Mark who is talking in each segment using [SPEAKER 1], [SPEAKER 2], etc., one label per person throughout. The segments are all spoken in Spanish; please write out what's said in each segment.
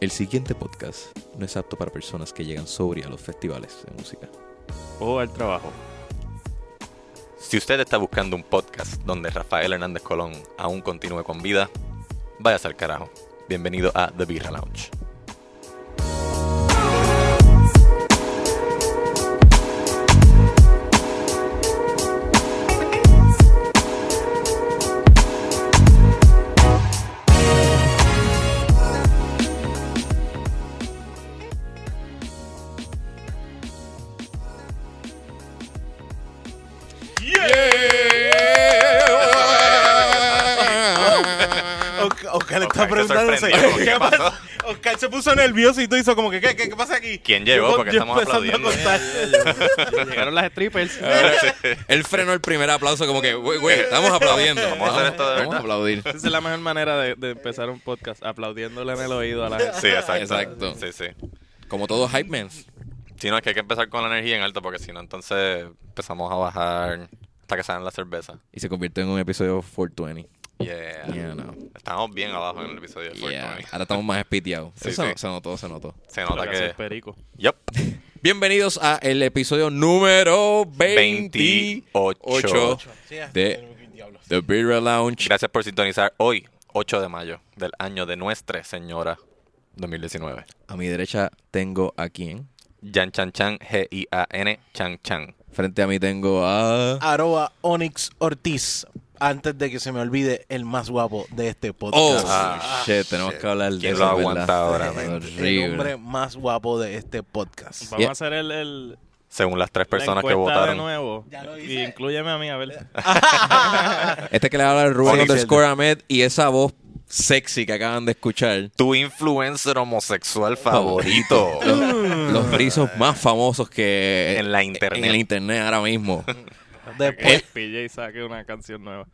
[SPEAKER 1] El siguiente podcast no es apto para personas que llegan sobria a los festivales de música.
[SPEAKER 2] o al trabajo.
[SPEAKER 3] Si usted está buscando un podcast donde Rafael Hernández Colón aún continúe con vida, váyase al carajo. Bienvenido a The Birra Lounge.
[SPEAKER 4] Oscar, Oscar le está
[SPEAKER 3] Ah. Oscar se
[SPEAKER 4] preguntando
[SPEAKER 3] sorprendió, ¿qué
[SPEAKER 4] pasa?
[SPEAKER 3] pasó?
[SPEAKER 4] Oscar se puso nervioso y tú hizo como que, ¿qué, qué, qué pasa aquí?
[SPEAKER 3] ¿Quién llegó?
[SPEAKER 4] Yo-
[SPEAKER 3] Porque
[SPEAKER 4] yo
[SPEAKER 3] estamos
[SPEAKER 4] empezando a
[SPEAKER 3] aplaudiendo. Ah,
[SPEAKER 4] contar.
[SPEAKER 2] Llegaron las strippers.
[SPEAKER 1] Él frenó el primer aplauso como que, güey, güey, estamos aplaudiendo.
[SPEAKER 3] Vamos a hacer esto de
[SPEAKER 1] Vamos a
[SPEAKER 3] verdad.
[SPEAKER 1] aplaudir.
[SPEAKER 2] Esa es la mejor manera de, de empezar un podcast, aplaudiéndole en el oído a la gente.
[SPEAKER 3] Sí, exacto.
[SPEAKER 1] Exacto.
[SPEAKER 3] Sí, sí.
[SPEAKER 1] Como todos hype men.
[SPEAKER 3] Si no, es que hay que empezar con la energía en alto porque si no, entonces empezamos a bajar hasta que salen la cerveza.
[SPEAKER 1] Y se convirtió en un episodio 420.
[SPEAKER 3] Yeah.
[SPEAKER 1] Yeah, no.
[SPEAKER 3] Estamos bien abajo en el episodio de
[SPEAKER 1] Yeah.
[SPEAKER 3] 420.
[SPEAKER 1] Ahora estamos más espiteados.
[SPEAKER 3] Sí,
[SPEAKER 1] Eso
[SPEAKER 3] sí.
[SPEAKER 1] se notó, se notó.
[SPEAKER 3] Se
[SPEAKER 2] Lo
[SPEAKER 3] nota
[SPEAKER 2] que hace el
[SPEAKER 3] que...
[SPEAKER 2] perico.
[SPEAKER 3] Yup.
[SPEAKER 1] Bienvenidos a el episodio número 28,
[SPEAKER 3] 28.
[SPEAKER 1] de The Beer Lounge.
[SPEAKER 3] Gracias por sintonizar hoy, 8 de mayo del año de Nuestra Señora 2019.
[SPEAKER 1] A mi derecha tengo a quién.
[SPEAKER 3] Yan Chan Chan, G-I-A-N, Chan Chan.
[SPEAKER 1] Frente a mí tengo a...
[SPEAKER 3] Ah,
[SPEAKER 4] Arroba Onyx Ortiz. Antes de que se me olvide el más guapo de este
[SPEAKER 1] Oh,
[SPEAKER 4] podcast.
[SPEAKER 3] Ah,
[SPEAKER 1] shit, tenemos que hablar de
[SPEAKER 3] ¿Quién
[SPEAKER 1] eso.
[SPEAKER 3] lo
[SPEAKER 1] ¿verdad?
[SPEAKER 3] aguanta ahora, man?
[SPEAKER 4] el hombre
[SPEAKER 1] Horrible.
[SPEAKER 4] más guapo de este podcast.
[SPEAKER 2] Vamos
[SPEAKER 1] Yeah.
[SPEAKER 2] a hacer el, el
[SPEAKER 3] Según las tres
[SPEAKER 2] la
[SPEAKER 3] personas
[SPEAKER 2] encuesta
[SPEAKER 3] que
[SPEAKER 2] de
[SPEAKER 3] votaron.
[SPEAKER 2] nuevo.
[SPEAKER 4] Ya lo
[SPEAKER 2] y
[SPEAKER 4] hice.
[SPEAKER 2] incluyeme a mí, a ver.
[SPEAKER 1] Este que le habla es Rubén
[SPEAKER 4] Sí,
[SPEAKER 1] underscore Ahmed y esa voz sexy que acaban de escuchar.
[SPEAKER 3] Tu influencer homosexual favorito.
[SPEAKER 1] Los, los brisos más famosos que
[SPEAKER 3] Mm. En la internet.
[SPEAKER 1] en el internet ahora mismo.
[SPEAKER 4] Después,
[SPEAKER 3] ¿Eh?
[SPEAKER 2] Que pille y saque una canción nueva.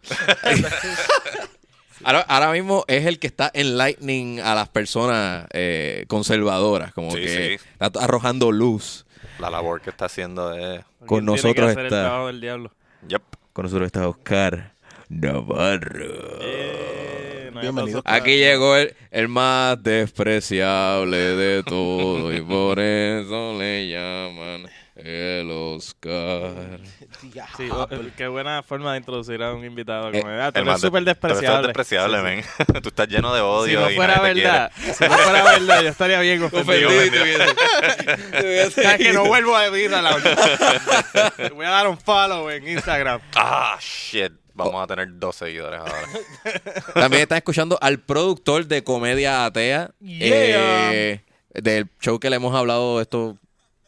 [SPEAKER 1] Ahora, ahora mismo es el que está enlightening a las personas eh, conservadoras, como
[SPEAKER 3] Sí,
[SPEAKER 1] que
[SPEAKER 3] sí.
[SPEAKER 1] está arrojando luz.
[SPEAKER 3] La labor que está haciendo es...
[SPEAKER 1] Con
[SPEAKER 2] Alguien tiene que
[SPEAKER 1] nosotros
[SPEAKER 2] hacer el
[SPEAKER 1] está.
[SPEAKER 2] trabajo del diablo.
[SPEAKER 3] Yep.
[SPEAKER 1] Con nosotros está Oscar Navarro.
[SPEAKER 2] Eh, no hay
[SPEAKER 4] Bienvenido.
[SPEAKER 2] aplausos.
[SPEAKER 1] Aquí llegó el, el más despreciable de todo y por eso le llaman el Oscar.
[SPEAKER 4] Ya,
[SPEAKER 2] Sí, o- el- qué buena forma de introducir a un invitado. Como, ah, tú
[SPEAKER 3] El
[SPEAKER 2] eres
[SPEAKER 3] man de-
[SPEAKER 2] súper
[SPEAKER 3] tú eres
[SPEAKER 2] despreciable.
[SPEAKER 3] despreciable,
[SPEAKER 2] Sí, sí.
[SPEAKER 3] men. Tú estás lleno de odio
[SPEAKER 2] Si no
[SPEAKER 3] y
[SPEAKER 2] fuera
[SPEAKER 3] nadie te quiere.
[SPEAKER 2] verdad, si no fuera verdad, yo estaría bien ofendido.
[SPEAKER 3] Ofendido.
[SPEAKER 2] Es que no vuelvo a vivir a la Voy a dar un follow en Instagram.
[SPEAKER 3] Ah, shit. Vamos a tener dos seguidores ahora.
[SPEAKER 1] También están escuchando al productor de Comedia Atea.
[SPEAKER 4] Yeah.
[SPEAKER 1] eh, del show que le hemos hablado estos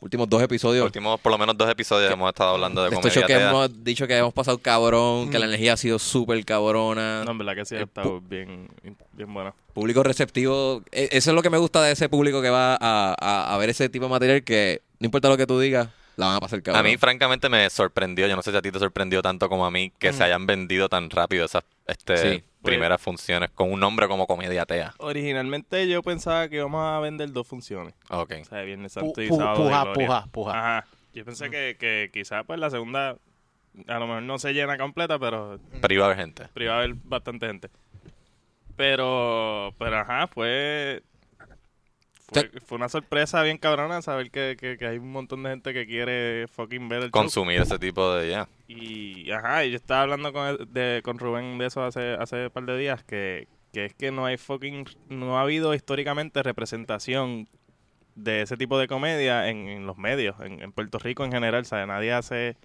[SPEAKER 1] últimos dos episodios.
[SPEAKER 3] Los últimos, por lo menos dos episodios hemos estado hablando de
[SPEAKER 1] de
[SPEAKER 3] comedia.
[SPEAKER 1] estos shows que
[SPEAKER 3] atea.
[SPEAKER 1] hemos dicho que hemos pasado cabrón, que la energía ha sido súper cabrona.
[SPEAKER 2] No, en verdad
[SPEAKER 3] Eh,
[SPEAKER 2] que sí, ha
[SPEAKER 1] El
[SPEAKER 2] estado bien, bien bueno.
[SPEAKER 1] Público receptivo. E- Eso es lo que me gusta de ese público que va a, a- a ver ese tipo de material que no importa lo que tú digas, la van a pasar
[SPEAKER 3] A
[SPEAKER 1] cabrón.
[SPEAKER 3] mí, francamente, me sorprendió. Yo no sé si a ti te sorprendió tanto como a mí que
[SPEAKER 2] Mm.
[SPEAKER 3] se hayan vendido tan rápido esas este,
[SPEAKER 1] Sí.
[SPEAKER 2] pues.
[SPEAKER 3] primeras funciones con un nombre como Comedia Atea.
[SPEAKER 2] Originalmente yo pensaba que íbamos a vender dos funciones.
[SPEAKER 3] Ok.
[SPEAKER 2] O sea, Viernes
[SPEAKER 4] Pu-
[SPEAKER 2] Santo y
[SPEAKER 4] pu-
[SPEAKER 2] Sábado de
[SPEAKER 4] puja,
[SPEAKER 2] Gloria.
[SPEAKER 4] puja, puja.
[SPEAKER 2] Ajá. Yo pensé que, que quizás pues la segunda a lo mejor no se llena completa, pero
[SPEAKER 3] Pero iba a haber gente.
[SPEAKER 2] pero iba a haber bastante gente. Pero, pero ajá, fue, fue, fue una sorpresa bien cabrona saber que, que- que hay un montón de gente que quiere fucking ver el show.
[SPEAKER 3] Consumir ese tipo de. ya
[SPEAKER 2] Y, ajá, y yo estaba hablando con, el- de, con Rubén de eso hace, hace par de días, que, que es que no hay fucking, no ha habido históricamente representación de ese tipo de comedia en, en los medios, en, en Puerto Rico en general, ¿sabes? Nadie hace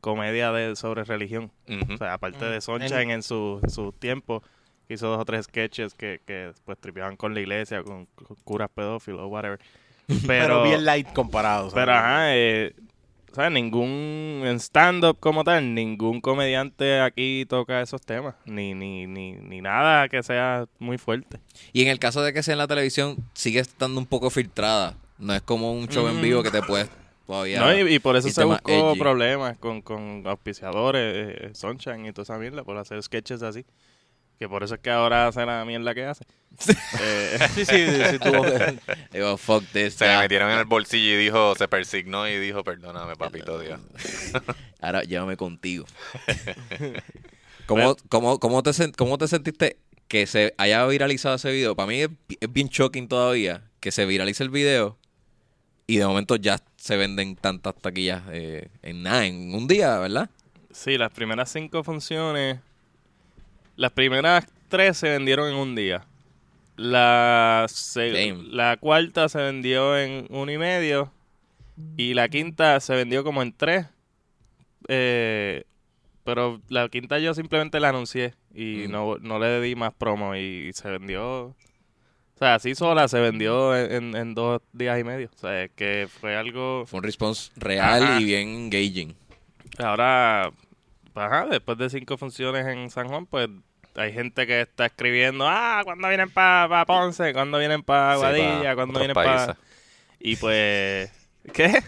[SPEAKER 2] comedia de, sobre religión.
[SPEAKER 3] Ujú.
[SPEAKER 2] O sea, aparte
[SPEAKER 4] Mm.
[SPEAKER 2] de Sunshine en, su, en su tiempo, hizo dos o tres sketches que, que pues tripeaban con la iglesia, con, con curas pedófilos, whatever. Pero,
[SPEAKER 4] pero bien light comparado. ¿sabes?
[SPEAKER 2] pero ajá, eh, ¿sabes? Ningún en stand-up como tal, ningún comediante aquí toca esos temas, ni, ni, ni, ni nada que sea muy fuerte.
[SPEAKER 1] Y en el caso de que sea en la televisión, sigue estando un poco filtrada. No es como un show en
[SPEAKER 2] Mm.
[SPEAKER 1] vivo que te puedes todavía...
[SPEAKER 2] No, y, y por eso
[SPEAKER 1] y
[SPEAKER 2] se
[SPEAKER 1] temas
[SPEAKER 2] buscó
[SPEAKER 1] edgy.
[SPEAKER 2] problemas con, con auspiciadores, eh, eh, Sunshine y toda esa mierda, por hacer sketches así. Que por eso es que ahora hace la mierda que hace. Eh,
[SPEAKER 4] Sí, sí, sí, sí, tuvo que-
[SPEAKER 1] Digo, fuck this.
[SPEAKER 3] Se
[SPEAKER 1] ya.
[SPEAKER 3] le metieron en el bolsillo y dijo, se persignó y dijo, perdóname, papito Dios.
[SPEAKER 1] Ahora llévame contigo. ¿Cómo, cómo, cómo, te, sen- ¿Cómo te sentiste que se haya viralizado ese video? Para mí es, bi- es bien shocking todavía que se viraliza el video y de momento ya se venden tantas taquillas eh, en nada, en un día, ¿verdad?
[SPEAKER 2] Sí, las primeras cinco funciones. Las primeras tres se vendieron en un día. La, se-
[SPEAKER 1] Damn.
[SPEAKER 2] la cuarta se vendió en uno y medio. Y la quinta se vendió como en tres. Eh, pero la quinta yo simplemente la anuncié. Y
[SPEAKER 1] Mm.
[SPEAKER 2] no, no le di más promo. Y se vendió. O sea, así sola se vendió en, en- en dos días y medio. O sea, es que fue algo.
[SPEAKER 1] Fue un response real
[SPEAKER 2] Ajá.
[SPEAKER 1] y bien engaging.
[SPEAKER 2] Ahora, ajá, después de cinco funciones en San Juan, pues hay gente que está escribiendo, ah, ¿cuándo vienen para Ponce? ¿Cuándo vienen para
[SPEAKER 3] Sí, pa
[SPEAKER 2] Aguadilla? ¿Cuándo
[SPEAKER 3] otros
[SPEAKER 2] vienen para...?
[SPEAKER 3] países.
[SPEAKER 2] Y pues... ¿Qué?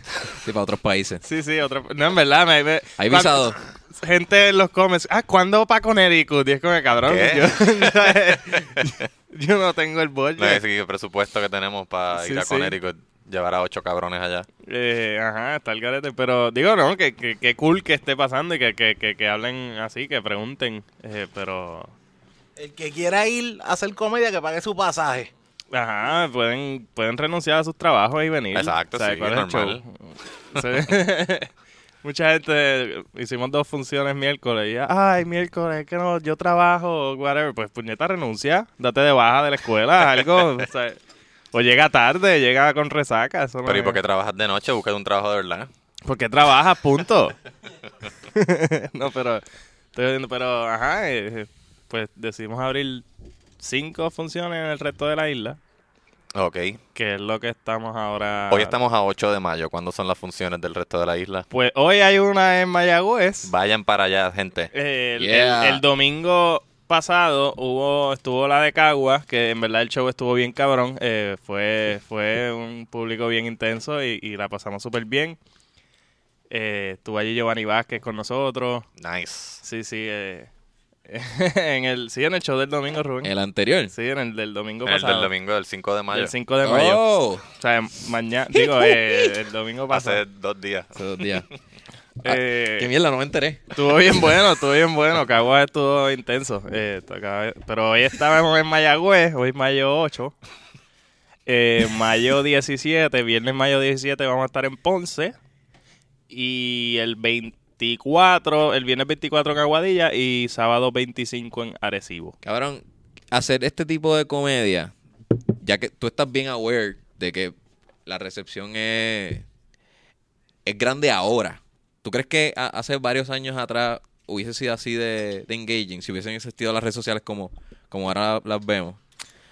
[SPEAKER 1] Sí, para otros países.
[SPEAKER 2] Sí, sí, otro... No, en verdad, me... me-
[SPEAKER 1] Hay
[SPEAKER 2] cuan-
[SPEAKER 1] visado.
[SPEAKER 2] Gente en los comments, ah, ¿cuándo para Connecticut? Y es como, cabrón,
[SPEAKER 3] ¿Qué?
[SPEAKER 2] yo... yo no tengo el bollo.
[SPEAKER 3] No, es que el presupuesto que tenemos para
[SPEAKER 2] Sí,
[SPEAKER 3] ir a
[SPEAKER 2] sí.
[SPEAKER 3] Connecticut llevar a ocho cabrones allá.
[SPEAKER 2] Eh, ajá, está el garete. Pero digo, no, que, que, que cool que esté pasando y que, que, que, que hablen así, que pregunten. eh, pero...
[SPEAKER 4] El que quiera ir a hacer comedia, que pague su pasaje.
[SPEAKER 2] Ajá, pueden, pueden renunciar a sus trabajos y venir.
[SPEAKER 3] Exacto, sí,
[SPEAKER 2] ¿cuál el
[SPEAKER 3] normal.
[SPEAKER 2] show? Sí. Mucha gente, hicimos dos funciones miércoles y ya, ay, miércoles, es que no, yo trabajo, whatever. Pues puñeta, renuncia, date de baja de la escuela, algo. o, sea, o llega tarde, llega con resaca. Eso no
[SPEAKER 3] Pero ¿y
[SPEAKER 2] es-
[SPEAKER 3] por qué trabajas de noche? Busca un trabajo de verdad.
[SPEAKER 2] porque trabajas, punto. no, pero, estoy diciendo, pero, ajá, eh, pues decidimos abrir cinco funciones en el resto de la isla.
[SPEAKER 3] Ok.
[SPEAKER 2] que es lo que estamos ahora.
[SPEAKER 3] Hoy estamos a 8 de mayo. ¿Cuándo son las funciones del resto de la isla?
[SPEAKER 2] Pues hoy hay una en Mayagüez.
[SPEAKER 3] Vayan para allá, gente.
[SPEAKER 2] Eh, El,
[SPEAKER 1] Yeah.
[SPEAKER 2] el- el domingo pasado hubo estuvo la de Caguas, que en verdad el show estuvo bien cabrón. Eh, fue, fue un público bien intenso y, y la pasamos súper bien. Eh, estuvo allí Giovanni Vázquez con nosotros.
[SPEAKER 3] Nice.
[SPEAKER 2] Sí, sí. eh, en el, sí, en el show del domingo, Rubén.
[SPEAKER 1] El anterior.
[SPEAKER 2] Sí, en el del domingo
[SPEAKER 3] El
[SPEAKER 2] pasado.
[SPEAKER 3] del domingo, del 5 de mayo.
[SPEAKER 2] Del 5 de mayo.
[SPEAKER 1] Oh,
[SPEAKER 2] O sea, mañana, digo, eh, el domingo pasado.
[SPEAKER 3] Hace dos días.
[SPEAKER 1] hace dos días.
[SPEAKER 2] Eh,
[SPEAKER 1] Qué mierda, no me enteré.
[SPEAKER 2] Estuvo bien bueno, estuvo bien bueno. Caguas estuvo intenso. Eh, esto acaba- pero hoy estábamos en Mayagüez, hoy es mayo 8. Eh, mayo 17, viernes mayo 17 vamos a estar en Ponce. Y el 24, el viernes 24 en Aguadilla y sábado 25 en Arecibo.
[SPEAKER 1] Cabrón, hacer este tipo de comedia, ya que tú estás bien aware de que la recepción es, es grande ahora. ¿Tú crees que a- hace varios años atrás hubiese sido así de, de engaging? Si hubiesen existido las redes sociales como, como ahora las vemos.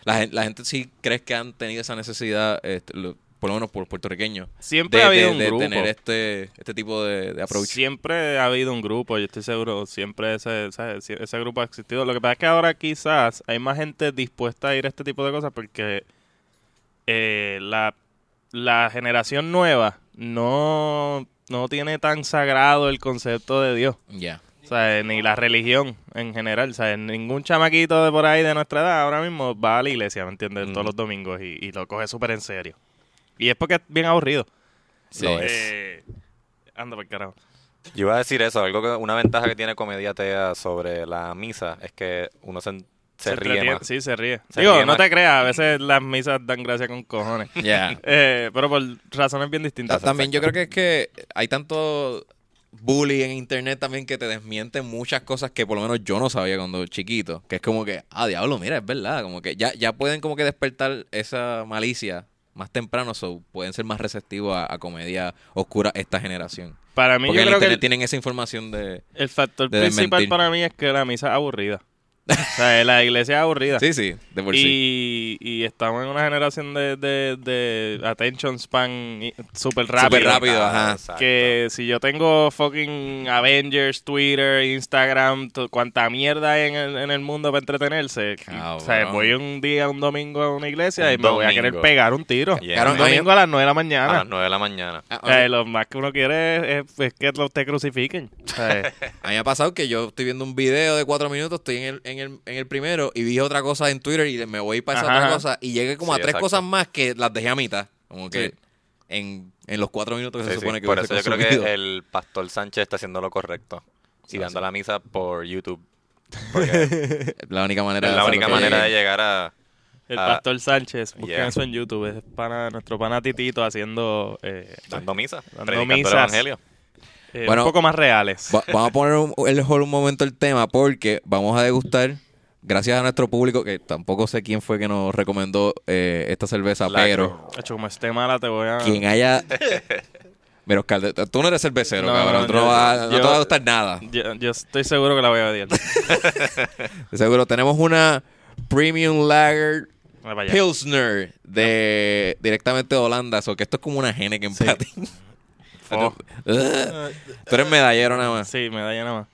[SPEAKER 1] La, gen- la gente sí crees que han tenido esa necesidad, este, lo- por lo menos por los puertorriqueños, de,
[SPEAKER 2] Siempre ha habido
[SPEAKER 1] de-
[SPEAKER 2] un
[SPEAKER 1] de
[SPEAKER 2] grupo.
[SPEAKER 1] tener este, este tipo de, de approach.
[SPEAKER 2] Siempre ha habido un grupo, yo estoy seguro, siempre ese, ese- si- ese grupo ha existido. Lo que pasa es que ahora quizás hay más gente dispuesta a ir a este tipo de cosas porque eh, la, la generación nueva no, no tiene tan sagrado el concepto de Dios.
[SPEAKER 1] Ya.
[SPEAKER 2] O sea, ni la religión en general. O sea, ningún chamaquito de por ahí de nuestra edad ahora mismo va a la iglesia, ¿me entiendes? Todos los domingos y, y lo coge súper en serio. Y es porque es bien aburrido.
[SPEAKER 1] Sí.
[SPEAKER 3] Lo es.
[SPEAKER 2] Eh, anda por carajo.
[SPEAKER 3] Yo iba a decir eso, algo que una ventaja que tiene Comedia Tea sobre la misa es que uno se, se ríe
[SPEAKER 2] entretiene-
[SPEAKER 3] más.
[SPEAKER 2] Sí, se ríe.
[SPEAKER 3] Se
[SPEAKER 2] Digo,
[SPEAKER 3] ríe
[SPEAKER 2] no
[SPEAKER 3] más.
[SPEAKER 2] te creas, a veces las misas dan gracia con cojones.
[SPEAKER 1] Ya.
[SPEAKER 2] Eh, pero por razones bien
[SPEAKER 1] Ta-
[SPEAKER 2] distintas.
[SPEAKER 1] También yo creo que es que hay tanto bully en internet también que te desmienten muchas cosas que por lo menos yo no sabía cuando chiquito. Que es como que, ah, diablo, mira, es verdad. Como que ya, ya pueden como que despertar esa malicia más temprano, so pueden ser más receptivos a, a comedia oscura esta generación.
[SPEAKER 2] Para mí,
[SPEAKER 1] Porque
[SPEAKER 2] yo
[SPEAKER 1] en
[SPEAKER 2] creo que
[SPEAKER 1] internet
[SPEAKER 2] el,
[SPEAKER 1] tienen esa información de...
[SPEAKER 2] el factor
[SPEAKER 1] de
[SPEAKER 2] principal
[SPEAKER 1] desmentir.
[SPEAKER 2] para mí es que la misa es aburrida. O sea, la iglesia es aburrida.
[SPEAKER 1] Sí, sí, de por sí.
[SPEAKER 2] y, y estamos en una generación de, de, de attention span y- súper rápido.
[SPEAKER 1] Súper rápido, ajá.
[SPEAKER 3] exacto.
[SPEAKER 2] Que si yo tengo fucking Avengers, Twitter, Instagram, to- cuanta mierda hay en el, en el mundo para entretenerse. y, o sea,
[SPEAKER 1] Cabrón.
[SPEAKER 2] voy un día, un domingo a una iglesia y
[SPEAKER 3] Un
[SPEAKER 2] me voy a querer
[SPEAKER 3] domingo.
[SPEAKER 2] pegar un tiro.
[SPEAKER 3] Yeah.
[SPEAKER 1] Claro,
[SPEAKER 2] Un
[SPEAKER 1] a mí-
[SPEAKER 2] domingo Eh, a las 9 de la
[SPEAKER 3] A
[SPEAKER 2] mañana.
[SPEAKER 3] las 9 de la mañana.
[SPEAKER 1] Ah,
[SPEAKER 2] O
[SPEAKER 1] a
[SPEAKER 2] sea,
[SPEAKER 1] mí-
[SPEAKER 2] lo más que uno quiere es, es que lo- te crucifiquen. O sea,
[SPEAKER 1] A mí me ha pasado que yo estoy viendo un video de cuatro minutos, estoy en el, en el, en el primero y vi otra cosa en Twitter y me voy para esa
[SPEAKER 2] Ajá,
[SPEAKER 1] otra
[SPEAKER 2] ajá.
[SPEAKER 1] cosa y llegué como a
[SPEAKER 3] Sí,
[SPEAKER 1] tres
[SPEAKER 3] exacto.
[SPEAKER 1] cosas más que las dejé a mitad. Como que
[SPEAKER 2] Sí.
[SPEAKER 1] en, en los cuatro minutos que
[SPEAKER 3] Sí,
[SPEAKER 1] se
[SPEAKER 3] sí,
[SPEAKER 1] supone que
[SPEAKER 3] Por
[SPEAKER 1] hubiese
[SPEAKER 3] eso yo creo
[SPEAKER 1] consumido.
[SPEAKER 3] que el pastor Sánchez está haciendo lo correcto y
[SPEAKER 1] Ah,
[SPEAKER 3] dando
[SPEAKER 1] sí.
[SPEAKER 3] la misa por YouTube. Porque
[SPEAKER 1] La única manera
[SPEAKER 3] es la única
[SPEAKER 1] hacerlo que
[SPEAKER 3] manera de
[SPEAKER 1] llegue.
[SPEAKER 3] llegar a,
[SPEAKER 2] El
[SPEAKER 3] Ah.
[SPEAKER 2] Pastor Sánchez, busquen
[SPEAKER 3] Yeah.
[SPEAKER 2] eso en YouTube. Es para nuestro pana Titito haciendo eh,
[SPEAKER 3] Dando misa,
[SPEAKER 2] Dando
[SPEAKER 3] predicando el
[SPEAKER 2] misas.
[SPEAKER 3] evangelio.
[SPEAKER 2] eh,
[SPEAKER 1] Bueno.
[SPEAKER 2] un poco más reales.
[SPEAKER 1] Va- vamos a poner un, el mejor un momento el tema porque vamos a degustar, gracias a nuestro público, que tampoco sé quién fue que nos recomendó eh, esta cerveza, pero
[SPEAKER 2] Hacho, como esté mala, te voy a.
[SPEAKER 1] quien haya... Mira, Oscar, de- tú no eres cervecero,
[SPEAKER 2] No,
[SPEAKER 1] cabrón. Tú no,
[SPEAKER 2] yo-
[SPEAKER 1] vas- no
[SPEAKER 2] yo-
[SPEAKER 1] te va a gustar nada.
[SPEAKER 2] Yo, yo estoy seguro que la voy a odiar.
[SPEAKER 1] De Seguro, tenemos una Premium Lager
[SPEAKER 2] Vaya.
[SPEAKER 1] Pilsner de directamente de Holanda. O que esto es como una gene que
[SPEAKER 4] Sí.
[SPEAKER 1] empate.
[SPEAKER 2] Oh,
[SPEAKER 1] Tú eres medallero nada más.
[SPEAKER 2] sí, me da llena más.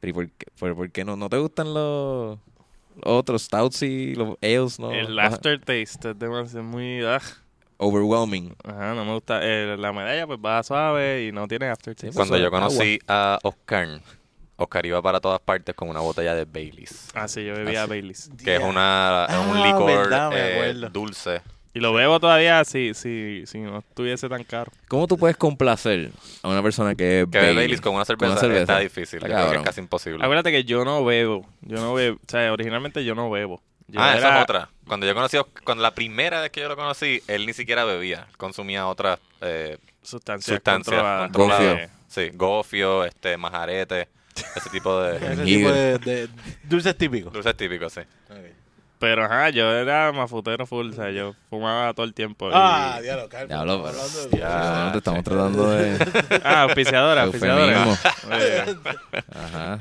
[SPEAKER 1] Pero ¿y por qué, por- por qué no? ¿No te gustan los, los otros stouts y los ales? No,
[SPEAKER 2] El
[SPEAKER 1] No-
[SPEAKER 2] aftertaste es demasiado es muy. ah,
[SPEAKER 1] Overwhelming.
[SPEAKER 2] Ajá, no me gusta. Eh, la medalla pues va suave y no tiene aftertaste.
[SPEAKER 1] Sí,
[SPEAKER 3] Cuando
[SPEAKER 1] Eso,
[SPEAKER 3] yo conocí a Oscar, Oscar iba para todas partes con una botella de Baileys.
[SPEAKER 2] Ah, sí, yo bebía
[SPEAKER 3] Ah, sí.
[SPEAKER 2] Baileys.
[SPEAKER 3] Que es, una, es un
[SPEAKER 4] Ah,
[SPEAKER 3] licor
[SPEAKER 4] verdad, me
[SPEAKER 3] eh,
[SPEAKER 4] acuerdo.
[SPEAKER 3] dulce.
[SPEAKER 2] Y lo bebo todavía si, si, si no estuviese tan caro.
[SPEAKER 1] ¿Cómo tú puedes complacer a una persona que es
[SPEAKER 3] Que bebe
[SPEAKER 1] Bailey?
[SPEAKER 3] Baileys con una cerveza,
[SPEAKER 1] cerveza.
[SPEAKER 3] está difícil.
[SPEAKER 1] Está
[SPEAKER 3] yo creo que es
[SPEAKER 1] cabrón.
[SPEAKER 3] casi imposible.
[SPEAKER 2] Acuérdate que yo no bebo. Yo no bebo. O sea, originalmente yo no bebo. Yo
[SPEAKER 3] ah, esa
[SPEAKER 2] era-
[SPEAKER 3] es otra. Cuando yo conocí a Oscar- cuando la primera vez que yo lo conocí, él ni siquiera bebía. Él consumía otras eh,
[SPEAKER 2] Sustancia.
[SPEAKER 3] sustancias
[SPEAKER 2] controlada. eh,
[SPEAKER 3] controladas.
[SPEAKER 1] Gofio.
[SPEAKER 3] Sí, gofio, este, majarete, ese tipo de
[SPEAKER 4] Ese tipo de, de dulces típicos.
[SPEAKER 3] dulces típicos, sí.
[SPEAKER 2] Pero ajá, yo era mafutero full. O sea, yo fumaba todo el tiempo. y-
[SPEAKER 4] Ah, diablo, Carlos.
[SPEAKER 1] Diablo, pero-
[SPEAKER 4] hablando de-
[SPEAKER 3] Ya.
[SPEAKER 1] Cabrón, te estamos tratando de...
[SPEAKER 2] Ah, auspiciadora, auspiciadora.
[SPEAKER 1] Eufemismo.
[SPEAKER 2] Oye,
[SPEAKER 1] Ajá.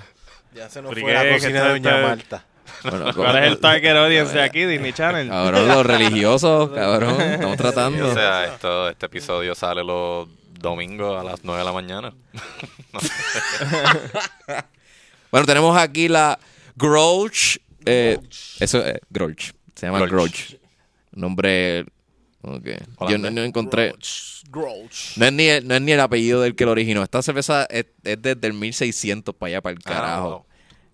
[SPEAKER 4] Ya se nos
[SPEAKER 2] Porque
[SPEAKER 4] fue la
[SPEAKER 2] que
[SPEAKER 4] cocina de
[SPEAKER 2] esto-
[SPEAKER 4] Doña
[SPEAKER 2] esto-
[SPEAKER 4] Marta.
[SPEAKER 1] Bueno,
[SPEAKER 2] ¿Cuál es el target audience de aquí, Disney Channel?
[SPEAKER 1] Cabrón, los religiosos, cabrón. Estamos
[SPEAKER 3] Y,
[SPEAKER 1] tratando.
[SPEAKER 3] o sea, esto, este episodio sale los domingos a las 9 de la mañana.
[SPEAKER 1] Bueno, tenemos aquí la Grouch. eh, eso es Grouch. Se llama
[SPEAKER 3] Grolsch.
[SPEAKER 1] Grouch. Nombre. ok. Yo no,
[SPEAKER 3] Holandés.
[SPEAKER 1] no encontré.
[SPEAKER 4] Grouch.
[SPEAKER 1] No es, ni el, no es ni el apellido del que lo originó. Esta cerveza es, es desde el 1600 para allá, para el
[SPEAKER 3] Ah, wow.
[SPEAKER 1] carajo.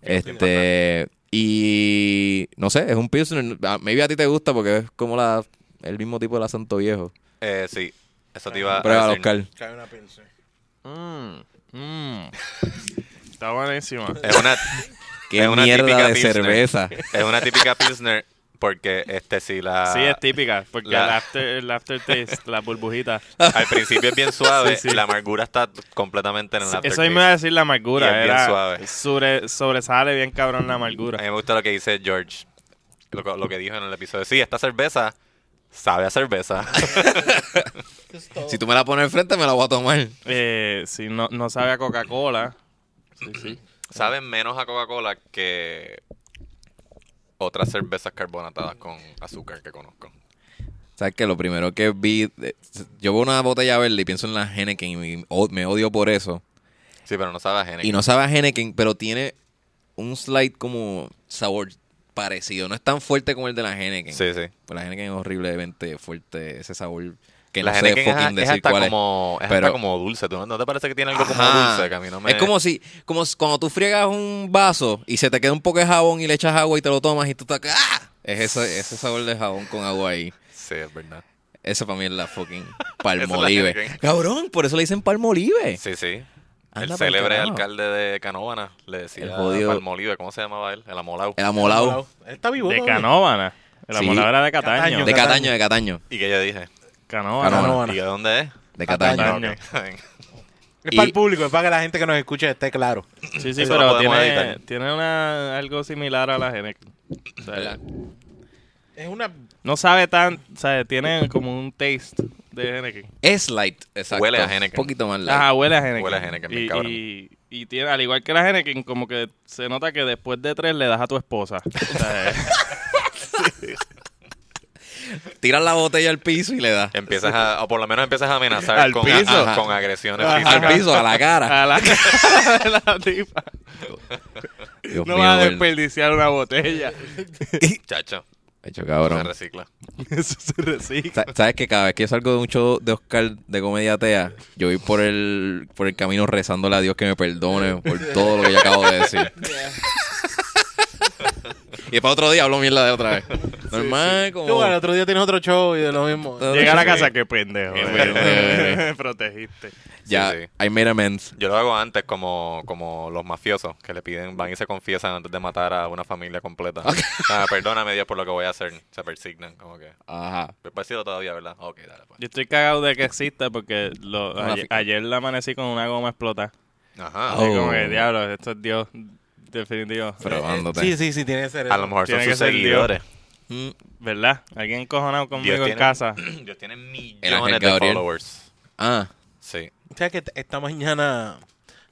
[SPEAKER 1] este. Y. No sé, es un Pilsner. Ah, Maybe a ti te gusta porque es como la. El mismo tipo de la Santo Viejo.
[SPEAKER 3] Eh, sí, eso te iba a
[SPEAKER 1] Prueba,
[SPEAKER 3] decir.
[SPEAKER 1] Oscar.
[SPEAKER 4] Cae una pinza.
[SPEAKER 2] Mm, mm. Está buenísima.
[SPEAKER 3] Es una,
[SPEAKER 1] Qué
[SPEAKER 3] es una
[SPEAKER 1] mierda
[SPEAKER 3] típica
[SPEAKER 1] de
[SPEAKER 3] Pilsner.
[SPEAKER 1] cerveza.
[SPEAKER 3] es una típica Pilsner porque este sí la...
[SPEAKER 2] Sí, es típica, porque
[SPEAKER 3] la-
[SPEAKER 2] el, after, el aftertaste, las burbujitas.
[SPEAKER 3] Al principio es bien suave,
[SPEAKER 2] Sí, sí.
[SPEAKER 3] la amargura está completamente en el
[SPEAKER 2] Eso
[SPEAKER 3] aftertaste.
[SPEAKER 2] ahí me iba a decir la
[SPEAKER 3] Y es
[SPEAKER 2] amargura.
[SPEAKER 3] bien
[SPEAKER 2] era-
[SPEAKER 3] suave.
[SPEAKER 2] sobre- sobresale bien cabrón la
[SPEAKER 3] A
[SPEAKER 2] amargura.
[SPEAKER 3] mí me gusta lo que dice George, lo, que- lo que dijo en el episodio. Sí, esta cerveza sabe a cerveza.
[SPEAKER 1] Si tú me la pones enfrente, me la voy a tomar.
[SPEAKER 2] Eh, si no, no sabe a Coca-Cola. Sí, sí.
[SPEAKER 3] sabe menos a Coca-Cola que otras cervezas carbonatadas con azúcar que conozco.
[SPEAKER 1] ¿Sabes que Lo primero que vi, eh, yo veo una botella verde y pienso en la Henneken y me, o- me odio por eso.
[SPEAKER 3] Sí, pero no sabe a Henneken.
[SPEAKER 1] Y no sabe a Henneken, pero tiene un slight como sabor parecido. No es tan fuerte como el de la Henneken.
[SPEAKER 3] Sí, sí.
[SPEAKER 1] Pues la Henneken es horriblemente fuerte, ese sabor que
[SPEAKER 3] la
[SPEAKER 1] no sé
[SPEAKER 3] Henneken es,
[SPEAKER 1] fucking
[SPEAKER 3] es
[SPEAKER 1] decir
[SPEAKER 3] hasta
[SPEAKER 1] cuál es.
[SPEAKER 3] como, es hasta
[SPEAKER 1] pero-
[SPEAKER 3] como dulce. ¿Tú no, no te parece que tiene algo como
[SPEAKER 1] Ajá.
[SPEAKER 3] dulce? Que a mí no me...
[SPEAKER 1] Es como si, como si- cuando tú friegas un vaso y se te queda un poco de jabón y le echas agua y te lo tomas y tú estás... ¡Ah! Es ese, ese sabor de jabón con agua ahí.
[SPEAKER 3] Sí, es verdad.
[SPEAKER 1] Eso para mí es la fucking
[SPEAKER 3] Esa es la
[SPEAKER 1] Palmolive.
[SPEAKER 3] Henneken.
[SPEAKER 1] Cabrón, por eso le dicen Palmolive.
[SPEAKER 3] Sí, sí.
[SPEAKER 1] Eh. Anda
[SPEAKER 3] el
[SPEAKER 1] pa'l
[SPEAKER 3] célebre
[SPEAKER 1] carajo.
[SPEAKER 3] alcalde de Canóvana le decía
[SPEAKER 1] El jodido-
[SPEAKER 3] Palmolive, ¿cómo se llamaba él? El Amolao.
[SPEAKER 1] El amolado.
[SPEAKER 4] Él está vivo.
[SPEAKER 2] De
[SPEAKER 4] todavía.
[SPEAKER 2] Canóvana. La
[SPEAKER 1] Sí.
[SPEAKER 2] moladora de Cataño.
[SPEAKER 4] Cataño.
[SPEAKER 1] De Cataño, de Cataño.
[SPEAKER 3] ¿Y que yo dije?
[SPEAKER 2] Canóvana.
[SPEAKER 1] Canóvana.
[SPEAKER 3] ¿Y de dónde es?
[SPEAKER 1] De
[SPEAKER 4] Cataño.
[SPEAKER 1] Cataño.
[SPEAKER 3] Ah,
[SPEAKER 2] Caño.
[SPEAKER 3] ok.
[SPEAKER 4] Es
[SPEAKER 1] Y-
[SPEAKER 4] para el público, es para que la gente que nos escuche esté claro.
[SPEAKER 2] Sí, sí,
[SPEAKER 3] Eso lo
[SPEAKER 2] pero
[SPEAKER 3] podemos
[SPEAKER 2] tiene,
[SPEAKER 3] editar.
[SPEAKER 2] tiene una, algo similar a la Henneken. O sea,
[SPEAKER 1] ¿Verdad?
[SPEAKER 4] Es una.
[SPEAKER 2] no sabe tan, o sea, tiene como un taste de Henneken.
[SPEAKER 1] Es light, exacto.
[SPEAKER 3] Huele a Henneken.
[SPEAKER 1] Un poquito más light.
[SPEAKER 2] Ajá, huele a Henneken.
[SPEAKER 3] Huele a Henneken, bien
[SPEAKER 2] y,
[SPEAKER 3] cabrón.
[SPEAKER 2] y, y tiene, al igual que la Henneken, como que se nota que después de tres le das a tu esposa. O sea,
[SPEAKER 1] Tiras la botella al piso y le das.
[SPEAKER 3] Empiezas a, o por lo menos empiezas a amenazar
[SPEAKER 2] Al
[SPEAKER 3] con,
[SPEAKER 2] piso.
[SPEAKER 3] ajá, con agresiones
[SPEAKER 2] Ajá.
[SPEAKER 1] Al
[SPEAKER 3] físicas.
[SPEAKER 1] piso, a la cara.
[SPEAKER 2] a la cara de la tipa.
[SPEAKER 1] Dios
[SPEAKER 2] No
[SPEAKER 1] mío,
[SPEAKER 2] vas a
[SPEAKER 1] Bel.
[SPEAKER 2] desperdiciar una botella.
[SPEAKER 3] Chacho,
[SPEAKER 1] Hecho
[SPEAKER 3] se
[SPEAKER 1] cabrón.
[SPEAKER 3] recicla.
[SPEAKER 2] Eso se recicla.
[SPEAKER 1] Sa- ¿Sabes que Cada vez que yo salgo de un show de Oscar de comedia atea, yo voy por el, por el camino rezándole a Dios que me perdone por todo lo que yo acabo de decir. y para otro día hablo mierda de otra vez. Normal, como.
[SPEAKER 4] Tú, al otro día tienes otro show y de lo mismo.
[SPEAKER 1] Todo-
[SPEAKER 2] Llegar a la
[SPEAKER 3] Sí.
[SPEAKER 2] casa, qué pendejo.
[SPEAKER 1] Qué
[SPEAKER 2] eh.
[SPEAKER 1] pendejo,
[SPEAKER 2] Protegiste.
[SPEAKER 1] Ya,
[SPEAKER 3] Sí,
[SPEAKER 1] I made amends.
[SPEAKER 3] Yo lo hago antes como, como los mafiosos que le piden, van y se confiesan antes de matar a una familia completa. Ah, perdóname Dios por lo que voy a hacer. Se persignan, como que.
[SPEAKER 1] Ajá.
[SPEAKER 3] Parecido todavía, ¿verdad? Ok, dale pues.
[SPEAKER 2] Yo estoy cagado de que exista porque lo-
[SPEAKER 1] Una
[SPEAKER 2] ayer,
[SPEAKER 1] fica.
[SPEAKER 2] ayer la amanecí con una goma explotada.
[SPEAKER 3] Ajá.
[SPEAKER 1] Oh.
[SPEAKER 2] Así como que, diablo, esto es Dios definitivo.
[SPEAKER 4] Eh,
[SPEAKER 1] Probándote.
[SPEAKER 4] Sí, sí, sí, tiene que ser
[SPEAKER 3] pues. A
[SPEAKER 4] eso.
[SPEAKER 3] lo mejor son
[SPEAKER 2] Tiene que
[SPEAKER 3] sus
[SPEAKER 2] ser Dios.
[SPEAKER 3] seguidores.
[SPEAKER 1] Mm,
[SPEAKER 2] ¿Verdad? Alguien cojonado conmigo
[SPEAKER 3] Dios
[SPEAKER 2] en
[SPEAKER 3] tiene-
[SPEAKER 2] casa.
[SPEAKER 3] Dios tiene
[SPEAKER 1] El ángel
[SPEAKER 3] millones de
[SPEAKER 1] Gabriel.
[SPEAKER 3] followers.
[SPEAKER 1] Ah,
[SPEAKER 3] Sí.
[SPEAKER 4] O sea que t- esta mañana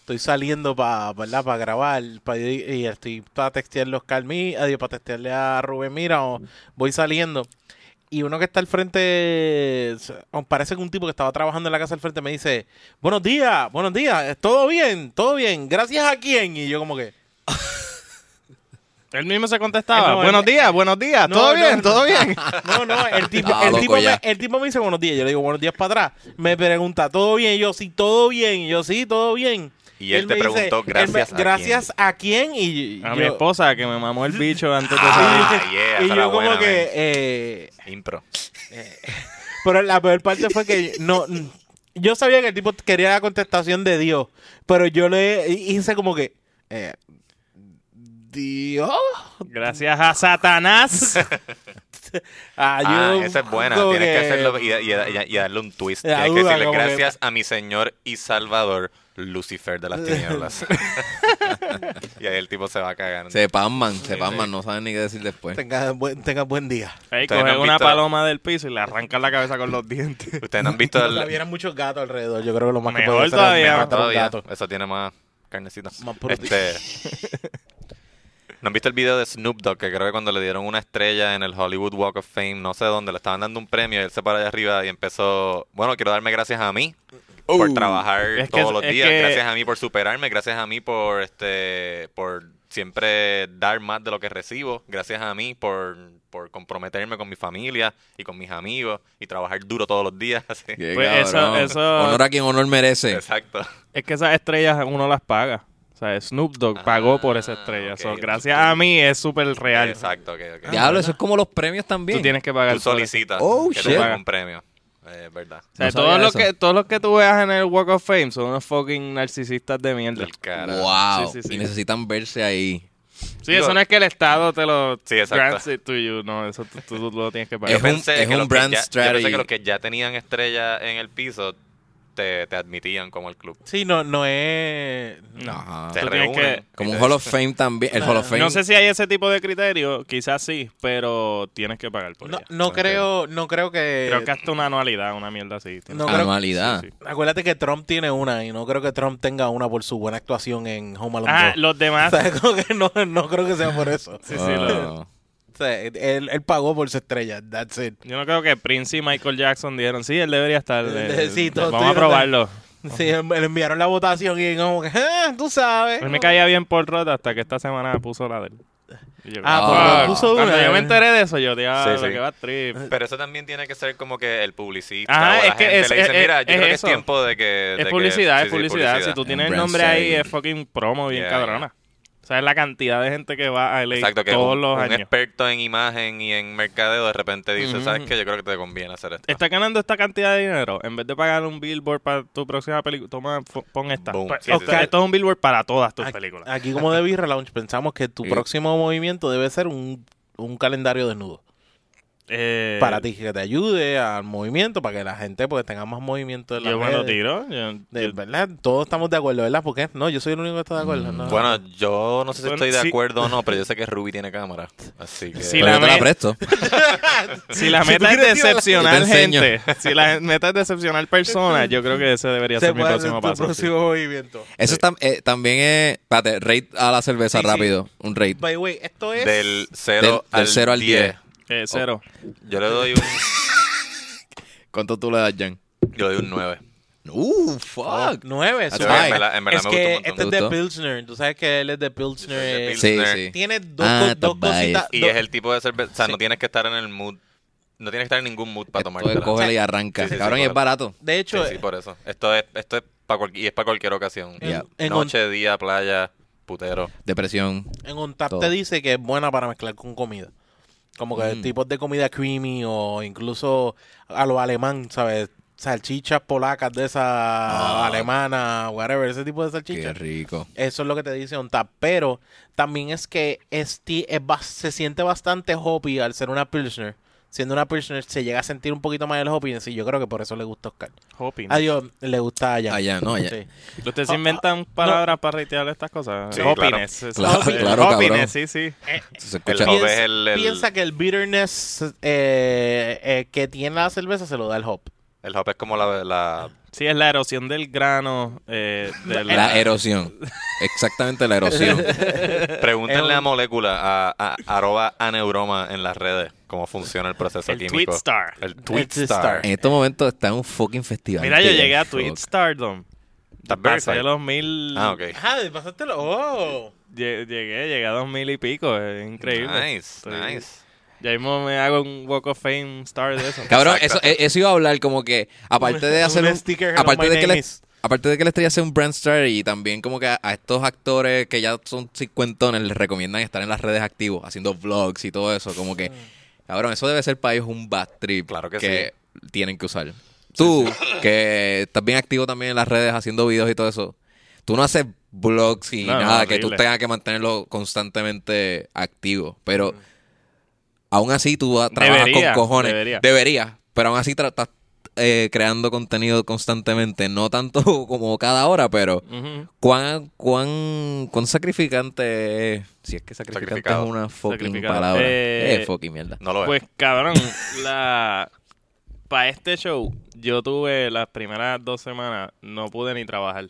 [SPEAKER 4] estoy saliendo para ¿verdad? para grabar pa- y- y estoy para textearle a Oscar Mí, adiós, para textearle a Rubén Mira o voy saliendo. Y uno que está al frente, s- o parece que un tipo que estaba trabajando en la casa al frente me dice, buenos días, buenos días, todo bien, todo bien, gracias a quién. Y yo como que,
[SPEAKER 2] Él mismo se contestaba.
[SPEAKER 4] Eh, no,
[SPEAKER 2] buenos
[SPEAKER 4] él-
[SPEAKER 2] días, buenos días.
[SPEAKER 4] No,
[SPEAKER 2] ¿Todo
[SPEAKER 4] no,
[SPEAKER 2] bien?
[SPEAKER 4] no.
[SPEAKER 2] ¿Todo bien?
[SPEAKER 4] no, no, el tipo,
[SPEAKER 1] Estaba
[SPEAKER 4] el,
[SPEAKER 1] loco
[SPEAKER 4] tipo me,
[SPEAKER 1] ya.
[SPEAKER 4] el tipo me dice buenos días, yo le digo buenos días para atrás. Me pregunta, ¿todo bien? Y yo, sí, todo bien, y yo, sí, todo bien.
[SPEAKER 3] Y él te
[SPEAKER 4] me dice-
[SPEAKER 3] preguntó,
[SPEAKER 4] él me-
[SPEAKER 3] "¿Gracias a quién?".
[SPEAKER 4] gracias a quién. Y
[SPEAKER 2] A
[SPEAKER 4] yo-
[SPEAKER 2] mi esposa que me mamó el bicho antes de salir.
[SPEAKER 3] Ah, yeah,
[SPEAKER 4] y
[SPEAKER 3] esa era
[SPEAKER 4] yo como
[SPEAKER 3] buena,
[SPEAKER 4] que
[SPEAKER 3] man.
[SPEAKER 4] eh,
[SPEAKER 3] Impro.
[SPEAKER 4] pero la peor parte fue que no yo sabía que el tipo quería la contestación de Dios pero yo le hice como que eh, Dios
[SPEAKER 2] Gracias a Satanás.
[SPEAKER 4] ah,
[SPEAKER 3] Ah,
[SPEAKER 4] yo
[SPEAKER 3] esa es buena.
[SPEAKER 4] como
[SPEAKER 3] Tienes que
[SPEAKER 4] que-
[SPEAKER 3] hacerlo y, y- y- y darle un twist.
[SPEAKER 4] La
[SPEAKER 3] Tienes que
[SPEAKER 4] duda,
[SPEAKER 3] decirle
[SPEAKER 4] como que-
[SPEAKER 3] gracias a mi señor y salvador, Lucifer de las tinieblas. y ahí el tipo se va cagando.
[SPEAKER 1] se pasman, se pasman, no saben ni qué decir después.
[SPEAKER 4] tenga buen, tenga buen día
[SPEAKER 2] Ahí
[SPEAKER 3] Ustedes no
[SPEAKER 2] coge
[SPEAKER 3] han
[SPEAKER 2] una
[SPEAKER 3] visto-
[SPEAKER 2] paloma del piso y le arranca la cabeza con los dientes.
[SPEAKER 3] Ustedes no han visto el...
[SPEAKER 4] Ojalá hubieran muchos gatos alrededor yo creo que lo más
[SPEAKER 2] Mejor
[SPEAKER 4] que puede hacer
[SPEAKER 2] todavía,
[SPEAKER 4] es
[SPEAKER 3] Ah,
[SPEAKER 4] matar a un
[SPEAKER 3] todavía.
[SPEAKER 4] gato
[SPEAKER 3] Eso tiene más carnecita.
[SPEAKER 4] Más proteína.
[SPEAKER 3] Este, ¿No han visto el video de Snoop Dogg? Que creo que cuando le dieron una estrella en el Hollywood Walk of Fame, no sé dónde, le estaban dando un premio y él se para allá arriba y empezó, bueno, quiero darme gracias a mí por
[SPEAKER 4] Oh.
[SPEAKER 1] Uh.
[SPEAKER 3] trabajar
[SPEAKER 2] Oh. Es que-
[SPEAKER 3] todos los
[SPEAKER 2] es
[SPEAKER 3] días,
[SPEAKER 2] que-
[SPEAKER 3] gracias a mí por superarme, gracias a mí por este por siempre dar más de lo que recibo, gracias a mí por, por comprometerme con mi familia y con mis amigos y trabajar duro todos los días. así.
[SPEAKER 1] Qué
[SPEAKER 2] Pues eso-
[SPEAKER 1] cabrón.
[SPEAKER 2] eso-
[SPEAKER 1] Honor a quien honor merece.
[SPEAKER 3] Exacto.
[SPEAKER 2] Es que esas estrellas uno las paga. O sea, Snoop Dogg pagó por esa estrella.
[SPEAKER 3] Ah, ok.
[SPEAKER 2] So, gracias a mí es súper real.
[SPEAKER 3] Exacto. ok, ok.
[SPEAKER 1] Diablo, eso es como los premios también.
[SPEAKER 2] Tú tienes que pagar.
[SPEAKER 3] Tú
[SPEAKER 2] por eso.
[SPEAKER 3] solicitas
[SPEAKER 1] Oh,
[SPEAKER 3] que
[SPEAKER 1] shit.
[SPEAKER 3] te paguen un premio. Eh, verdad.
[SPEAKER 2] O sea,
[SPEAKER 1] No sabía
[SPEAKER 2] todos, los
[SPEAKER 1] eso.
[SPEAKER 2] que, todos los que tú veas en el Walk of Fame son unos fucking narcisistas de mierda.
[SPEAKER 3] Del carajo.
[SPEAKER 1] Wow.
[SPEAKER 2] Sí, sí, sí.
[SPEAKER 1] Y necesitan verse ahí.
[SPEAKER 2] Sí, eso no es que el Estado te lo
[SPEAKER 3] Sí, exacto.
[SPEAKER 2] grants it to you. No, eso tú, tú- tú lo tienes que pagar.
[SPEAKER 1] Es un- es un
[SPEAKER 3] los
[SPEAKER 1] brand
[SPEAKER 3] ya, yo pensé
[SPEAKER 1] strategy.
[SPEAKER 3] que los que ya tenían estrella en el piso te, te admitían como el club.
[SPEAKER 4] sí no no es
[SPEAKER 1] Ajá.
[SPEAKER 3] Te
[SPEAKER 2] Ah. Tú tienes
[SPEAKER 3] reúnen.
[SPEAKER 2] que-
[SPEAKER 1] Como un Hall of Fame también. El Hall of Fame.
[SPEAKER 2] No sé si hay ese tipo de criterio, quizás sí, pero tienes que pagar por
[SPEAKER 4] no,
[SPEAKER 2] ella.
[SPEAKER 4] no creo no creo que
[SPEAKER 2] Creo que hasta una anualidad, una mierda así. tienes
[SPEAKER 4] No
[SPEAKER 2] que-
[SPEAKER 4] creo-
[SPEAKER 1] Anualidad.
[SPEAKER 2] Sí, sí.
[SPEAKER 4] Acuérdate que Trump tiene una y no creo que Trump tenga una por su buena actuación en Home Alone.
[SPEAKER 2] Ah,
[SPEAKER 4] 2.
[SPEAKER 2] los demás.
[SPEAKER 4] O sea, como que no, no creo que sea por eso.
[SPEAKER 2] Sí,
[SPEAKER 1] Ah.
[SPEAKER 2] sí, lo-
[SPEAKER 1] Wow.
[SPEAKER 4] O sea, él, él pagó por su estrella. That's it.
[SPEAKER 2] Yo no creo que Prince y Michael Jackson dijeron, sí, él debería estar.
[SPEAKER 4] Eh,
[SPEAKER 2] eh,
[SPEAKER 4] sí, todo-
[SPEAKER 2] vamos a
[SPEAKER 4] estoy-
[SPEAKER 2] probarlo.
[SPEAKER 4] Sí, le enviaron la votación y como que, "Ah, tú sabes.
[SPEAKER 2] Él me caía bien por Rod hasta que esta semana puso la de él. Y yo,
[SPEAKER 4] Ah,
[SPEAKER 1] Paul Rudd
[SPEAKER 2] fuck.
[SPEAKER 4] puso
[SPEAKER 2] Cuando
[SPEAKER 4] una. eh.
[SPEAKER 2] yo me enteré de eso, yo, diablo,
[SPEAKER 3] Sí, sí.
[SPEAKER 2] que va trip.
[SPEAKER 3] Pero eso también tiene que ser como que el publicista
[SPEAKER 2] Ajá,
[SPEAKER 3] o la
[SPEAKER 2] es que
[SPEAKER 3] gente
[SPEAKER 2] es-
[SPEAKER 3] le dice,
[SPEAKER 2] es-
[SPEAKER 3] mira, yo
[SPEAKER 2] es
[SPEAKER 3] creo que es
[SPEAKER 2] eso.
[SPEAKER 3] tiempo de que... de
[SPEAKER 2] Es
[SPEAKER 3] que-
[SPEAKER 2] publicidad,
[SPEAKER 3] sí,
[SPEAKER 2] es
[SPEAKER 3] sí,
[SPEAKER 2] publicidad. Si tú tienes el
[SPEAKER 1] brand
[SPEAKER 2] nombre ahí,
[SPEAKER 1] setting.
[SPEAKER 2] es fucking promo bien
[SPEAKER 3] Yeah,
[SPEAKER 2] cabrona. O sea, es la cantidad de gente que va a LA
[SPEAKER 3] Exacto, que
[SPEAKER 2] todos
[SPEAKER 3] un,
[SPEAKER 2] los
[SPEAKER 3] un
[SPEAKER 2] años.
[SPEAKER 3] experto en imagen y en mercadeo de repente dice,
[SPEAKER 2] Ujú.
[SPEAKER 3] ¿sabes qué? Yo creo que te conviene hacer esto.
[SPEAKER 2] Estás ganando esta cantidad de dinero. En vez de pagar un billboard para tu próxima película, toma, fo- pon esta.
[SPEAKER 3] Boom.
[SPEAKER 2] Pa-
[SPEAKER 3] Sí, sí,
[SPEAKER 2] Oscar,
[SPEAKER 3] sí.
[SPEAKER 2] Esto es un billboard para todas tus
[SPEAKER 4] Aquí-
[SPEAKER 2] películas.
[SPEAKER 4] Aquí, como de Beer Lounge, pensamos que tu
[SPEAKER 1] Sí.
[SPEAKER 4] próximo movimiento debe ser un, un calendario desnudo.
[SPEAKER 2] Eh,
[SPEAKER 4] Para ti, que te ayude al movimiento, para que la gente pues tenga más movimiento en la
[SPEAKER 2] Yo me lo tiro. yo- yo-
[SPEAKER 4] ¿Verdad? Todos estamos de acuerdo, ¿verdad? Porque no, yo soy el único que está de acuerdo.
[SPEAKER 1] Mm.
[SPEAKER 4] ¿no?
[SPEAKER 3] Bueno, yo no sé si
[SPEAKER 2] Bueno,
[SPEAKER 3] estoy de
[SPEAKER 2] sí.
[SPEAKER 3] acuerdo o no, pero yo sé que Ruby tiene cámara. Así que...
[SPEAKER 2] Sí,
[SPEAKER 1] Pero yo te la
[SPEAKER 2] me-
[SPEAKER 1] presto.
[SPEAKER 2] Si la
[SPEAKER 4] Si tú
[SPEAKER 2] meta es
[SPEAKER 4] quieres tirar la-
[SPEAKER 1] Yo
[SPEAKER 2] decepcionar
[SPEAKER 1] te enseño.
[SPEAKER 2] gente, si la meta es decepcionar personas, yo creo que ese debería
[SPEAKER 4] Se
[SPEAKER 2] ser mi
[SPEAKER 4] puede hacer
[SPEAKER 2] próximo
[SPEAKER 4] tu
[SPEAKER 2] paso.
[SPEAKER 4] próximo movimiento.
[SPEAKER 1] Eso tam- eh, también es. Espérate, rate a la cerveza
[SPEAKER 4] Sí, sí.
[SPEAKER 1] rápido. Un rate.
[SPEAKER 4] By the way, esto es.
[SPEAKER 3] Del
[SPEAKER 1] Del-
[SPEAKER 3] 0
[SPEAKER 1] del cero al diez.
[SPEAKER 2] Sí. Eh, cero.
[SPEAKER 3] Yo le doy un,
[SPEAKER 1] ¿Cuánto tú le das, Jan?
[SPEAKER 3] yo le doy un 9.
[SPEAKER 1] Uh, fuck.
[SPEAKER 4] 9,
[SPEAKER 3] Ah,
[SPEAKER 1] sí, en
[SPEAKER 3] verdad- en verdad
[SPEAKER 4] es
[SPEAKER 3] me gustó un
[SPEAKER 4] que este
[SPEAKER 1] montón.
[SPEAKER 4] es de
[SPEAKER 1] ¿Te
[SPEAKER 4] Pilsner. Tú sabes que él es de Pilsner.
[SPEAKER 3] Yo soy de
[SPEAKER 1] Sí,
[SPEAKER 3] Pilsner.
[SPEAKER 1] sí.
[SPEAKER 4] Tiene dos,
[SPEAKER 1] Ah,
[SPEAKER 4] co- dos
[SPEAKER 1] Tabay.
[SPEAKER 4] cositas.
[SPEAKER 3] Y
[SPEAKER 4] dos-
[SPEAKER 3] es el tipo de cerveza. O sea,
[SPEAKER 4] Sí.
[SPEAKER 3] no tienes que estar en el mood. No tienes que estar en ningún mood para
[SPEAKER 1] Esto es
[SPEAKER 3] tomártela.
[SPEAKER 1] cógela y arranca.
[SPEAKER 3] Sí, sí, sí,
[SPEAKER 1] Cabrón, y es
[SPEAKER 3] cógela.
[SPEAKER 1] barato.
[SPEAKER 4] De
[SPEAKER 3] Sí,
[SPEAKER 4] hecho,
[SPEAKER 3] sí, por eso. Esto es, esto es para cualquier, y es para cualquier ocasión.
[SPEAKER 1] Ya.
[SPEAKER 4] En-
[SPEAKER 3] Noche, día, playa, putero.
[SPEAKER 1] Depresión.
[SPEAKER 4] en un tap
[SPEAKER 1] Todo.
[SPEAKER 4] te dice que es buena para mezclar con comida. Como que
[SPEAKER 1] Mm.
[SPEAKER 4] tipos de comida creamy o incluso a lo alemán, ¿sabes? Salchichas polacas de esas alemanas, whatever, ese tipo de
[SPEAKER 1] Ah. Qué
[SPEAKER 4] salchichas.
[SPEAKER 1] rico.
[SPEAKER 4] Eso es lo que te dice on tap. Pero también es que este es bas- se siente bastante hoppy al ser una Pilsner. Siendo una Pilsner, se llega a sentir un poquito más el hoppiness y yo creo que por eso le gusta a Oscar.
[SPEAKER 2] Hopping.
[SPEAKER 4] A Dios le gusta allá.
[SPEAKER 1] Allá, no, allá.
[SPEAKER 4] Sí.
[SPEAKER 2] ¿Ustedes inventan palabras para reitear estas cosas?
[SPEAKER 3] Sí,
[SPEAKER 2] Hoppiness. eso
[SPEAKER 1] Claro,
[SPEAKER 2] es.
[SPEAKER 1] claro, cabrón.
[SPEAKER 2] Hoppiness, sí, sí.
[SPEAKER 1] Se escucha.
[SPEAKER 3] El hop.
[SPEAKER 4] Piensa,
[SPEAKER 3] es el- el-
[SPEAKER 4] piensa que el bitterness eh, eh, que tiene la cerveza se lo da el hop.
[SPEAKER 3] El hop es como la, la-
[SPEAKER 2] Sí, es la erosión del grano. eh, de la-
[SPEAKER 1] La erosión. Exactamente la erosión.
[SPEAKER 3] Pregúntenle
[SPEAKER 4] El-
[SPEAKER 3] a molécula, a, a- arroba aneuroma en las redes, cómo funciona el proceso
[SPEAKER 2] El Este
[SPEAKER 3] químico.
[SPEAKER 2] Tweetstar.
[SPEAKER 3] El
[SPEAKER 4] Tweetstar.
[SPEAKER 3] Tweetstar.
[SPEAKER 1] En estos momentos está en un fucking festival.
[SPEAKER 2] Mira, yo
[SPEAKER 1] de
[SPEAKER 2] llegué a
[SPEAKER 1] rock.
[SPEAKER 2] Tweet Stardom.
[SPEAKER 3] The Bird
[SPEAKER 2] Pasé
[SPEAKER 3] Side.
[SPEAKER 2] los mil.
[SPEAKER 3] Ah, ok.
[SPEAKER 4] Ajá, de pasártelo. Oh.
[SPEAKER 2] Lle- Llegué, llegué a dos mil y pico. Es increíble.
[SPEAKER 3] Nice,
[SPEAKER 2] Estoy-
[SPEAKER 3] nice.
[SPEAKER 2] Ya mismo me hago un Walk of Fame star de eso.
[SPEAKER 1] Cabrón, eso,
[SPEAKER 3] Exacto.
[SPEAKER 1] e- eso iba a hablar como que, aparte de
[SPEAKER 4] Un-
[SPEAKER 1] hacer
[SPEAKER 4] un
[SPEAKER 1] un,
[SPEAKER 4] sticker, hello,
[SPEAKER 1] aparte
[SPEAKER 4] my
[SPEAKER 1] de que
[SPEAKER 4] name
[SPEAKER 1] le,
[SPEAKER 4] is.
[SPEAKER 1] aparte de que la estrella hace un brand star y también como que a, a estos actores que ya son cincuentones les recomiendan estar en las redes activos, haciendo vlogs y todo eso, como que, cabrón, eso debe ser para ellos un bad trip
[SPEAKER 3] Claro que
[SPEAKER 1] tienen que usar. Tú, que estás bien activo también en las redes haciendo videos y todo eso, tú no haces vlogs y
[SPEAKER 2] No, no,
[SPEAKER 1] nada, que tú
[SPEAKER 2] horrible.
[SPEAKER 1] tengas que mantenerlo constantemente activo, pero... Aún así, tú vas- trabajas
[SPEAKER 2] Debería,
[SPEAKER 1] con cojones.
[SPEAKER 2] debería.
[SPEAKER 1] Debería. Pero aún así, tra- estás eh, creando contenido constantemente. No tanto como cada hora, pero
[SPEAKER 2] Ujú.
[SPEAKER 1] cuán, cuán, cuán sacrificante es. Si es que sacrificante es
[SPEAKER 3] Sacrificado.
[SPEAKER 1] una fucking
[SPEAKER 2] Sacrificado.
[SPEAKER 1] palabra.
[SPEAKER 2] Eh,
[SPEAKER 1] Eh, fucking mierda.
[SPEAKER 3] No lo veo.
[SPEAKER 2] Pues cabrón, la para este show yo tuve las primeras dos semanas no pude ni trabajar. O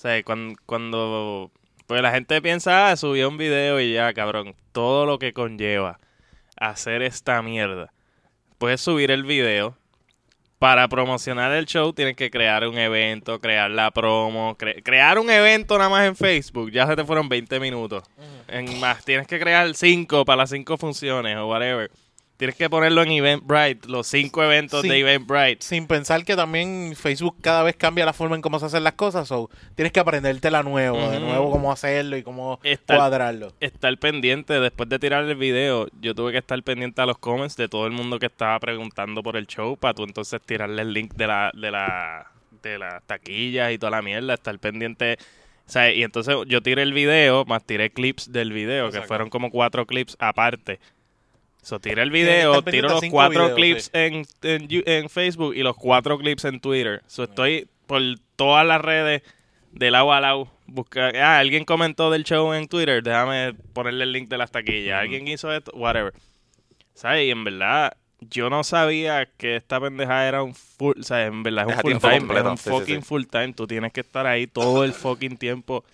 [SPEAKER 2] sea, cuando, cuando pues la gente piensa, ah, subí un video y ya, cabrón, todo lo que conlleva hacer esta mierda. Puedes subir el video para promocionar el show tienes que crear un evento, crear la promo, cre- crear un evento nada más en Facebook, ya se te fueron 20 minutos. En más, tienes que crear 5 para las 5 funciones o whatever. Tienes que ponerlo en Eventbrite, los 5 eventos
[SPEAKER 4] Sí.
[SPEAKER 2] de Eventbrite.
[SPEAKER 4] Sin pensar que también Facebook cada vez cambia la forma en cómo se hacen las cosas. O tienes que aprendértela nuevo, de
[SPEAKER 2] Ujú.
[SPEAKER 4] nuevo cómo hacerlo y cómo
[SPEAKER 2] Está-
[SPEAKER 4] cuadrarlo.
[SPEAKER 2] Estar pendiente, después de tirar el video, yo tuve que estar pendiente a los comments de todo el mundo que estaba preguntando por el show para tú entonces tirarle el link de la, de la, de las taquillas y toda la mierda, estar pendiente. O sea, y entonces yo tiré el video, más tiré clips del video, que
[SPEAKER 4] Exacto.
[SPEAKER 2] fueron como cuatro clips aparte. So, tiré el
[SPEAKER 4] que estar
[SPEAKER 2] video,
[SPEAKER 4] pendiente
[SPEAKER 2] tiro
[SPEAKER 4] a
[SPEAKER 2] los
[SPEAKER 4] cinco
[SPEAKER 2] cuatro
[SPEAKER 4] videos,
[SPEAKER 2] clips
[SPEAKER 4] sí.
[SPEAKER 2] en, en, Yu- en Facebook y los cuatro clips en Twitter. So, estoy por todas las redes de lado a lado. Busca, ah, alguien comentó del show en Twitter, déjame ponerle el link de las taquillas. Alguien hizo esto, whatever. ¿Sabes? Y en verdad, yo no sabía que esta pendeja era un full, o sea, en verdad es
[SPEAKER 3] Es
[SPEAKER 2] un
[SPEAKER 3] a
[SPEAKER 2] full
[SPEAKER 3] tiempo
[SPEAKER 2] time,
[SPEAKER 3] completo,
[SPEAKER 2] es un
[SPEAKER 3] sí, sí, sí.
[SPEAKER 2] fucking full time. Tú tienes que estar ahí todo el fucking tiempo.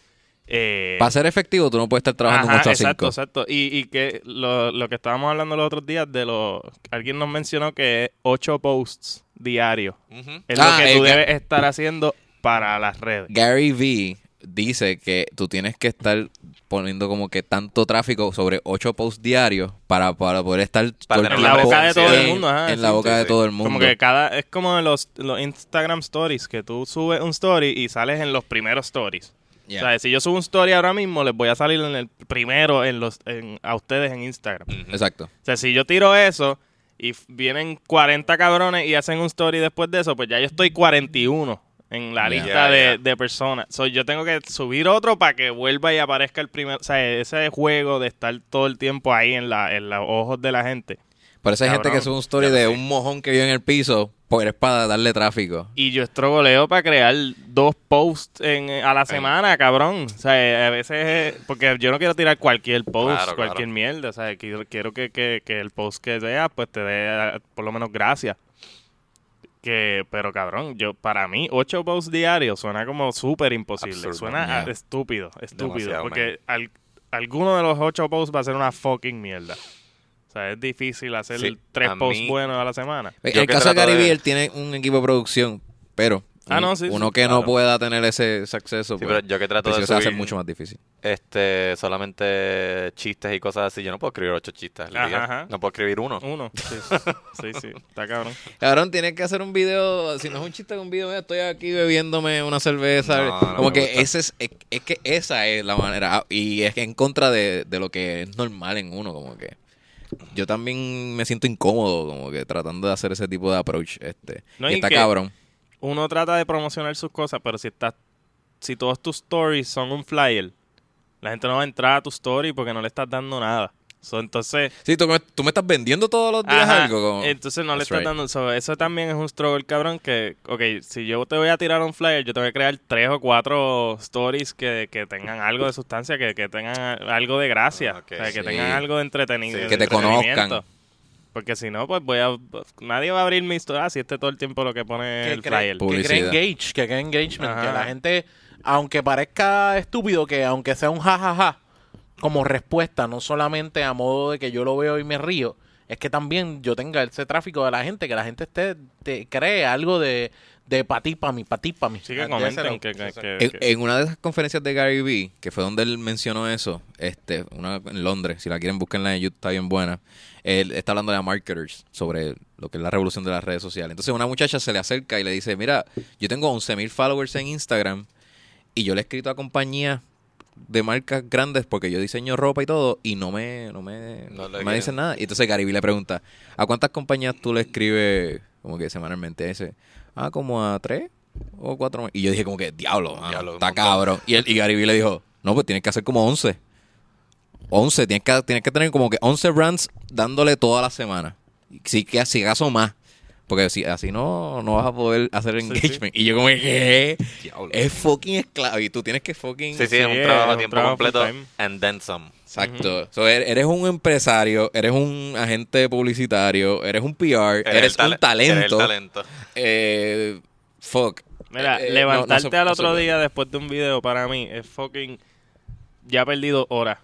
[SPEAKER 2] Eh,
[SPEAKER 1] Para ser efectivo, tú no puedes estar trabajando
[SPEAKER 2] Ajá,
[SPEAKER 1] mucho a 5.
[SPEAKER 2] Exacto, exacto. Y, y que lo, lo que estábamos hablando los otros días de los... Alguien nos mencionó que es ocho posts diarios.
[SPEAKER 3] Ujú.
[SPEAKER 2] Es
[SPEAKER 1] Ah,
[SPEAKER 2] lo que
[SPEAKER 1] el
[SPEAKER 2] tú
[SPEAKER 1] que-
[SPEAKER 2] debes estar haciendo para las redes.
[SPEAKER 1] Gary V dice que tú tienes que estar poniendo como que tanto tráfico sobre ocho posts diarios para, para poder estar todo el
[SPEAKER 3] Para tener la
[SPEAKER 1] tiempo
[SPEAKER 3] boca de todo el
[SPEAKER 1] en-
[SPEAKER 2] mundo, ajá,
[SPEAKER 1] en la
[SPEAKER 2] sí,
[SPEAKER 1] boca
[SPEAKER 3] sí,
[SPEAKER 1] de
[SPEAKER 3] sí.
[SPEAKER 1] todo el mundo.
[SPEAKER 2] Como que cada... Es como los, los Instagram stories, que tú subes un story y sales en los primeros stories.
[SPEAKER 1] Yeah.
[SPEAKER 2] O sea, si yo subo un story ahora mismo, les voy a salir en el primero en los, en- a ustedes en Instagram.
[SPEAKER 1] Mm. Exacto.
[SPEAKER 2] O sea, si yo tiro eso y f- vienen 40 cabrones y hacen un story después de eso, pues ya yo estoy 41 en la
[SPEAKER 1] Ya,
[SPEAKER 2] lista de,
[SPEAKER 3] ya.
[SPEAKER 2] de personas. So, yo tengo que subir otro para que vuelva y aparezca el primer... O sea, ese juego de estar todo el tiempo ahí en, la, en los ojos de la gente.
[SPEAKER 1] Por eso hay gente
[SPEAKER 2] Cabrón,
[SPEAKER 1] que sube un story de un mojón que vive en el piso, pues es para darle tráfico.
[SPEAKER 2] Y yo estrogoleo para crear dos posts en, a la semana, cabrón. O sea, eh, a veces... es- Porque yo no quiero tirar cualquier post,
[SPEAKER 3] Claro, claro.
[SPEAKER 2] cualquier mierda. O sea, quiero, quiero que, que- que el post que sea, pues te dé eh, por lo menos gracias. Que, pero cabrón, yo para mí ocho posts diarios suena como súper imposible.
[SPEAKER 3] Absurdo,
[SPEAKER 2] suena
[SPEAKER 1] yeah.
[SPEAKER 2] a- estúpido, estúpido.
[SPEAKER 3] Demasiado,
[SPEAKER 2] porque al- alguno de los ocho posts va a ser una fucking mierda. O sea, es difícil hacer
[SPEAKER 3] Sí,
[SPEAKER 2] tres
[SPEAKER 3] a
[SPEAKER 2] posts
[SPEAKER 3] mí-
[SPEAKER 2] buenos a la semana.
[SPEAKER 1] En
[SPEAKER 3] Yo
[SPEAKER 1] el
[SPEAKER 3] que
[SPEAKER 1] caso de
[SPEAKER 3] trato
[SPEAKER 1] Gary
[SPEAKER 3] de-
[SPEAKER 1] Vee, él tiene un equipo de producción, pero
[SPEAKER 2] Ah,
[SPEAKER 1] un-
[SPEAKER 2] no, sí,
[SPEAKER 1] uno
[SPEAKER 2] sí,
[SPEAKER 1] que
[SPEAKER 2] claro.
[SPEAKER 1] no pueda tener ese, ese acceso,
[SPEAKER 3] Sí,
[SPEAKER 1] pues,
[SPEAKER 3] pero yo que trato
[SPEAKER 1] pues,
[SPEAKER 3] de
[SPEAKER 1] se hace
[SPEAKER 3] subir
[SPEAKER 1] mucho más difícil.
[SPEAKER 3] este, solamente chistes y cosas así, yo no puedo escribir ocho chistes al
[SPEAKER 2] Ajá,
[SPEAKER 3] día.
[SPEAKER 2] ajá.
[SPEAKER 3] No puedo escribir uno.
[SPEAKER 2] Uno. Sí, sí, sí, sí, está cabrón.
[SPEAKER 1] Cabrón, tienes que hacer un video, si no es un chiste con un video, mira, estoy aquí bebiéndome una cerveza.
[SPEAKER 3] No, no
[SPEAKER 1] como
[SPEAKER 3] me
[SPEAKER 1] que
[SPEAKER 3] gusta.
[SPEAKER 1] ese es, es, es que esa es la manera, ah, y es que en contra de, de lo que es normal en uno, como que. yo también me siento incómodo como que tratando de hacer ese tipo de approach. Este.
[SPEAKER 2] No,
[SPEAKER 1] y
[SPEAKER 2] y
[SPEAKER 1] está
[SPEAKER 2] que-
[SPEAKER 1] cabrón.
[SPEAKER 2] Uno trata de promocionar sus cosas, pero si estás, si todos tus stories son un flyer, la gente no va a entrar a tu story porque no le estás dando nada. So, entonces,
[SPEAKER 1] Sí, tú me, tú me estás vendiendo todos los días
[SPEAKER 2] Ajá,
[SPEAKER 1] algo. como-
[SPEAKER 2] Entonces no le
[SPEAKER 1] That's
[SPEAKER 2] estás
[SPEAKER 1] right.
[SPEAKER 2] dando. so, eso también es un struggle, cabrón. Que, ok, si yo te voy a tirar un flyer, yo te voy a crear tres o cuatro stories que, que tengan algo de sustancia, que, que tengan a- algo de gracia,
[SPEAKER 3] Ah, ok.
[SPEAKER 2] o sea, que
[SPEAKER 1] Sí.
[SPEAKER 2] tengan algo de
[SPEAKER 3] Sí.
[SPEAKER 2] entretenimiento.
[SPEAKER 3] Que te
[SPEAKER 1] conozcan.
[SPEAKER 2] Porque si no, pues voy a. Nadie va a abrir mi historia. Ah, si este todo el tiempo lo que pone el
[SPEAKER 4] que cree,
[SPEAKER 2] flyer.
[SPEAKER 1] Pu-
[SPEAKER 4] que cree
[SPEAKER 1] Publicidad.
[SPEAKER 4] engage, que cree engagement,
[SPEAKER 2] Ajá.
[SPEAKER 4] que la gente, aunque parezca estúpido, que aunque sea un jajaja, como respuesta, no solamente a modo de que yo lo veo y me río, es que también yo tenga ese tráfico de la gente, que la gente esté, te cree algo de, de pa' ti, pa' mí, pa' ti, pa' mí.
[SPEAKER 2] Sí, que
[SPEAKER 4] Ah,
[SPEAKER 2] comenten.
[SPEAKER 4] déselo.
[SPEAKER 2] Que, que- que-
[SPEAKER 1] En,
[SPEAKER 2] que-
[SPEAKER 1] en una de esas conferencias de Gary Vee, que fue donde él mencionó eso, este, una en Londres, si la quieren buscarla en YouTube, está bien buena. Él está hablando de marketers, sobre lo que es la revolución de las redes sociales. Entonces una muchacha se le acerca y le dice, mira, yo tengo 11.000 followers en Instagram y yo le he escrito a compañías de marcas grandes porque yo diseño ropa y todo y no me, no me,
[SPEAKER 3] No le
[SPEAKER 1] no me
[SPEAKER 3] quieren.
[SPEAKER 1] dicen nada. Y entonces Gary Vee le pregunta, ¿a cuántas compañías tú le escribes como que semanalmente? Y dice, ah, como a tres o cuatro. más". Y yo dije como que, diablo, mano,
[SPEAKER 3] Diablo, un
[SPEAKER 1] está
[SPEAKER 3] montón".
[SPEAKER 1] cabrón. Y, él, y Gary Vee le dijo, no, pues tienes que hacer como 11. 11, tienes que, tienes que tener como que 11 brands dándole toda la semana. Sí que así gaso más. Porque si, así no, no vas a poder hacer
[SPEAKER 2] sí.
[SPEAKER 1] engagement. Y yo como que, ¿qué?
[SPEAKER 3] Diablo.
[SPEAKER 1] Es fucking esclavo. Y tú tienes que fucking...
[SPEAKER 3] Sí, sí, es
[SPEAKER 2] Sí,
[SPEAKER 3] un trabajo
[SPEAKER 2] es
[SPEAKER 3] a
[SPEAKER 2] un
[SPEAKER 3] tiempo
[SPEAKER 2] trabajo
[SPEAKER 3] completo.
[SPEAKER 2] full time.
[SPEAKER 3] And then some.
[SPEAKER 1] Exacto. So, er- eres un empresario, eres un agente publicitario, eres un PR, eres,
[SPEAKER 3] el tale-
[SPEAKER 1] un talento.
[SPEAKER 3] Eres el talento.
[SPEAKER 1] Eh, fuck.
[SPEAKER 2] Mira,
[SPEAKER 1] Eh, eh,
[SPEAKER 2] levantarte
[SPEAKER 1] no- no se-
[SPEAKER 2] al
[SPEAKER 1] no
[SPEAKER 2] otro
[SPEAKER 1] se-
[SPEAKER 2] día después de un video para mí es fucking. Ya he perdido horas.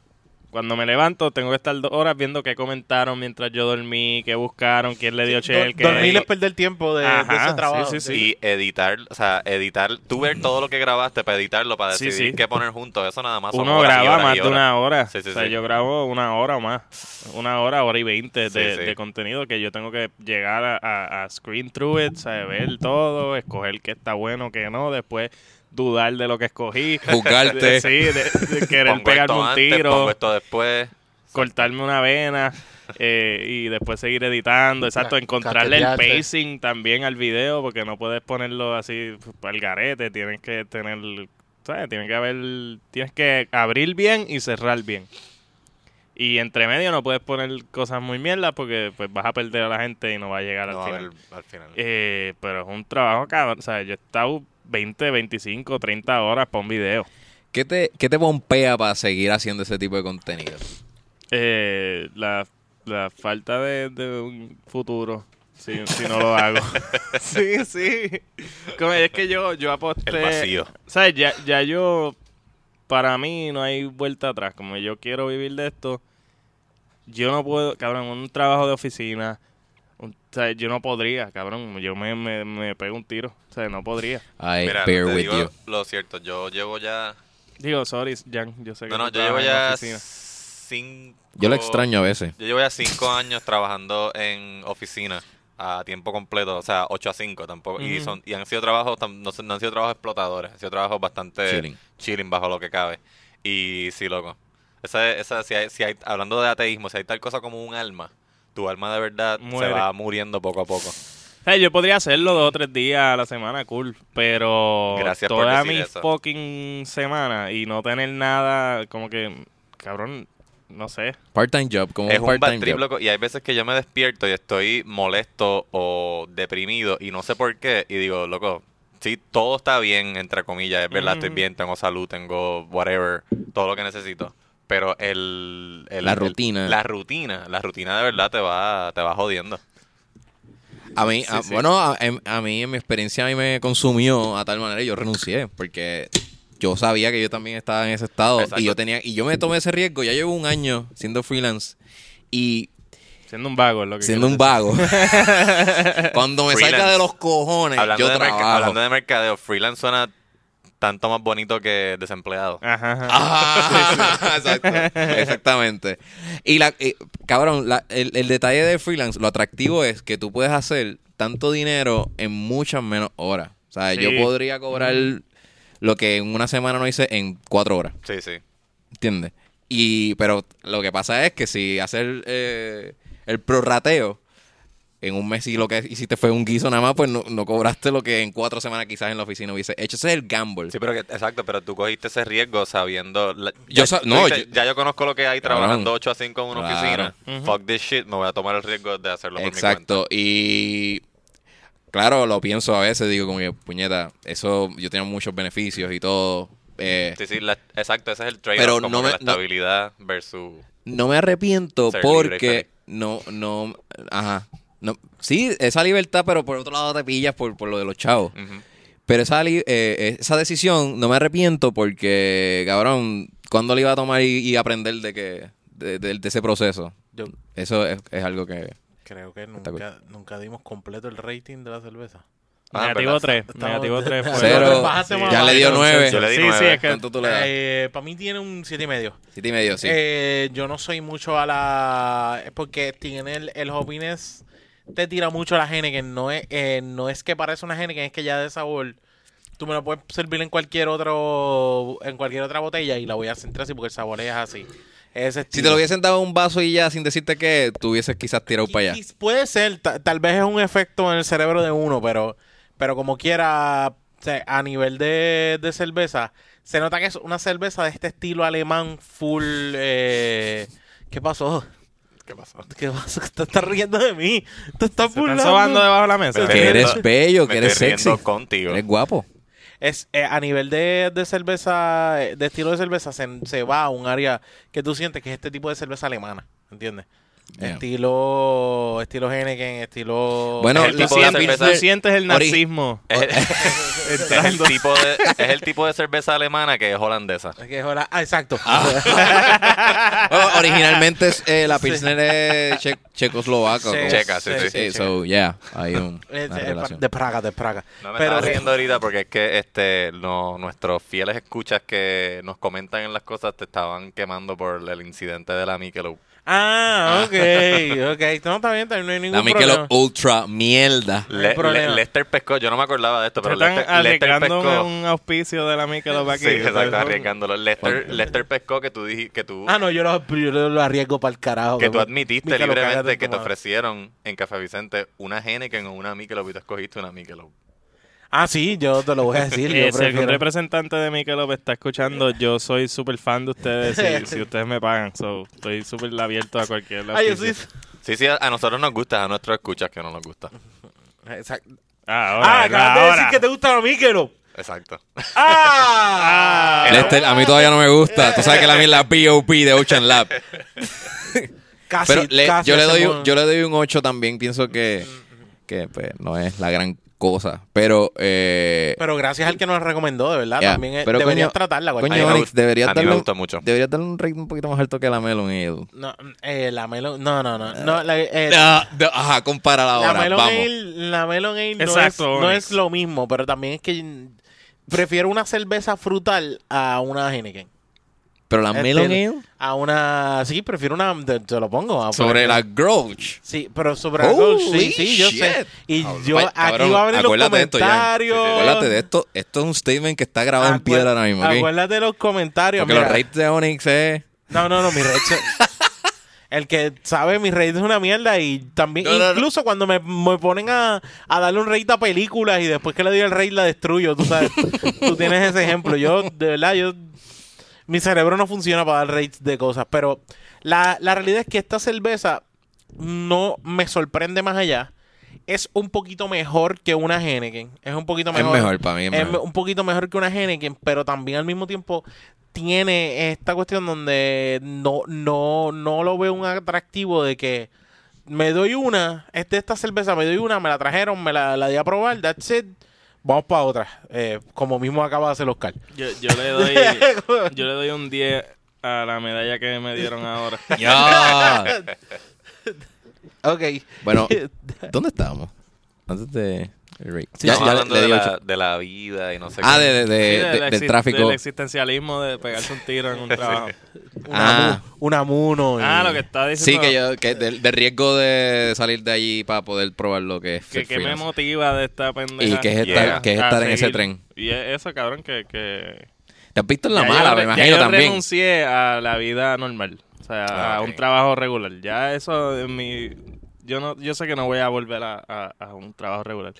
[SPEAKER 2] Cuando me levanto, tengo que estar dos horas viendo qué comentaron mientras yo dormí, qué buscaron, quién le dio share,
[SPEAKER 4] Do-
[SPEAKER 2] qué.
[SPEAKER 4] Dormir es perder tiempo de, de
[SPEAKER 2] Ajá,
[SPEAKER 4] ese trabajo.
[SPEAKER 2] sí, sí, sí.
[SPEAKER 3] Y editar, o sea, editar, tú ver todo lo que grabaste para editarlo, para
[SPEAKER 2] Sí,
[SPEAKER 3] decidir
[SPEAKER 2] sí.
[SPEAKER 3] qué poner junto, eso nada más. son
[SPEAKER 2] Uno
[SPEAKER 3] horas y
[SPEAKER 2] graba
[SPEAKER 3] horas y
[SPEAKER 2] más de
[SPEAKER 3] horas.
[SPEAKER 2] una hora.
[SPEAKER 3] Sí, sí,
[SPEAKER 2] o sea,
[SPEAKER 3] sí.
[SPEAKER 2] yo grabo una hora o más. Una hora, hora y veinte de,
[SPEAKER 3] Sí, sí.
[SPEAKER 2] de contenido que yo tengo que llegar a, a- a screen through it, o sea, ver todo, escoger qué está bueno, qué no, después dudar de lo que escogí.
[SPEAKER 1] Juzgarte.
[SPEAKER 2] Sí, de, de querer
[SPEAKER 3] Pongo
[SPEAKER 2] pegarme
[SPEAKER 3] esto
[SPEAKER 2] un
[SPEAKER 3] antes,
[SPEAKER 2] tiro.
[SPEAKER 3] pongo esto después.
[SPEAKER 2] cortarme una vena eh, y después seguir editando, exacto,
[SPEAKER 4] Ca-
[SPEAKER 2] encontrarle el
[SPEAKER 4] cachetearte.
[SPEAKER 2] pacing también al video porque no puedes ponerlo así pues, al garete, tienes que tener, ¿sabes? Tienes que haber, tienes que abrir bien y cerrar bien. Y entre medio no puedes poner cosas muy mierdas porque pues vas a perder a la gente y no va a llegar
[SPEAKER 3] No
[SPEAKER 2] al
[SPEAKER 3] va a
[SPEAKER 2] final.
[SPEAKER 3] haber al final.
[SPEAKER 2] Eh, pero es un trabajo cabrón, o sea, yo he estado 20, 25, 30 horas para un video.
[SPEAKER 1] ¿Qué te, ¿Qué te pompea para seguir haciendo ese tipo de contenido?
[SPEAKER 2] Eh, la, la falta de, de un futuro. Si, si no lo hago. sí, sí. Como es que yo, yo aposté.
[SPEAKER 3] El vacío.
[SPEAKER 2] ¿Sabes? Ya, ya yo. Para mí no hay vuelta atrás. Como yo quiero vivir de esto, yo no puedo. Cabrón, un trabajo de oficina. un- ¿sabes? Yo no podría, cabrón. Yo me, me, me pego un tiro. O sea, no podría.
[SPEAKER 1] I
[SPEAKER 3] Mira,
[SPEAKER 1] bear
[SPEAKER 3] te
[SPEAKER 1] with
[SPEAKER 3] digo
[SPEAKER 1] you.
[SPEAKER 3] lo cierto, yo llevo ya...
[SPEAKER 2] Digo, sorry, Jan. Yo sé que
[SPEAKER 3] No,
[SPEAKER 2] tú
[SPEAKER 3] no, yo
[SPEAKER 2] trabajas
[SPEAKER 3] llevo
[SPEAKER 2] en la
[SPEAKER 3] ya
[SPEAKER 2] oficina.
[SPEAKER 3] cinco...
[SPEAKER 1] Yo lo extraño a veces.
[SPEAKER 3] Yo llevo ya cinco años trabajando en oficina a tiempo completo, o sea, 8 a 5 tampoco. y,
[SPEAKER 2] Ujú.
[SPEAKER 3] son, y han sido trabajos, tam- no, son- no han sido trabajos explotadores, han sido trabajos bastante
[SPEAKER 1] Chilling.
[SPEAKER 3] chilling, bajo lo que cabe. Y sí, loco. Esa, esa, si hay, si hay- hablando de ateísmo, si hay tal cosa como un alma, tu alma de verdad
[SPEAKER 2] Muere.
[SPEAKER 3] se va muriendo poco a poco.
[SPEAKER 2] Eh, yo podría hacerlo dos o tres días a la semana, cool. Pero
[SPEAKER 3] Gracias por
[SPEAKER 2] toda
[SPEAKER 3] decir
[SPEAKER 2] mi
[SPEAKER 3] eso.
[SPEAKER 2] fucking semana y no tener nada, como que, cabrón, no sé.
[SPEAKER 1] Part-time job, como
[SPEAKER 3] es
[SPEAKER 1] un
[SPEAKER 3] un bad
[SPEAKER 1] part-time
[SPEAKER 3] trip,
[SPEAKER 1] job.
[SPEAKER 3] loco. Y hay veces que yo me despierto y estoy molesto o deprimido y no sé por qué. Y digo, loco, sí, todo está bien, entre comillas. Es verdad, estoy
[SPEAKER 2] Ujú.
[SPEAKER 3] bien, tengo salud, tengo whatever, todo lo que necesito. Pero el... el-
[SPEAKER 1] La
[SPEAKER 3] el-
[SPEAKER 1] rutina.
[SPEAKER 3] la rutina. La rutina de verdad te va, te va jodiendo.
[SPEAKER 1] A mí, a-
[SPEAKER 2] Sí, sí.
[SPEAKER 1] bueno, a, em- a mí en mi experiencia a mí me consumió a tal manera y yo renuncié porque yo sabía que yo también estaba en ese estado
[SPEAKER 3] Exacto.
[SPEAKER 1] y yo tenía y yo me tomé ese riesgo. Ya llevo un año siendo freelance y
[SPEAKER 2] Siendo un vago es lo que
[SPEAKER 1] siendo un
[SPEAKER 2] quiero
[SPEAKER 1] vago. Cuando me
[SPEAKER 3] Freelance.
[SPEAKER 1] salga de los cojones,
[SPEAKER 3] Hablando,
[SPEAKER 1] yo
[SPEAKER 3] de merca-
[SPEAKER 1] trabajo.
[SPEAKER 3] hablando de mercadeo, freelance suena tanto más bonito que desempleado.
[SPEAKER 2] decir. Ajá, ajá.
[SPEAKER 1] Ah, exacto, exactamente. Y la, eh, cabrón, la- el, el detalle de freelance, lo atractivo es que tú puedes hacer tanto dinero en muchas menos horas. O sea,
[SPEAKER 2] Sí.
[SPEAKER 1] yo podría cobrar lo que en una semana no hice en cuatro horas.
[SPEAKER 3] Sí, sí.
[SPEAKER 1] ¿Entiendes? Y, pero lo que pasa es que si hacer eh, el prorrateo en un mes y lo que hiciste fue un guiso nada más, pues no, no cobraste lo que en cuatro semanas quizás en la oficina hubiese hecho. Ese es el gamble.
[SPEAKER 3] Sí, pero que, exacto, pero tú cogiste ese riesgo sabiendo. la-
[SPEAKER 1] Yo
[SPEAKER 3] ya,
[SPEAKER 1] sa-
[SPEAKER 3] tú
[SPEAKER 1] no,
[SPEAKER 3] dijiste,
[SPEAKER 1] yo-
[SPEAKER 3] ya yo conozco lo que hay
[SPEAKER 1] Cabrón.
[SPEAKER 3] trabajando 8 a 5 en una
[SPEAKER 1] Claro.
[SPEAKER 3] oficina. Fuck this shit, me voy a tomar el riesgo de hacerlo por mi cuenta.
[SPEAKER 1] Exacto. Y claro, lo pienso a veces, digo como que, puñeta, eso yo tenía muchos beneficios y todo. Eh,
[SPEAKER 3] Sí, sí, la- exacto, ese es el
[SPEAKER 1] Pero
[SPEAKER 3] trade-off. como
[SPEAKER 1] no
[SPEAKER 3] que
[SPEAKER 1] me-
[SPEAKER 3] la
[SPEAKER 1] no-
[SPEAKER 3] estabilidad versus.
[SPEAKER 1] No me arrepiento
[SPEAKER 3] Ser libre y feliz.
[SPEAKER 1] porque no, no, ajá. No, sí, esa libertad, pero por otro lado te pillas por, por lo de los chavos.
[SPEAKER 3] Ujú.
[SPEAKER 1] Pero esa, li- eh, esa decisión no me arrepiento porque, cabrón, ¿cuándo le iba a tomar y, y aprender de que de, de- de ese proceso?
[SPEAKER 4] Yo
[SPEAKER 1] Eso es, es algo que...
[SPEAKER 4] creo que
[SPEAKER 1] Está
[SPEAKER 4] nunca, nunca dimos completo el rating de la cerveza.
[SPEAKER 3] Ah,
[SPEAKER 2] negativo
[SPEAKER 3] ¿verdad?
[SPEAKER 2] 3.
[SPEAKER 4] Estamos-
[SPEAKER 2] Negativo 3.
[SPEAKER 1] Cero. Ya le dio nueve.
[SPEAKER 3] Yo le di
[SPEAKER 2] sí,
[SPEAKER 3] nueve.
[SPEAKER 2] sí, es que
[SPEAKER 1] ¿Cuánto tú le das?
[SPEAKER 4] para Eh, mí tiene un siete y medio.
[SPEAKER 1] Siete y medio, sí.
[SPEAKER 4] Eh, yo no soy mucho a la... es Porque tiene el, el Hopines te tira mucho a la Heineken. No es, eh, no es que parece una Heineken, es que ya de sabor. Tú me lo puedes servir en cualquier otro en cualquier otra botella y la voy a centrar así porque el sabor es así. Ese
[SPEAKER 1] si
[SPEAKER 4] estilo.
[SPEAKER 1] te lo hubiesen dado un vaso y ya sin decirte que tú hubieses quizás tirado para allá.
[SPEAKER 4] Quiz- Puede ser, ta- tal vez es un efecto en el cerebro de uno, pero, pero como quiera, o sea, a nivel de, de cerveza, se nota que es una cerveza de este estilo alemán full... eh, ¿Qué pasó?
[SPEAKER 3] ¿Qué pasó?
[SPEAKER 4] ¿Qué pasó? Te estás riendo de mí. Te estás
[SPEAKER 2] Se están
[SPEAKER 4] burlando.
[SPEAKER 2] sobando debajo de la mesa.
[SPEAKER 3] Me
[SPEAKER 1] Que eres
[SPEAKER 3] estoy-
[SPEAKER 1] bello,
[SPEAKER 3] Me
[SPEAKER 1] que eres
[SPEAKER 3] estoy
[SPEAKER 1] sexy,
[SPEAKER 3] riendo contigo.
[SPEAKER 1] eres guapo.
[SPEAKER 4] Es, eh, a nivel de, de cerveza, eh, de estilo de cerveza, se, se va a un área que tú sientes que es este tipo de cerveza alemana, ¿entiendes?
[SPEAKER 1] Yeah.
[SPEAKER 4] Estilo, estilo Heineken, estilo...
[SPEAKER 1] Bueno,
[SPEAKER 2] El
[SPEAKER 1] la-
[SPEAKER 2] tipo
[SPEAKER 1] la
[SPEAKER 2] de cerveza-
[SPEAKER 1] Pilsner-
[SPEAKER 2] Tú sientes el
[SPEAKER 1] Ori-
[SPEAKER 2] nazismo.
[SPEAKER 3] Es, el- es el tipo de, es el tipo de cerveza alemana que es holandesa.
[SPEAKER 4] Es que es hola- Ah, exacto.
[SPEAKER 1] Bueno, originalmente es, eh, la Pilsner es che- checoslovaco.
[SPEAKER 4] Sí,
[SPEAKER 1] como-
[SPEAKER 3] Checa, sí, sí.
[SPEAKER 1] Eh, so, yeah, hay un,
[SPEAKER 4] Eh,
[SPEAKER 1] una
[SPEAKER 4] eh,
[SPEAKER 1] relación.
[SPEAKER 4] de Praga, de Praga.
[SPEAKER 3] No me
[SPEAKER 4] Pero-
[SPEAKER 3] estaba riendo ahorita porque es que este no, nuestros fieles escuchas que nos comentan en las cosas te estaban quemando por el incidente de la Michelob.
[SPEAKER 4] Ah, ok, ok. No, está bien, está bien, no hay ningún
[SPEAKER 1] La Michelob
[SPEAKER 4] problema.
[SPEAKER 1] Ultra mierda.
[SPEAKER 4] hay
[SPEAKER 3] Le-
[SPEAKER 4] problema.
[SPEAKER 3] Le- Lester pescó, yo no me acordaba de esto,
[SPEAKER 2] Se
[SPEAKER 3] pero
[SPEAKER 2] están
[SPEAKER 3] Lester, Lester
[SPEAKER 2] arriesgando
[SPEAKER 3] pescó.
[SPEAKER 2] un auspicio de la Michelob aquí.
[SPEAKER 3] Sí, exacto,
[SPEAKER 2] Entonces,
[SPEAKER 3] arriesgándolo. Lester,
[SPEAKER 1] Fuck.
[SPEAKER 3] Lester pescó que tú dijiste que tú
[SPEAKER 4] Ah, no, yo lo, yo lo- lo arriesgo para el carajo.
[SPEAKER 3] que tú
[SPEAKER 4] me-
[SPEAKER 3] admitiste
[SPEAKER 4] Michelob, cágate
[SPEAKER 3] libremente
[SPEAKER 4] en
[SPEAKER 3] que
[SPEAKER 4] tu
[SPEAKER 3] te
[SPEAKER 4] madre.
[SPEAKER 3] ofrecieron en Café Vicente una Heineken o una Michelob y tú escogiste una Michelob.
[SPEAKER 4] Ah, sí, yo te lo voy a decir. yo
[SPEAKER 2] eh, si algún
[SPEAKER 4] prefiero.
[SPEAKER 2] representante de Michelob está escuchando, yo soy súper fan de ustedes y si ustedes me pagan. So, estoy súper abierto a cualquier
[SPEAKER 4] Ah, yo
[SPEAKER 2] auspicio.
[SPEAKER 4] sí-
[SPEAKER 3] Sí, sí, a, a nosotros nos gusta, a nuestros escuchas que no nos gusta.
[SPEAKER 4] Exacto.
[SPEAKER 2] Ah, ahora,
[SPEAKER 4] Ah, acabas de
[SPEAKER 2] ahora.
[SPEAKER 4] decir que te gusta la Michelob.
[SPEAKER 3] Exacto.
[SPEAKER 4] Ah,
[SPEAKER 1] Lester, a mí todavía no me gusta. Tú sabes que la mía es la POP de Ocean Lab.
[SPEAKER 4] casi,
[SPEAKER 1] Pero le-
[SPEAKER 4] casi
[SPEAKER 1] yo, le doy,
[SPEAKER 4] hacemos- Mm,
[SPEAKER 1] un- yo le doy un 8 también. Pienso que, que pues, no es la gran cosa. Pero, eh,
[SPEAKER 4] Pero gracias al que nos recomendó, de verdad,
[SPEAKER 1] yeah.
[SPEAKER 4] también eh,
[SPEAKER 1] Pero,
[SPEAKER 4] deberías
[SPEAKER 1] coño,
[SPEAKER 4] tratarla.
[SPEAKER 1] coño,
[SPEAKER 3] A mí
[SPEAKER 4] cualquier-
[SPEAKER 3] me
[SPEAKER 1] Onyx,
[SPEAKER 3] gust-
[SPEAKER 1] deberías
[SPEAKER 3] a mí me
[SPEAKER 1] darle un-
[SPEAKER 3] gustó mucho.
[SPEAKER 1] deberías darle un rate un poquito más alto que la Melon Ale.
[SPEAKER 4] No, eh, la melon, no, no, no, no, la, eh,
[SPEAKER 1] Ah, de- Ajá, compárala
[SPEAKER 4] La
[SPEAKER 1] ahora.
[SPEAKER 4] Melon
[SPEAKER 1] Vamos.
[SPEAKER 4] Ale, la Melon Ale no,
[SPEAKER 2] Exacto,
[SPEAKER 4] es, no
[SPEAKER 2] Onyx.
[SPEAKER 4] es lo mismo, pero también es que prefiero una cerveza frutal a una Heineken.
[SPEAKER 1] Pero la
[SPEAKER 4] Este,
[SPEAKER 1] Melon Ale
[SPEAKER 4] A una... Sí, prefiero una... Te, te lo pongo. a-
[SPEAKER 1] sobre la Grouch.
[SPEAKER 4] Sí, pero sobre la Gold, sí,
[SPEAKER 1] Holy
[SPEAKER 4] sí, yo sé.
[SPEAKER 1] shit.
[SPEAKER 4] Y
[SPEAKER 1] Cabrón,
[SPEAKER 4] yo...
[SPEAKER 1] vaya,
[SPEAKER 4] aquí
[SPEAKER 1] cabrón,
[SPEAKER 4] va a abrir los
[SPEAKER 1] acuérdate de esto, Jan.
[SPEAKER 4] comentarios.
[SPEAKER 3] Sí, sí,
[SPEAKER 1] Acuérdate de esto. Esto es un statement que está grabado en
[SPEAKER 4] Acuérdate-
[SPEAKER 1] piedra ahora mismo. ¿ok?
[SPEAKER 4] Acuérdate de los comentarios.
[SPEAKER 1] Porque
[SPEAKER 4] mira.
[SPEAKER 1] los rates de Onyx es.
[SPEAKER 4] No, no, no, mi rey... El que sabe, mi rey es una mierda y también...
[SPEAKER 1] No, no, no.
[SPEAKER 4] incluso cuando me, me ponen a, a darle un rey a películas y después que le doy el rey la destruyo, tú sabes. tú tienes ese ejemplo. Yo, de verdad, yo... Mi cerebro no funciona para dar rates de cosas, pero la, la realidad es que esta cerveza no me sorprende más allá. Es un poquito mejor que una Heineken. Es un poquito
[SPEAKER 1] Es
[SPEAKER 4] mejor.
[SPEAKER 1] mejor, para mí es mejor.
[SPEAKER 4] me- un poquito mejor que una Heineken, pero también al mismo tiempo tiene esta cuestión donde no, no, no lo veo un atractivo de que me doy una, este, esta cerveza me doy una, me la trajeron, me la, la di a probar, that's it, vamos para otra, Eh, como mismo acaba de hacer Oscar.
[SPEAKER 2] Yo, yo le doy, yo le doy un 10 a la medalla que me dieron ahora.
[SPEAKER 1] Ya.
[SPEAKER 4] Ok.
[SPEAKER 1] bueno, ¿dónde estábamos? Antes de. el rate.
[SPEAKER 4] Sí,
[SPEAKER 1] Ya-
[SPEAKER 3] Estamos
[SPEAKER 1] ya
[SPEAKER 3] hablando
[SPEAKER 1] le
[SPEAKER 3] de
[SPEAKER 1] di
[SPEAKER 3] la,
[SPEAKER 1] ocho.
[SPEAKER 3] de la vida y no sé
[SPEAKER 1] Ah,
[SPEAKER 3] qué.
[SPEAKER 1] de, de- de-
[SPEAKER 2] Sí,
[SPEAKER 1] de-
[SPEAKER 2] del
[SPEAKER 1] del
[SPEAKER 2] exi-
[SPEAKER 1] tráfico.
[SPEAKER 2] Del existencialismo de pegarse un tiro en un trabajo.
[SPEAKER 1] Ah.
[SPEAKER 4] Una muno.
[SPEAKER 2] Ah, lo que está
[SPEAKER 1] Sí,
[SPEAKER 2] diciendo.
[SPEAKER 1] que yo. Que del, del riesgo de salir de allí para poder probar lo que es.
[SPEAKER 2] que,
[SPEAKER 1] ser
[SPEAKER 2] que me
[SPEAKER 1] freelance.
[SPEAKER 2] motiva de esta pendeja.
[SPEAKER 1] Y que es estar,
[SPEAKER 3] Yeah.
[SPEAKER 1] que es
[SPEAKER 2] A
[SPEAKER 1] estar en ese
[SPEAKER 2] seguir.
[SPEAKER 1] tren.
[SPEAKER 2] Y es- eso, cabrón, que... que...
[SPEAKER 1] ¿Te Te has visto en la
[SPEAKER 2] Ya
[SPEAKER 1] mala,
[SPEAKER 2] yo
[SPEAKER 1] me
[SPEAKER 2] re- ya
[SPEAKER 1] imagino
[SPEAKER 2] yo
[SPEAKER 1] también.
[SPEAKER 2] renuncié a la vida normal, o sea,
[SPEAKER 3] Ah,
[SPEAKER 2] a
[SPEAKER 3] ok.
[SPEAKER 2] un trabajo regular. Ya eso en mi yo no yo sé que no voy a volver a, a- a un trabajo regular.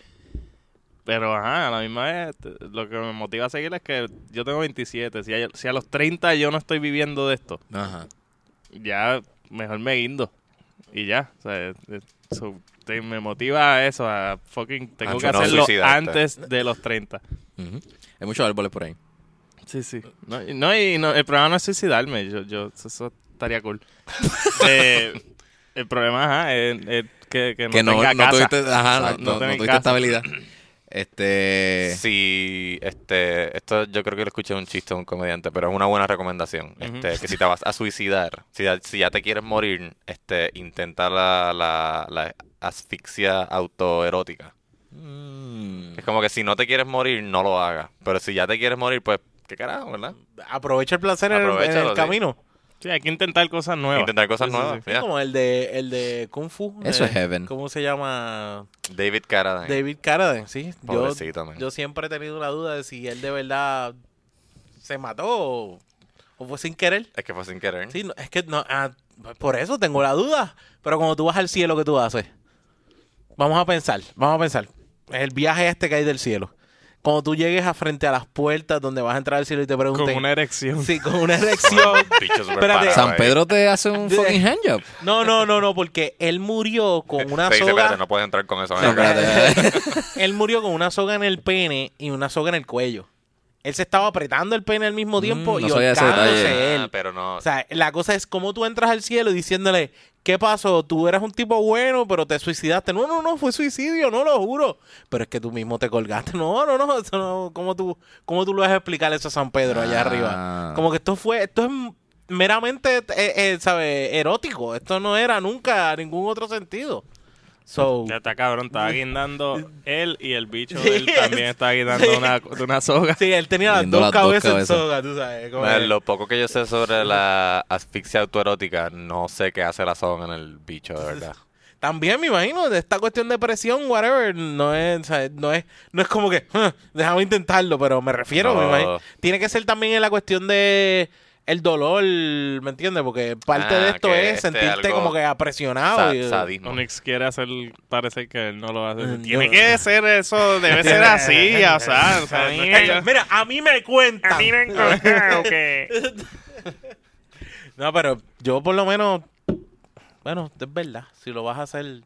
[SPEAKER 2] Pero ajá, a la misma vez t- lo que me motiva a seguir es que yo tengo 27, si a, si a los 30 yo no estoy viviendo de esto,
[SPEAKER 1] Ajá.
[SPEAKER 2] ya mejor me guindo. Y ya, o sea, eh, eh, so, te- me motiva a eso, a fucking tengo
[SPEAKER 3] A
[SPEAKER 2] que
[SPEAKER 3] no
[SPEAKER 2] hacerlo
[SPEAKER 3] suicidarte.
[SPEAKER 2] antes de los 30.
[SPEAKER 1] Ujú. Hay muchos árboles por ahí.
[SPEAKER 2] Sí, sí. No, y- no, y no, el problema no es suicidarme. Yo, yo, eso- eso estaría cool. Eh, el problema, ajá, es, es que, que no
[SPEAKER 1] que no,
[SPEAKER 2] tenga
[SPEAKER 1] no
[SPEAKER 2] casa.
[SPEAKER 1] tuviste, ajá,
[SPEAKER 2] Exacto.
[SPEAKER 1] no-
[SPEAKER 2] No
[SPEAKER 1] no
[SPEAKER 2] tenés
[SPEAKER 1] tuviste
[SPEAKER 2] casa.
[SPEAKER 1] estabilidad. Este.
[SPEAKER 3] Si, este, esto yo creo que lo escuché de un chiste de un comediante, pero es una buena recomendación.
[SPEAKER 2] Ujú.
[SPEAKER 3] Este, que si te vas a suicidar, si ya, si ya te quieres morir, este, intenta la, la, la asfixia autoerótica.
[SPEAKER 1] Mm.
[SPEAKER 3] Es como que si no te quieres morir, no lo hagas. Pero si ya te quieres morir, pues, qué carajo, ¿verdad?
[SPEAKER 4] Aprovecha el placer en el- en el,
[SPEAKER 3] Aprovechalo, sí.
[SPEAKER 4] camino.
[SPEAKER 2] Sí, hay que intentar cosas nuevas.
[SPEAKER 3] Intentar cosas
[SPEAKER 2] Sí, sí,
[SPEAKER 3] nuevas.
[SPEAKER 2] sí.
[SPEAKER 4] Es
[SPEAKER 3] ya.
[SPEAKER 4] como el de, el de Kung Fu.
[SPEAKER 1] Eso
[SPEAKER 4] de-
[SPEAKER 1] es heaven.
[SPEAKER 4] ¿Cómo se llama?
[SPEAKER 3] David Carradine.
[SPEAKER 4] David Carradine, sí. Yo,
[SPEAKER 3] Pobrecito, man.
[SPEAKER 4] yo siempre he tenido la duda de si él de verdad se mató o, o fue sin querer.
[SPEAKER 3] Es que fue sin querer.
[SPEAKER 4] Sí, no, es que no, ah, por eso tengo la duda. Pero cuando tú vas al cielo, ¿qué tú haces? Vamos a pensar, vamos a pensar. El viaje este que hay del cielo. Cuando tú llegues a frente a las puertas donde vas a entrar al cielo y te pregunten...
[SPEAKER 2] Con una erección.
[SPEAKER 4] Sí, con una erección.
[SPEAKER 3] Bicho super
[SPEAKER 4] Espérate.
[SPEAKER 3] parado
[SPEAKER 1] San
[SPEAKER 3] ahí.
[SPEAKER 1] Pedro te hace un
[SPEAKER 4] De-
[SPEAKER 1] fucking handjob.
[SPEAKER 4] No, no, no, no, porque él murió con una
[SPEAKER 3] Te dice,
[SPEAKER 4] soga.
[SPEAKER 3] espérate, no puedes entrar con eso.
[SPEAKER 1] No,
[SPEAKER 3] ven acá.
[SPEAKER 1] espérate.
[SPEAKER 4] Él murió con una soga en el pene y una soga en el cuello. Él se estaba apretando el pene al mismo tiempo
[SPEAKER 1] Mm,
[SPEAKER 4] y
[SPEAKER 1] no sabía ese
[SPEAKER 4] ahorcándose
[SPEAKER 1] detalle.
[SPEAKER 4] él.
[SPEAKER 3] Ah, pero no.
[SPEAKER 4] O sea, la cosa es cómo tú entras al cielo diciéndole, ¿qué pasó? Tú eras un tipo bueno, pero te suicidaste. No, no, no, fue suicidio, no lo juro. Pero es que tú mismo te colgaste. No, no, no, eso no. ¿Cómo tú, cómo tú lo vas a explicar eso a San Pedro allá
[SPEAKER 1] Ah.
[SPEAKER 4] arriba? Como que esto fue, esto es meramente, eh, eh, ¿sabes? Erótico. Esto no era nunca ningún otro sentido. So,
[SPEAKER 2] Ya está cabrón, estaba guindando él y el bicho
[SPEAKER 4] Sí,
[SPEAKER 2] de él también
[SPEAKER 4] es-
[SPEAKER 2] estaba guindando
[SPEAKER 4] sí.
[SPEAKER 2] una, de una soga.
[SPEAKER 4] sí, él tenía las
[SPEAKER 1] Viendo
[SPEAKER 4] dos,
[SPEAKER 1] las dos
[SPEAKER 4] cabezas en
[SPEAKER 1] cabezas.
[SPEAKER 4] soga, tú sabes. como
[SPEAKER 3] Mira,
[SPEAKER 2] eh,
[SPEAKER 4] que-
[SPEAKER 3] Lo poco que yo sé sobre la asfixia autoerótica, no sé qué hace la soga en el bicho, de verdad.
[SPEAKER 4] También me imagino, de esta cuestión de presión, whatever, no es, o sea, no es, no es como que, "Huh, déjame intentarlo, pero me refiero,
[SPEAKER 3] No.
[SPEAKER 4] me imagino. Tiene que ser también en la cuestión de el dolor, ¿me entiendes? Porque parte
[SPEAKER 3] Ah,
[SPEAKER 4] de esto
[SPEAKER 3] que
[SPEAKER 4] es
[SPEAKER 3] este
[SPEAKER 4] sentirte
[SPEAKER 3] algo
[SPEAKER 4] como que
[SPEAKER 1] Ah,
[SPEAKER 4] apresionado.
[SPEAKER 3] Sa-
[SPEAKER 4] y-
[SPEAKER 3] sadismo.
[SPEAKER 2] Onyx quiere hacer parecer que él Eh, no lo hace.
[SPEAKER 4] Mm,
[SPEAKER 2] Tiene
[SPEAKER 4] yo-
[SPEAKER 2] que ser eso, debe ser así, o sea, o sea, no es que yo-
[SPEAKER 4] Mira, a mí me cuentan.
[SPEAKER 5] encontrado que
[SPEAKER 4] No, pero yo por lo menos, bueno, es verdad, si lo vas a hacer,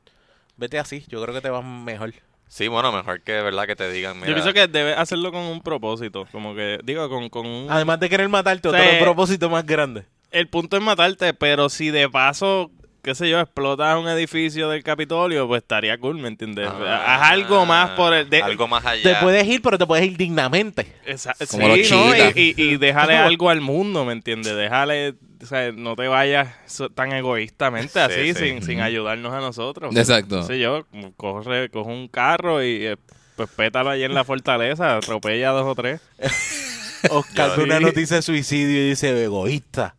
[SPEAKER 4] vete así, yo creo que te vas mejor.
[SPEAKER 3] Sí, bueno, mejor que de verdad que te digan, mira,
[SPEAKER 2] Yo pienso que debe hacerlo con un propósito, como que, digo, con, con
[SPEAKER 3] Mm.
[SPEAKER 2] un...
[SPEAKER 4] Además de querer matarte, otro
[SPEAKER 2] Sí.
[SPEAKER 4] propósito más grande.
[SPEAKER 2] El punto es matarte, pero si de paso, qué sé yo, explotas un edificio del Capitolio, pues estaría cool, ¿me entiendes?
[SPEAKER 3] ah,
[SPEAKER 2] Haz algo más por el... de-
[SPEAKER 3] algo más allá.
[SPEAKER 4] Te puedes ir, pero te puedes ir dignamente.
[SPEAKER 2] Esa-
[SPEAKER 1] Como los
[SPEAKER 2] sí, ¿no?
[SPEAKER 1] chiitas.
[SPEAKER 2] Y, y, y déjale algo al mundo, ¿me entiendes? Déjale, o sea, no te vayas so- tan egoístamente así,
[SPEAKER 3] sí.
[SPEAKER 2] Sin, sin ayudarnos a nosotros.
[SPEAKER 1] Exacto.
[SPEAKER 2] No sé yo, corre, cojo un carro y eh, pues pétalo allí en la fortaleza, atropella dos o tres.
[SPEAKER 4] Oscar
[SPEAKER 3] Yo-
[SPEAKER 4] ve una
[SPEAKER 2] Sí.
[SPEAKER 4] noticia de suicidio y dice egoísta.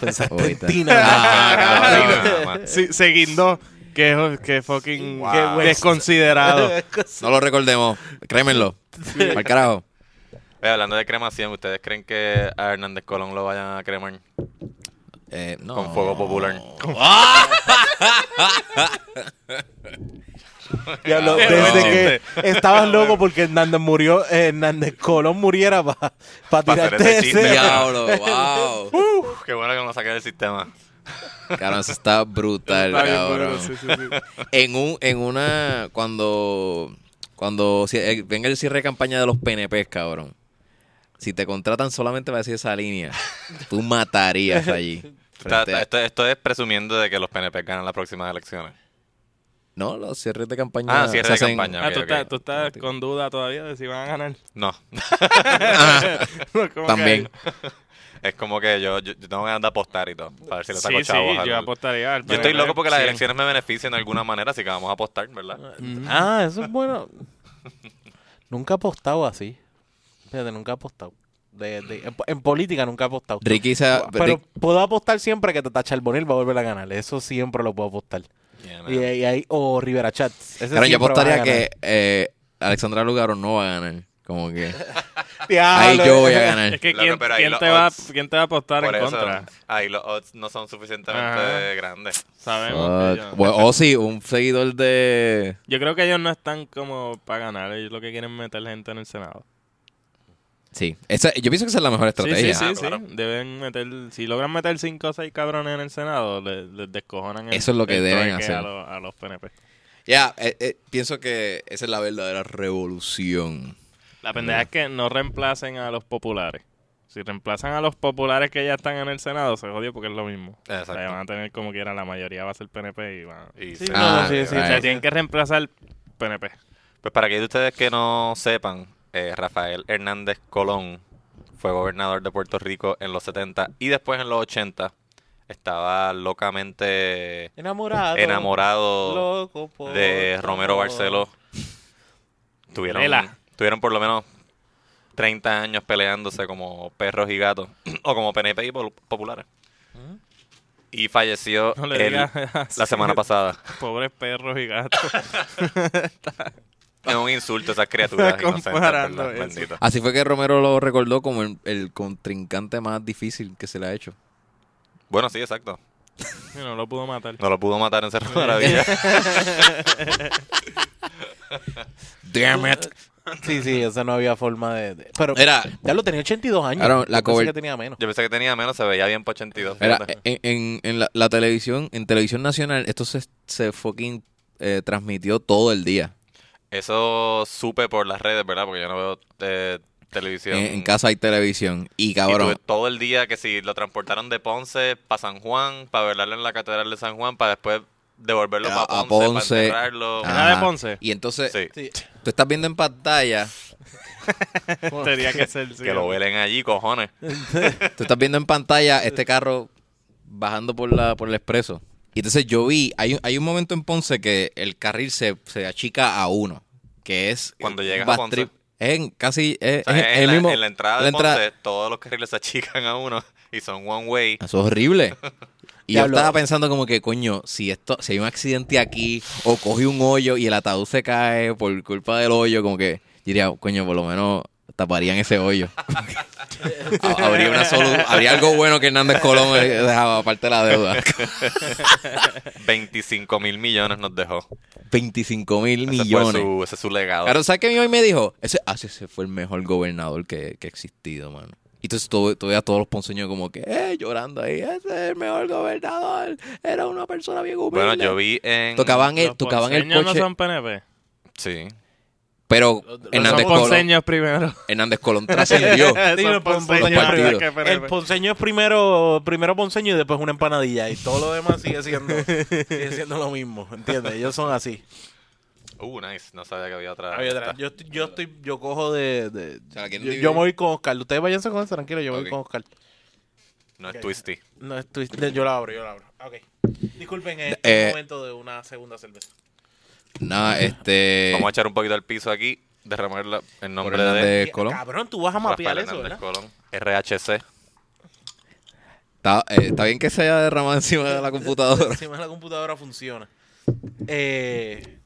[SPEAKER 4] Pensaste en
[SPEAKER 1] Egoísta.
[SPEAKER 4] ti nada más".
[SPEAKER 3] Ah, no, no, no, no.
[SPEAKER 2] Sí, se guindó. Que, que fucking
[SPEAKER 3] Wow.
[SPEAKER 2] qué desconsiderado.
[SPEAKER 1] No lo recordemos. Crémenlo. Al carajo.
[SPEAKER 3] Eh, hablando de cremación, ¿ustedes creen que a Hernández Colón lo vayan a cremar
[SPEAKER 1] Eh, no.
[SPEAKER 3] con fuego popular?
[SPEAKER 4] Diablo,
[SPEAKER 2] Qué buen
[SPEAKER 4] desde que estabas loco porque Hernández murió, eh, Hernández Colón muriera para
[SPEAKER 3] Pa' hacer
[SPEAKER 4] tirarte
[SPEAKER 3] ese
[SPEAKER 4] ese.
[SPEAKER 3] chiste.
[SPEAKER 1] Diablo, wow.
[SPEAKER 3] Uf, qué bueno que no lo saqué del sistema.
[SPEAKER 1] Cabrón, eso está brutal,
[SPEAKER 2] Está bien,
[SPEAKER 1] cabrón.
[SPEAKER 2] bueno, sí, sí, sí.
[SPEAKER 1] En un, en una, cuando, cuando si- eh, venga el cierre de campaña de los PNP, cabrón. Si te contratan solamente para decir esa línea, tú matarías allí.
[SPEAKER 3] Está-
[SPEAKER 1] Frente a-
[SPEAKER 3] esto, esto es presumiendo de que los PNP ganan las próximas elecciones.
[SPEAKER 1] No, los cierres de campaña.
[SPEAKER 3] Ah, cierre
[SPEAKER 1] se
[SPEAKER 3] de
[SPEAKER 1] hacen-
[SPEAKER 3] campaña.
[SPEAKER 2] Ah,
[SPEAKER 3] ok,
[SPEAKER 2] tú,
[SPEAKER 3] ok.
[SPEAKER 2] Estás, tú estás con duda todavía de si van a ganar.
[SPEAKER 3] No,
[SPEAKER 2] Como que-
[SPEAKER 1] También.
[SPEAKER 3] es como que yo, yo, yo tengo ganas de apostar y todo, para ver si le saco
[SPEAKER 2] Sí, sí,
[SPEAKER 3] chavos al-
[SPEAKER 2] yo apostaría. al
[SPEAKER 3] Yo estoy
[SPEAKER 2] PNP.
[SPEAKER 3] loco porque las
[SPEAKER 2] Sí.
[SPEAKER 3] elecciones me benefician de alguna manera, así que vamos a apostar, ¿verdad?
[SPEAKER 4] Ah, eso es bueno. Nunca he apostado así. Fíjate, nunca he apostado. De- de- en, en política nunca he apostado.
[SPEAKER 1] Ricky se.
[SPEAKER 4] pero
[SPEAKER 1] Rick-
[SPEAKER 4] puedo apostar siempre que Tata Charbonnier va a volver a ganar. Eso siempre lo puedo apostar.
[SPEAKER 3] Yeah, man.
[SPEAKER 4] Y, y ahí, o Rivera Chat. Ese
[SPEAKER 1] cabrón,
[SPEAKER 4] siempre
[SPEAKER 1] yo
[SPEAKER 4] va a
[SPEAKER 1] apostaría
[SPEAKER 4] ganar.
[SPEAKER 1] que eh, Alexandra Lugaro no va a ganar. Como que. Ahí
[SPEAKER 4] Diablo.
[SPEAKER 1] yo voy a ganar.
[SPEAKER 2] Ah, Es que
[SPEAKER 3] Loco,
[SPEAKER 2] ¿quién,
[SPEAKER 3] pero ahí
[SPEAKER 2] quién
[SPEAKER 3] los
[SPEAKER 2] te va,
[SPEAKER 3] odds.
[SPEAKER 2] ¿quién te va a apostar
[SPEAKER 3] Por
[SPEAKER 2] en
[SPEAKER 3] eso,
[SPEAKER 2] contra?
[SPEAKER 3] ahí los odds no son suficientemente
[SPEAKER 2] Ajá.
[SPEAKER 3] grandes.
[SPEAKER 2] Sabemos. que
[SPEAKER 1] Fuck.
[SPEAKER 2] ellos-
[SPEAKER 1] Bueno, Ah, o sí, un seguidor de...
[SPEAKER 2] Yo creo que ellos no están como para ganar. Ellos lo que quieren es meter gente en el Senado.
[SPEAKER 1] Sí, esa, yo pienso que esa es la mejor
[SPEAKER 2] Sí,
[SPEAKER 1] estrategia.
[SPEAKER 2] sí, sí,
[SPEAKER 3] Ah,
[SPEAKER 2] sí.
[SPEAKER 3] claro.
[SPEAKER 2] Deben meter... Si logran meter 5 o 6 cabrones en el Senado, le- les descojonan el-
[SPEAKER 1] Eso es lo que
[SPEAKER 2] el
[SPEAKER 1] deben
[SPEAKER 2] trueque
[SPEAKER 1] hacer.
[SPEAKER 2] A, los- a los PNP.
[SPEAKER 1] Ya, eh, eh, pienso que esa es la verdadera revolución.
[SPEAKER 2] La pendeja es que no reemplacen a los populares. Si reemplazan a los populares que ya están en el Senado, se jodió porque es lo mismo.
[SPEAKER 3] Exacto.
[SPEAKER 2] O sea, van a tener como quiera, la mayoría va a ser PNP y van...
[SPEAKER 3] Y
[SPEAKER 4] Sí,
[SPEAKER 3] se-
[SPEAKER 4] no,
[SPEAKER 1] Ah,
[SPEAKER 4] no, sí,
[SPEAKER 1] right.
[SPEAKER 2] O
[SPEAKER 4] sí, sí,
[SPEAKER 2] sea,
[SPEAKER 4] sí.
[SPEAKER 2] tienen que reemplazar PNP.
[SPEAKER 3] Pues para aquellos de ustedes que no sepan, eh, Rafael Hernández Colón fue gobernador de Puerto Rico en los 70 y después en los 80 estaba locamente
[SPEAKER 4] Enamorado.
[SPEAKER 3] enamorado
[SPEAKER 4] Loco por
[SPEAKER 3] de Romero
[SPEAKER 4] todo.
[SPEAKER 3] Barceló. Tuvieron,
[SPEAKER 2] Lela.
[SPEAKER 3] tuvieron por lo menos 30 años peleándose como perros y gatos o como PNP y pol- populares. Y falleció
[SPEAKER 2] ¿Mm? No le
[SPEAKER 3] el-
[SPEAKER 2] digas así.
[SPEAKER 3] la semana pasada.
[SPEAKER 2] Pobres perros y gatos.
[SPEAKER 3] Es un insulto a esas criaturas inocentes,
[SPEAKER 2] Comparando
[SPEAKER 3] ¿verdad?
[SPEAKER 2] eso.
[SPEAKER 3] Bendito.
[SPEAKER 1] Así fue que Romero lo recordó como el, el contrincante más difícil que se le ha hecho.
[SPEAKER 3] Bueno, sí, exacto.
[SPEAKER 2] Y no lo pudo matar.
[SPEAKER 3] No lo pudo matar en Cerro Maravilla.
[SPEAKER 1] Damn it.
[SPEAKER 4] Sí, sí, esa no había forma de. de- Pero
[SPEAKER 1] Era,
[SPEAKER 4] ya lo tenía 82 años.
[SPEAKER 1] Claro, la
[SPEAKER 4] Yo pensé
[SPEAKER 1] cover-
[SPEAKER 4] que tenía menos.
[SPEAKER 3] Yo pensé que tenía menos, se veía bien para 82.
[SPEAKER 1] era
[SPEAKER 3] fíjate.
[SPEAKER 1] en, en- en la, la televisión, en televisión nacional, esto se, se fucking eh, transmitió todo el día.
[SPEAKER 3] Eso supe por las redes, ¿verdad? Porque yo no veo eh, televisión.
[SPEAKER 1] En, en casa hay televisión. Y
[SPEAKER 3] Y
[SPEAKER 1] cabrón,
[SPEAKER 3] tuve todo el día que si lo transportaron de Ponce para San Juan, para velarlo en la Catedral de San Juan, para después devolverlo
[SPEAKER 1] A-
[SPEAKER 3] para
[SPEAKER 1] a
[SPEAKER 3] Ponce,
[SPEAKER 1] Ponce.
[SPEAKER 3] para enterrarlo.
[SPEAKER 1] Ah,
[SPEAKER 2] ¿Era de
[SPEAKER 1] Ajá.
[SPEAKER 2] Ponce?
[SPEAKER 1] Y entonces,
[SPEAKER 3] Sí,
[SPEAKER 4] Sí.
[SPEAKER 1] tú estás viendo en pantalla,
[SPEAKER 2] Tenía que ser, sí.
[SPEAKER 3] que lo velen allí, cojones.
[SPEAKER 1] tú estás viendo en pantalla este carro bajando por la por el expreso. Y entonces yo vi, hay, un- hay un momento en Ponce que el carril se, se achica a uno, que es...
[SPEAKER 3] Cuando llegas
[SPEAKER 1] llega
[SPEAKER 3] a Ponce.
[SPEAKER 1] En casi... Es,
[SPEAKER 3] O sea,
[SPEAKER 1] es-
[SPEAKER 3] en,
[SPEAKER 1] es el
[SPEAKER 3] la,
[SPEAKER 1] mismo,
[SPEAKER 3] en la entrada de
[SPEAKER 1] la entrada-
[SPEAKER 3] Ponce, todos los carriles se achican a uno y son one way.
[SPEAKER 1] Eso es horrible. Y yo
[SPEAKER 4] Diablo.
[SPEAKER 1] estaba pensando como que, coño, si esto, si hay un accidente aquí, o coge un hoyo y el ataúd se cae por culpa del hoyo, como que yo diría, coño, por lo menos taparían ese hoyo. Ha- habría una solu- habría algo bueno que Hernández Colón eh, dejaba aparte de la deuda.
[SPEAKER 3] 25 mil millones nos dejó.
[SPEAKER 1] 25 mil
[SPEAKER 3] Ese, fue
[SPEAKER 1] millones.
[SPEAKER 3] su, ese es su legado.
[SPEAKER 1] Claro, ¿sabes qué mi hoy me dijo? Ese, ah, sí, ese fue el mejor gobernador que, que ha existido, mano. Y entonces todo, todavía todos los ponceños como que, eh, llorando ahí, ese es el mejor gobernador, era una persona bien humilde.
[SPEAKER 3] Bueno, yo vi en...
[SPEAKER 1] Tocaban el,
[SPEAKER 2] Los
[SPEAKER 1] tocaban el
[SPEAKER 2] ponceños
[SPEAKER 1] coche,
[SPEAKER 2] no son PNP.
[SPEAKER 3] Sí.
[SPEAKER 1] pero
[SPEAKER 2] Son
[SPEAKER 1] Hernández Colón,
[SPEAKER 2] ponceños primero.
[SPEAKER 1] Hernández Colón trascendió.
[SPEAKER 4] Sí,
[SPEAKER 2] Son ponceños
[SPEAKER 4] el pon- ponceño
[SPEAKER 1] partido.
[SPEAKER 2] primero que PNP.
[SPEAKER 4] El ponceño es primero, primero ponceño y después una empanadilla. Y todo lo demás sigue siendo, sigue siendo lo mismo. ¿Entiendes? Ellos son así.
[SPEAKER 3] Uh, nice. No sabía que había otra.
[SPEAKER 4] Había otra- Yo, estoy- yo estoy, yo cojo de. de-
[SPEAKER 1] sea, la quieren
[SPEAKER 4] yo,
[SPEAKER 1] dividir.
[SPEAKER 4] yo me voy con Oscar. Ustedes váyanse con eso, tranquilo, yo me
[SPEAKER 1] Ok.
[SPEAKER 4] voy con Oscar.
[SPEAKER 3] No es twisty.
[SPEAKER 4] No estoy. de- Yo la abro, yo la abro. Ok. Disculpen
[SPEAKER 1] Eh,
[SPEAKER 4] este momento de una segunda cerveza.
[SPEAKER 1] Nada, este...
[SPEAKER 3] Vamos a echar un poquito al piso aquí. Derramarla en
[SPEAKER 1] por
[SPEAKER 3] nombre de.
[SPEAKER 1] Hernández eh, Colón.
[SPEAKER 4] Cabrón, tú vas a mapear
[SPEAKER 3] Rafael
[SPEAKER 4] eso,
[SPEAKER 3] Hernández
[SPEAKER 4] ¿verdad?
[SPEAKER 3] Colón. RHC.
[SPEAKER 1] Está, eh, está bien que se haya derramado encima de la computadora.
[SPEAKER 4] Encima de la computadora funciona. Eh,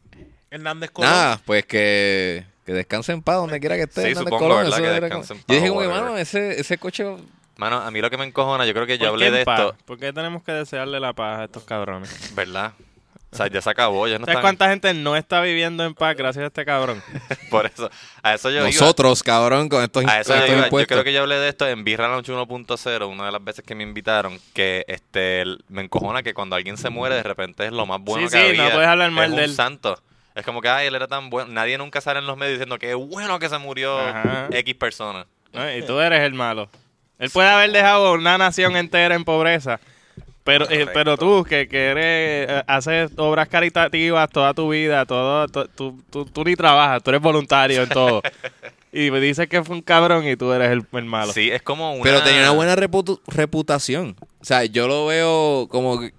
[SPEAKER 4] Hernández Colón.
[SPEAKER 1] Nada, pues que, que descanse en paz donde quiera que esté.
[SPEAKER 3] Sí,
[SPEAKER 1] Hernández
[SPEAKER 3] supongo,
[SPEAKER 1] Colón,
[SPEAKER 3] ¿verdad?
[SPEAKER 1] eso
[SPEAKER 3] Que
[SPEAKER 1] era
[SPEAKER 3] descanse
[SPEAKER 1] como-
[SPEAKER 3] en
[SPEAKER 1] Yo dije
[SPEAKER 3] paz,
[SPEAKER 1] como que,
[SPEAKER 3] whatever.
[SPEAKER 1] mano, ese, ese coche
[SPEAKER 3] Mano, a mí lo que me encojona, yo creo que ya
[SPEAKER 2] ¿Por qué
[SPEAKER 3] hablé de
[SPEAKER 2] Pues en paz?
[SPEAKER 3] esto,
[SPEAKER 2] ¿Por qué tenemos que desearle la paz a estos cabrones?
[SPEAKER 3] ¿verdad? O sea, ya se acabó, ya no
[SPEAKER 2] ¿Sabes
[SPEAKER 3] están-
[SPEAKER 2] cuánta gente no está viviendo en paz gracias a este cabrón?
[SPEAKER 3] Por eso, a eso yo
[SPEAKER 1] Nosotros, cabrón, con estos,
[SPEAKER 3] iba. A eso yo
[SPEAKER 1] estos
[SPEAKER 3] iba. Yo
[SPEAKER 1] impuestos.
[SPEAKER 3] creo que yo hablé de esto en Birra Lounge 1.0, una de las veces que me invitaron, que este el- me encojona que cuando alguien se muere de repente es lo más bueno
[SPEAKER 2] Sí,
[SPEAKER 3] que
[SPEAKER 2] sí, no
[SPEAKER 3] había.
[SPEAKER 2] puedes hablar mal
[SPEAKER 3] es
[SPEAKER 2] de
[SPEAKER 3] un
[SPEAKER 2] él.
[SPEAKER 3] santo. Es como que, ay, él era tan bueno. Nadie nunca sale en los medios diciendo que bueno que se murió
[SPEAKER 2] Ajá.
[SPEAKER 3] X persona.
[SPEAKER 2] ¿no? Y tú eres el malo. Él puede haber dejado una nación entera en pobreza. Pero, eh,
[SPEAKER 3] Correcto.
[SPEAKER 2] pero tú, que, que eres, eh, haces obras caritativas toda tu vida, todo, to- tú, tú- tú ni trabajas, tú eres voluntario en todo. y me dices que fue un cabrón y tú eres el, el malo.
[SPEAKER 3] Sí, es como una...
[SPEAKER 1] Pero tenía una buena reputu- reputación. O sea, yo lo veo como... que-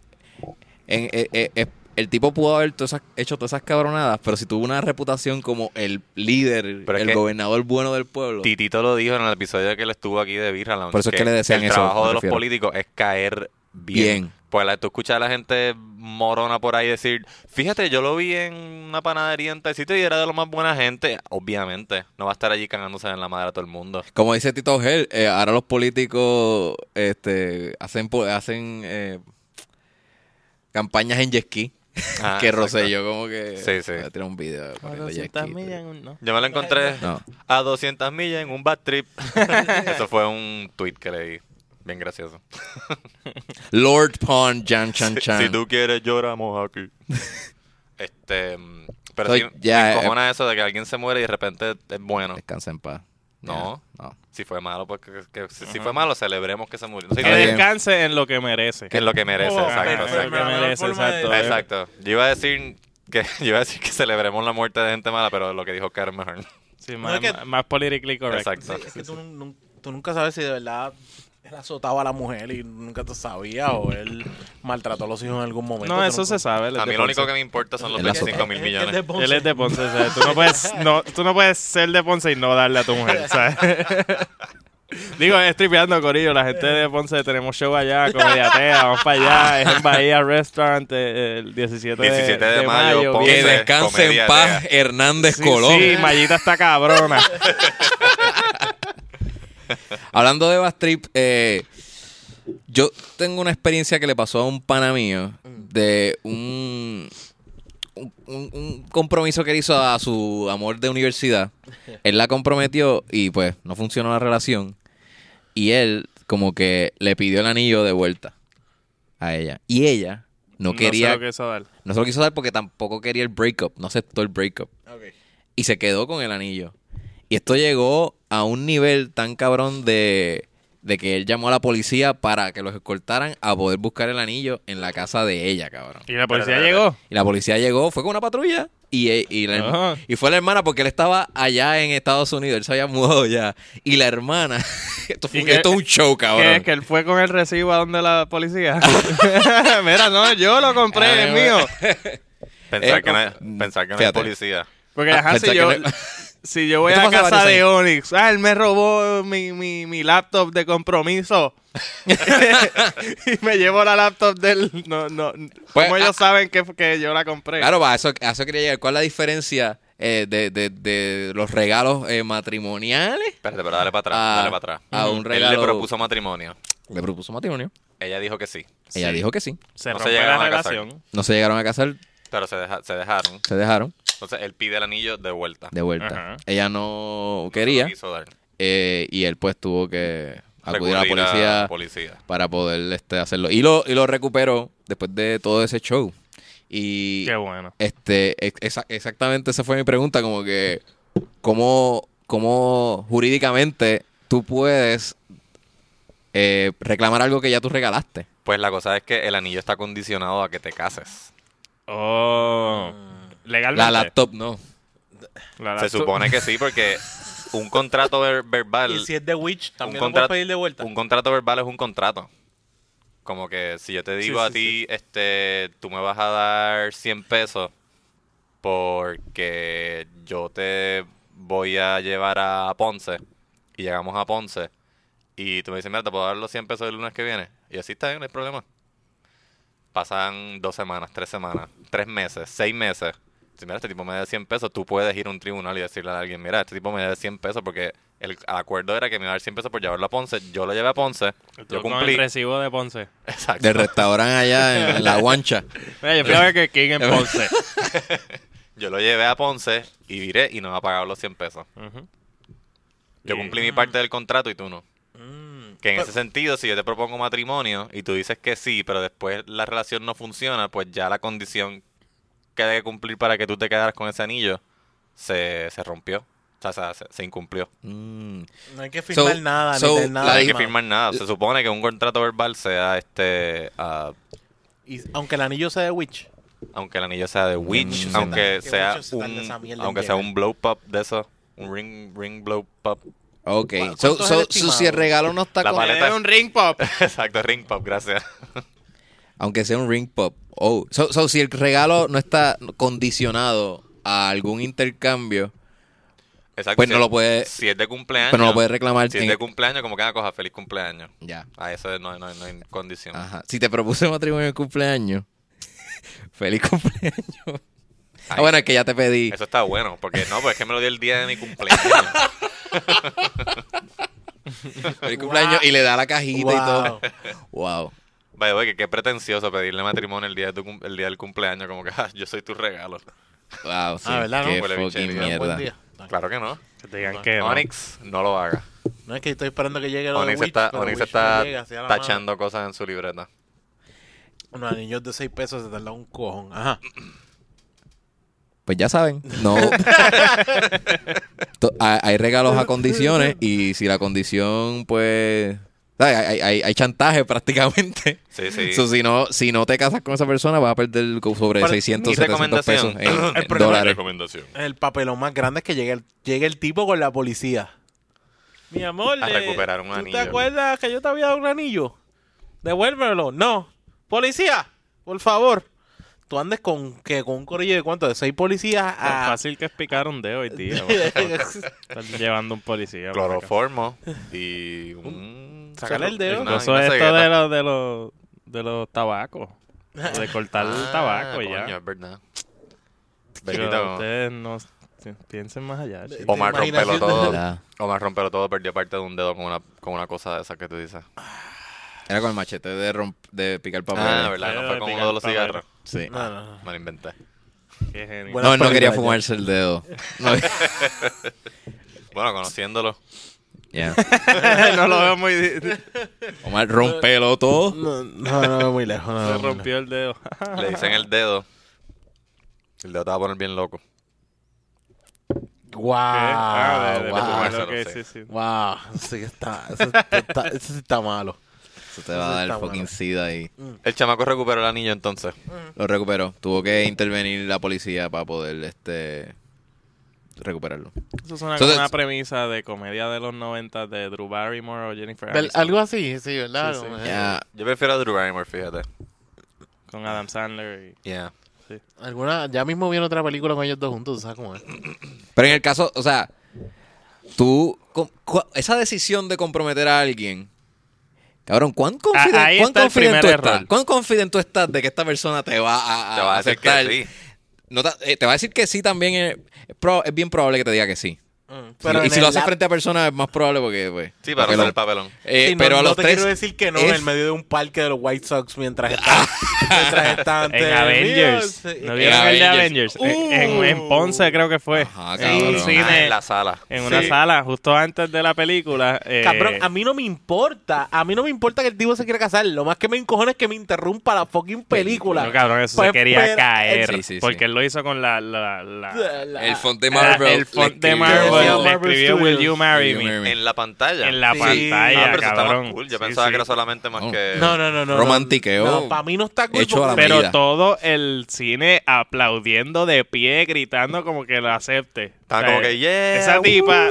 [SPEAKER 1] en- eh, eh, eh, el tipo pudo haber todas esas- hecho todas esas cabronadas, pero si tuvo una reputación como el líder,
[SPEAKER 3] Pero es
[SPEAKER 1] el
[SPEAKER 3] que-
[SPEAKER 1] gobernador bueno del pueblo.
[SPEAKER 3] Titito lo dijo en el episodio que él estuvo aquí de Birra Lounge,
[SPEAKER 1] Por eso es que le desean
[SPEAKER 3] el
[SPEAKER 1] eso,
[SPEAKER 3] trabajo
[SPEAKER 1] me
[SPEAKER 3] de los
[SPEAKER 1] refiero.
[SPEAKER 3] políticos es caer bien.
[SPEAKER 1] Bien.
[SPEAKER 3] Pues la, tú escuchas a la gente morona por ahí decir, fíjate, yo lo vi en una panadería en tal sitio y era de lo más buena gente. Obviamente, no va a estar allí cagándose en la madre a todo el mundo.
[SPEAKER 1] Como dice Tito Gel, eh, ahora los políticos este, hacen, po- hacen eh, campañas en jet ski.
[SPEAKER 3] Ah,
[SPEAKER 1] que
[SPEAKER 3] exacto.
[SPEAKER 1] Rosselló como que...
[SPEAKER 3] Sí, sí.
[SPEAKER 1] Voy a tirar un video corriendo jet ski.
[SPEAKER 3] Yo me lo encontré
[SPEAKER 1] No.
[SPEAKER 3] a 200 millas en un bad trip. Eso fue un tweet que leí. Bien gracioso.
[SPEAKER 1] Lord Pond Jan Chan Chan.
[SPEAKER 3] Si, si tú quieres, lloramos aquí. este. mm, Pero
[SPEAKER 1] Soy-
[SPEAKER 3] sí,
[SPEAKER 1] ya,
[SPEAKER 3] me
[SPEAKER 1] eh,
[SPEAKER 3] encojona eso de que alguien se muere y de repente es bueno.
[SPEAKER 1] Descansa en paz.
[SPEAKER 3] No.
[SPEAKER 1] Ya, no.
[SPEAKER 3] Si fue malo, pues que, que- si, si fue malo, celebremos que se murió. Sí,
[SPEAKER 2] Que
[SPEAKER 1] Está bien.
[SPEAKER 2] descanse en lo que merece.
[SPEAKER 3] que es lo que merece,
[SPEAKER 4] Oh,
[SPEAKER 3] exacto.
[SPEAKER 2] Lo que
[SPEAKER 3] Exacto.
[SPEAKER 2] merece, exacto.
[SPEAKER 3] Exacto. Yo iba a decir que yo iba a decir que celebremos la muerte de gente mala, pero lo que dijo Carmen mejor.
[SPEAKER 2] eh. Sí,
[SPEAKER 4] No,
[SPEAKER 2] más,
[SPEAKER 4] es que-
[SPEAKER 2] más politically correct.
[SPEAKER 3] Exacto.
[SPEAKER 4] Sí, es que tú, nun- tú nunca sabes si de verdad él azotaba a la mujer y nunca te sabía o él maltrató a los hijos en algún momento.
[SPEAKER 2] No,
[SPEAKER 4] Tú
[SPEAKER 2] eso
[SPEAKER 4] nunca-
[SPEAKER 2] se sabe. él es
[SPEAKER 3] A mí
[SPEAKER 2] de
[SPEAKER 3] lo
[SPEAKER 2] Ponce.
[SPEAKER 3] único que me importa son los
[SPEAKER 1] El azotado.
[SPEAKER 3] 25 mil
[SPEAKER 4] Él- él
[SPEAKER 3] millones.
[SPEAKER 4] Ponce.
[SPEAKER 2] Él es de Ponce, ¿sabes? Tú no puedes, no, tú no puedes ser de Ponce y no darle a tu mujer, ¿sabes? Digo, es tripeando, Corillo. La gente de Ponce, tenemos show allá, comediatea, vamos para allá. Es en Bahía Restaurant eh, el 17,
[SPEAKER 3] 17 de mayo, Ponce.
[SPEAKER 1] Que
[SPEAKER 2] viene.
[SPEAKER 1] descanse
[SPEAKER 3] comedia,
[SPEAKER 1] en paz
[SPEAKER 3] ya.
[SPEAKER 1] Hernández
[SPEAKER 2] Sí,
[SPEAKER 1] Colón.
[SPEAKER 2] sí, Mayita está cabrona.
[SPEAKER 1] Hablando de Bass Trip, eh, yo tengo una experiencia que le pasó a un pana mío de un, un, un- un compromiso que él hizo a su amor de universidad. Él la comprometió y pues no funcionó la relación. Y él como que le pidió el anillo de vuelta a ella. Y ella no
[SPEAKER 2] No
[SPEAKER 1] quería...
[SPEAKER 2] sé lo que eso dar.
[SPEAKER 1] No se lo quiso dar porque tampoco quería el breakup. No aceptó el breakup.
[SPEAKER 4] Ok.
[SPEAKER 1] Y se quedó con el anillo. Y esto llegó a un nivel tan cabrón de, de que él llamó a la policía para que los escoltaran a poder buscar el anillo en la casa de ella, cabrón.
[SPEAKER 2] Y la policía
[SPEAKER 3] Pero,
[SPEAKER 2] llegó.
[SPEAKER 1] Y la policía llegó, fue con una patrulla. Y, e- y, la herma-
[SPEAKER 2] Ajá.
[SPEAKER 1] y fue la hermana porque él estaba allá en Estados Unidos. Él se había mudado ya. Y la hermana... esto, fue,
[SPEAKER 2] ¿Y qué-
[SPEAKER 1] esto es un show, cabrón.
[SPEAKER 2] ¿Qué es? ¿Que él fue con el recibo a donde la policía? Mira, no, yo lo compré,
[SPEAKER 1] Ah,
[SPEAKER 2] es mío.
[SPEAKER 3] Pensar
[SPEAKER 1] Eh,
[SPEAKER 3] que no
[SPEAKER 1] ah,
[SPEAKER 3] es- pensar que no es
[SPEAKER 1] fíjate.
[SPEAKER 3] policía.
[SPEAKER 2] Porque
[SPEAKER 1] Ah,
[SPEAKER 2] ajá,
[SPEAKER 1] pensé
[SPEAKER 2] si yo,
[SPEAKER 1] que no-
[SPEAKER 2] si yo voy
[SPEAKER 1] Esto
[SPEAKER 2] a la
[SPEAKER 1] pasó
[SPEAKER 2] casa
[SPEAKER 1] varios
[SPEAKER 2] de
[SPEAKER 1] años.
[SPEAKER 2] Onyx, ah, él me robó mi, mi, mi laptop de compromiso. y me llevo la laptop del... No, no,
[SPEAKER 1] Pues,
[SPEAKER 2] ¿Cómo
[SPEAKER 1] ah,
[SPEAKER 2] ellos saben que, que yo la compré?
[SPEAKER 1] Claro, va, a eso, a eso quería llegar. ¿Cuál es la diferencia eh, de, de- de los regalos eh, matrimoniales?
[SPEAKER 3] Espérate, pero dale para atrás,
[SPEAKER 1] Ah,
[SPEAKER 3] dale para atrás.
[SPEAKER 1] a un
[SPEAKER 3] Él
[SPEAKER 1] regalo-
[SPEAKER 3] le propuso matrimonio.
[SPEAKER 1] Le propuso matrimonio.
[SPEAKER 3] Ella dijo que sí,
[SPEAKER 1] Ella
[SPEAKER 2] Sí.
[SPEAKER 1] dijo que sí.
[SPEAKER 2] Se
[SPEAKER 3] no se
[SPEAKER 2] rompe la
[SPEAKER 3] llegaron a casar.
[SPEAKER 2] relación.
[SPEAKER 1] No se llegaron a casar,
[SPEAKER 3] pero se, deja- se dejaron.
[SPEAKER 1] se dejaron
[SPEAKER 3] Entonces él pide el anillo de vuelta.
[SPEAKER 1] de vuelta.
[SPEAKER 2] Ajá.
[SPEAKER 1] Ella no
[SPEAKER 3] No
[SPEAKER 1] quería
[SPEAKER 3] lo quiso dar.
[SPEAKER 1] eh, y él pues tuvo que acudir a la
[SPEAKER 3] Recurrir
[SPEAKER 1] policía
[SPEAKER 3] policía.
[SPEAKER 1] para poder este, hacerlo. Y lo, y lo recuperó después de todo ese show. Y
[SPEAKER 2] Qué bueno.
[SPEAKER 1] este ex- exa- exactamente esa fue mi pregunta, como que cómo, cómo jurídicamente tú puedes eh, reclamar algo que ya tú regalaste.
[SPEAKER 3] Pues la cosa es que el anillo está condicionado a que te cases.
[SPEAKER 2] Oh. Legalmente.
[SPEAKER 1] La laptop no.
[SPEAKER 2] La
[SPEAKER 3] Ah. Se
[SPEAKER 2] laptop.
[SPEAKER 3] supone que sí, porque un contrato ver- verbal.
[SPEAKER 4] Y si es de Witch,
[SPEAKER 3] un
[SPEAKER 4] también lo puedes
[SPEAKER 3] contrato-
[SPEAKER 4] pedir de vuelta.
[SPEAKER 3] Un contrato verbal es un contrato. Como que si yo te digo
[SPEAKER 2] Sí,
[SPEAKER 3] a
[SPEAKER 2] sí,
[SPEAKER 3] ti, este, tú me vas a dar 100 pesos porque yo te voy a llevar a Ponce y llegamos a Ponce y tú me dices, mira, te puedo dar los 100 pesos el lunes que viene. Y así está bien, no hay problema. Pasan dos semanas, tres semanas, tres meses, seis meses. Si mira, este tipo me debe 100 pesos, tú puedes ir a un tribunal y decirle a alguien, mira, este tipo me debe 100 pesos porque el acuerdo era que me iba a dar 100 pesos por llevarlo a Ponce. Yo lo llevé a Ponce, yo
[SPEAKER 2] Yo con el
[SPEAKER 3] cumplí.
[SPEAKER 2] recibo de Ponce.
[SPEAKER 3] Exacto.
[SPEAKER 1] Del restaurante allá en, en la guancha.
[SPEAKER 2] Mira, yo fui a ver que King en Ponce.
[SPEAKER 3] Yo lo llevé a Ponce y viré y no me ha pagado los 100 pesos.
[SPEAKER 2] Ujú.
[SPEAKER 3] Yo
[SPEAKER 2] Sí.
[SPEAKER 3] cumplí mi parte del contrato y tú no.
[SPEAKER 4] Mm.
[SPEAKER 3] Que en
[SPEAKER 4] Pero-
[SPEAKER 3] ese sentido, si yo te propongo matrimonio y tú dices que sí, pero después la relación no funciona, pues ya la condición que hay que cumplir para que tú te quedaras con ese anillo se, se rompió. O sea, se, se incumplió.
[SPEAKER 1] Mm.
[SPEAKER 4] No hay que firmar
[SPEAKER 1] So-
[SPEAKER 4] nada,
[SPEAKER 1] so,
[SPEAKER 4] ni tener nada.
[SPEAKER 1] la-
[SPEAKER 3] No hay que
[SPEAKER 4] firmado.
[SPEAKER 3] firmar nada. Se supone que un contrato verbal sea este. ah,
[SPEAKER 4] Y, aunque el anillo sea de Witch.
[SPEAKER 3] aunque el anillo sea de Witch,
[SPEAKER 1] mucho se
[SPEAKER 3] aunque
[SPEAKER 4] tarda- que
[SPEAKER 3] sea
[SPEAKER 4] mucho se tarda esa
[SPEAKER 3] un,
[SPEAKER 4] mierda en
[SPEAKER 3] aunque sea
[SPEAKER 4] llegar.
[SPEAKER 3] un blow pop de eso, un ring, ring blow pop.
[SPEAKER 1] Ok.
[SPEAKER 4] ¿Cuánto
[SPEAKER 1] So,
[SPEAKER 4] es
[SPEAKER 1] so-
[SPEAKER 4] el
[SPEAKER 1] so
[SPEAKER 4] estimado?
[SPEAKER 1] si el regalo no está
[SPEAKER 3] La
[SPEAKER 1] con-
[SPEAKER 2] Le
[SPEAKER 3] paleta.
[SPEAKER 2] doy un ring pop.
[SPEAKER 3] Exacto, ring pop, gracias.
[SPEAKER 1] Aunque sea un ring pop. Oh. So, so si el regalo no está condicionado a algún intercambio,
[SPEAKER 3] Exacto.
[SPEAKER 1] Pues
[SPEAKER 3] si
[SPEAKER 1] no
[SPEAKER 3] es-
[SPEAKER 1] lo puede-
[SPEAKER 3] Si es de cumpleaños.
[SPEAKER 1] Pero pues no lo puedes reclamar.
[SPEAKER 3] Si es
[SPEAKER 1] en-
[SPEAKER 3] de cumpleaños, como que una cosa, feliz cumpleaños.
[SPEAKER 1] Ya.
[SPEAKER 3] A Ah, eso no, no, no hay condición.
[SPEAKER 2] Ah,
[SPEAKER 1] Ajá. Si te propuse matrimonio en cumpleaños, feliz cumpleaños. Ah,
[SPEAKER 3] Ay,
[SPEAKER 1] bueno, es que ya te pedí.
[SPEAKER 3] Eso está bueno, porque no, pues es que me lo dio el día de mi cumpleaños.
[SPEAKER 1] Feliz cumpleaños y le da la cajita y todo.
[SPEAKER 4] Wow.
[SPEAKER 1] Wow.
[SPEAKER 3] Vaya, oye, que qué pretencioso pedirle matrimonio el día, de tu cum- el día del cumpleaños, como que "Ah, yo soy tu regalo.
[SPEAKER 1] Wow, sí.
[SPEAKER 4] Ah, ¿verdad? No?
[SPEAKER 1] Qué
[SPEAKER 3] Huele
[SPEAKER 1] fucking
[SPEAKER 3] bichería.
[SPEAKER 1] mierda.
[SPEAKER 4] Buen día.
[SPEAKER 3] Claro que no.
[SPEAKER 2] Que te digan que no.
[SPEAKER 3] Onyx, no lo haga.
[SPEAKER 4] No es que estoy esperando que llegue lo de
[SPEAKER 3] Onyx
[SPEAKER 4] Witch,
[SPEAKER 3] está,
[SPEAKER 4] pero
[SPEAKER 3] Onyx
[SPEAKER 4] Witch
[SPEAKER 3] está
[SPEAKER 4] no llega, sea la madre.
[SPEAKER 3] tachando cosas en su libreta.
[SPEAKER 4] Unos anillos de 6 pesos se tarda un cojón. Ajá.
[SPEAKER 1] Pues ya saben, no. To- hay hay regalos a condiciones y si la condición, pues. ¿sabes? Hay, hay- hay chantaje prácticamente.
[SPEAKER 3] Sí, sí.
[SPEAKER 1] So, si, no, si no te casas con esa persona, vas a perder co- sobre
[SPEAKER 4] Pero,
[SPEAKER 1] 600,
[SPEAKER 3] mi
[SPEAKER 1] 700 pesos en,
[SPEAKER 3] recomendación.
[SPEAKER 1] en
[SPEAKER 4] El problema-
[SPEAKER 1] dólares.
[SPEAKER 3] recomendación.
[SPEAKER 4] El papelón más grande es que llegue el, llegue el tipo con la policía. Mi amor,
[SPEAKER 3] A
[SPEAKER 4] eh,
[SPEAKER 3] recuperar un
[SPEAKER 4] ¿tú
[SPEAKER 3] anillo.
[SPEAKER 4] te acuerdas que yo te había dado un anillo? Devuélvelo. No. Policía, por favor. Tú andes con, que con un corillo de cuánto, de seis policías
[SPEAKER 2] Tan
[SPEAKER 4] a...
[SPEAKER 2] fácil que es picar un dedo hoy día. Están llevando un policía. por acá.
[SPEAKER 3] Cloroformo y un...
[SPEAKER 4] Sacarle el dedo.
[SPEAKER 3] una-
[SPEAKER 2] Pues Eso
[SPEAKER 3] una
[SPEAKER 2] es esto
[SPEAKER 3] cegueta.
[SPEAKER 2] de los, de los, de los tabacos. De cortar el
[SPEAKER 3] Ah,
[SPEAKER 2] tabaco
[SPEAKER 3] coño,
[SPEAKER 2] ya.
[SPEAKER 3] es verdad.
[SPEAKER 2] Pero
[SPEAKER 3] Bendito.
[SPEAKER 2] ustedes no pi- piensen más allá. chicos.
[SPEAKER 4] Oh,
[SPEAKER 3] Omar rompelo
[SPEAKER 4] imaginación.
[SPEAKER 3] todo.
[SPEAKER 1] ¿Verdad?
[SPEAKER 3] Omar rompelo todo perdió parte de un dedo con una, con una cosa de esa que tú dices.
[SPEAKER 1] Era con el machete de, romp- de picar papel.
[SPEAKER 3] Ah, verdad, no
[SPEAKER 2] Dedo
[SPEAKER 3] fue
[SPEAKER 2] de
[SPEAKER 3] con
[SPEAKER 2] picar
[SPEAKER 3] uno de los
[SPEAKER 2] papel.
[SPEAKER 3] cigarros.
[SPEAKER 1] Sí.
[SPEAKER 4] No, no, no.
[SPEAKER 3] Me lo inventé.
[SPEAKER 2] Qué genio.
[SPEAKER 4] Bueno,
[SPEAKER 1] No, él no
[SPEAKER 4] películas,
[SPEAKER 1] quería
[SPEAKER 4] ya.
[SPEAKER 1] fumarse el dedo. No,
[SPEAKER 3] Bueno, conociéndolo.
[SPEAKER 1] ya.
[SPEAKER 2] no lo veo muy... di-
[SPEAKER 1] Omar, rompelo todo.
[SPEAKER 4] No, no, no, no, muy lejos. no,
[SPEAKER 2] Se
[SPEAKER 4] no, no.
[SPEAKER 2] rompió el dedo. Ah,
[SPEAKER 3] Le dicen el dedo. El dedo te va a poner bien loco.
[SPEAKER 4] Wow,
[SPEAKER 2] Ah, de- de- de
[SPEAKER 4] wow,
[SPEAKER 2] fumárselo,
[SPEAKER 3] wow.
[SPEAKER 2] ok, sí, sí.
[SPEAKER 4] wow. Eso sí que está, eso está, eso sí está malo.
[SPEAKER 1] Eso te va a dar
[SPEAKER 4] Está
[SPEAKER 1] el fucking
[SPEAKER 4] bueno.
[SPEAKER 1] sida ahí.
[SPEAKER 3] El chamaco recuperó el anillo entonces.
[SPEAKER 1] Lo recuperó. Tuvo que intervenir la policía para poder este recuperarlo.
[SPEAKER 2] Eso suena
[SPEAKER 1] Entonces-
[SPEAKER 2] como una premisa de comedia de los 90 de Drew Barrymore o Jennifer
[SPEAKER 4] Vel-
[SPEAKER 2] Aniston
[SPEAKER 4] Algo así, sí, ¿verdad?
[SPEAKER 2] Sí, sí.
[SPEAKER 4] Como, eh,
[SPEAKER 1] Ya.
[SPEAKER 3] Yo prefiero a Drew Barrymore, fíjate.
[SPEAKER 2] con Adam Sandler. y-
[SPEAKER 3] Yeah.
[SPEAKER 4] Alguna, ya mismo viene otra película con ellos dos juntos, ¿sabes cómo es?
[SPEAKER 2] Mm.
[SPEAKER 1] Pero en el caso, o sea, tú com- cu- esa decisión de comprometer a alguien Cabrón, ¿cuán, confiden-
[SPEAKER 2] Ah, ahí
[SPEAKER 1] cuán
[SPEAKER 2] está el
[SPEAKER 1] confident
[SPEAKER 2] primer
[SPEAKER 1] tú estás?
[SPEAKER 2] error.
[SPEAKER 1] ¿Cuán confident tú estás de que esta persona te va a, a
[SPEAKER 3] te va a decir
[SPEAKER 1] aceptar?
[SPEAKER 3] que sí.
[SPEAKER 1] No ta- eh, te va a decir que sí también. Es, es prob- es bien probable que te diga que sí. y si lo haces frente a personas es más probable porque... Pues,
[SPEAKER 3] Sí, para
[SPEAKER 1] porque
[SPEAKER 3] hacer el
[SPEAKER 1] lo-
[SPEAKER 3] papelón.
[SPEAKER 1] Eh,
[SPEAKER 4] Sí, no-
[SPEAKER 1] pero a
[SPEAKER 4] no
[SPEAKER 1] los
[SPEAKER 4] te
[SPEAKER 1] tres...
[SPEAKER 4] quiero decir que no
[SPEAKER 1] es-
[SPEAKER 4] en el medio de un parque de los White Sox mientras está, mientras está ante
[SPEAKER 2] En
[SPEAKER 4] el
[SPEAKER 2] Avengers.
[SPEAKER 4] mío, sí.
[SPEAKER 2] ¿No vieron el de
[SPEAKER 1] Avengers.
[SPEAKER 2] Avengers? En, en- en Ponce creo que fue.
[SPEAKER 1] Ajá,
[SPEAKER 2] en un
[SPEAKER 1] cabrón.
[SPEAKER 2] cine,
[SPEAKER 3] Ah, en la sala.
[SPEAKER 2] en una sala, justo antes de la película. eh,
[SPEAKER 4] Cabrón, a mí no me importa. A mí no me importa que el tipo se quiera casar. Lo más que me encojona es que me interrumpa la fucking película.
[SPEAKER 2] No, cabrón, eso
[SPEAKER 4] Pues,
[SPEAKER 2] se quería
[SPEAKER 4] pero-
[SPEAKER 2] caer.
[SPEAKER 1] Sí, sí, sí.
[SPEAKER 2] Porque él lo hizo con la... la, la-
[SPEAKER 4] La-
[SPEAKER 1] El font de
[SPEAKER 2] la-
[SPEAKER 1] Marvel.
[SPEAKER 2] Ah, el font
[SPEAKER 1] le
[SPEAKER 2] de
[SPEAKER 1] escribió-
[SPEAKER 2] Marvel. Le
[SPEAKER 4] Marvel
[SPEAKER 2] escribió Will You
[SPEAKER 4] Studios.
[SPEAKER 2] Marry
[SPEAKER 1] Will You
[SPEAKER 2] Me.
[SPEAKER 1] Marry
[SPEAKER 3] En la pantalla.
[SPEAKER 2] En la
[SPEAKER 4] Sí.
[SPEAKER 2] pantalla,
[SPEAKER 3] Ah, pero eso está
[SPEAKER 2] cabrón.
[SPEAKER 3] más cool. Yo
[SPEAKER 2] Sí,
[SPEAKER 3] pensaba
[SPEAKER 2] sí.
[SPEAKER 3] que era solamente más
[SPEAKER 1] No.
[SPEAKER 3] que...
[SPEAKER 4] No, no, no, no.
[SPEAKER 1] Romantiqueo.
[SPEAKER 4] No, para mí no está cool
[SPEAKER 1] Hecho a la
[SPEAKER 4] porque-
[SPEAKER 1] medida.
[SPEAKER 2] Pero
[SPEAKER 1] Mira.
[SPEAKER 2] todo el cine aplaudiendo de pie, gritando como que lo acepte.
[SPEAKER 3] Estaba como que, yeah,
[SPEAKER 2] Esa
[SPEAKER 3] uh.
[SPEAKER 2] tipa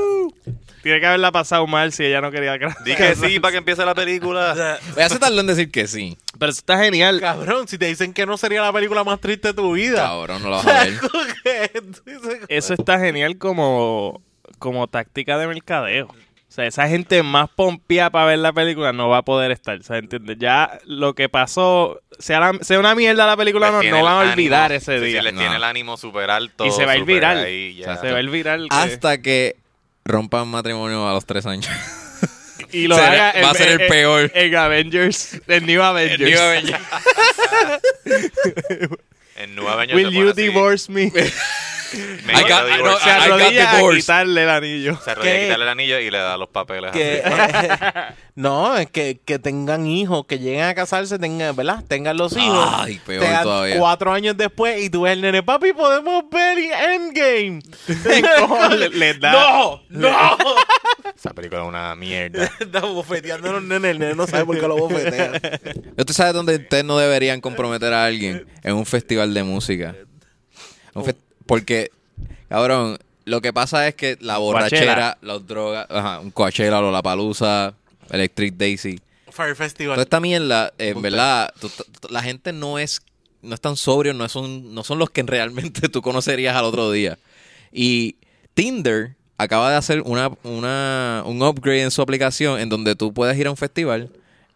[SPEAKER 2] tiene que haberla pasado mal si ella no quería que-
[SPEAKER 3] Di que sí para que empiece la película.
[SPEAKER 1] Ya se tardó en decir que sí.
[SPEAKER 2] Pero eso está genial.
[SPEAKER 4] Cabrón, si te dicen que no sería la película más triste de tu vida.
[SPEAKER 1] Cabrón, no lo vas a ver.
[SPEAKER 4] Como que tú dices,
[SPEAKER 2] Eso está genial como, como táctica de mercadeo. O sea, esa gente más pompía para ver la película no va a poder estar. O sea, ¿entiendes? Ya lo que pasó, sea, la- sea una mierda la película, no,
[SPEAKER 3] Les Pues tiene
[SPEAKER 2] no van
[SPEAKER 3] el
[SPEAKER 2] a olvidar
[SPEAKER 3] ánimo.
[SPEAKER 2] ese
[SPEAKER 3] Sí, sí,
[SPEAKER 2] día.
[SPEAKER 3] les
[SPEAKER 1] No.
[SPEAKER 3] tiene el ánimo super alto.
[SPEAKER 2] Y se va a ir
[SPEAKER 3] super
[SPEAKER 2] viral.
[SPEAKER 3] ahí, ya.
[SPEAKER 1] Exacto.
[SPEAKER 2] Se va a olvidar que-
[SPEAKER 1] Hasta que rompan matrimonio a los tres años.
[SPEAKER 2] y lo
[SPEAKER 1] será-
[SPEAKER 2] haga
[SPEAKER 1] va a ser el peor.
[SPEAKER 2] En Avengers, el New Avengers.
[SPEAKER 3] En nueve años
[SPEAKER 2] Will
[SPEAKER 3] se
[SPEAKER 2] you
[SPEAKER 3] pone así.
[SPEAKER 2] divorce me?
[SPEAKER 3] Me
[SPEAKER 1] I
[SPEAKER 3] quiero
[SPEAKER 1] got- I know-
[SPEAKER 2] Se
[SPEAKER 3] divorciar.
[SPEAKER 1] I- got
[SPEAKER 2] arrodilla a
[SPEAKER 1] divorced.
[SPEAKER 2] quitarle el anillo.
[SPEAKER 3] Se arrodilla,
[SPEAKER 4] ¿Qué?
[SPEAKER 3] quitarle el anillo y le da los papeles
[SPEAKER 4] que- eh,
[SPEAKER 3] así.
[SPEAKER 4] no, es que, que tengan hijos, que lleguen a casarse, tengan, ¿verdad? Tengan los hijos.
[SPEAKER 1] Ay, peor
[SPEAKER 4] Te dan
[SPEAKER 1] todavía.
[SPEAKER 4] Cuatro años después y tú ves el nene, papi, podemos ver y Endgame.
[SPEAKER 2] Le- le da-
[SPEAKER 4] ¡No! ¡No!
[SPEAKER 3] Esa película es una mierda.
[SPEAKER 4] Está bofeteando a los nenes, el nene no sabe por qué lo bofetea.
[SPEAKER 1] ¿Usted sabe dónde ustedes no deberían comprometer a alguien? En un festival de música. Un fe- porque, cabrón, lo que pasa es que la borrachera, las drogas, ajá, un Coachella, Lollapalooza, Electric Daisy.
[SPEAKER 4] Fire Festival.
[SPEAKER 1] Toda esta mierda, en
[SPEAKER 4] Punto.
[SPEAKER 1] verdad, tú- t- t- la gente no es, no es tan sobrio, no son, no son los que realmente tú conocerías al otro día. Y Tinder acaba de hacer una, una- un upgrade en su aplicación en donde tú puedes ir a un festival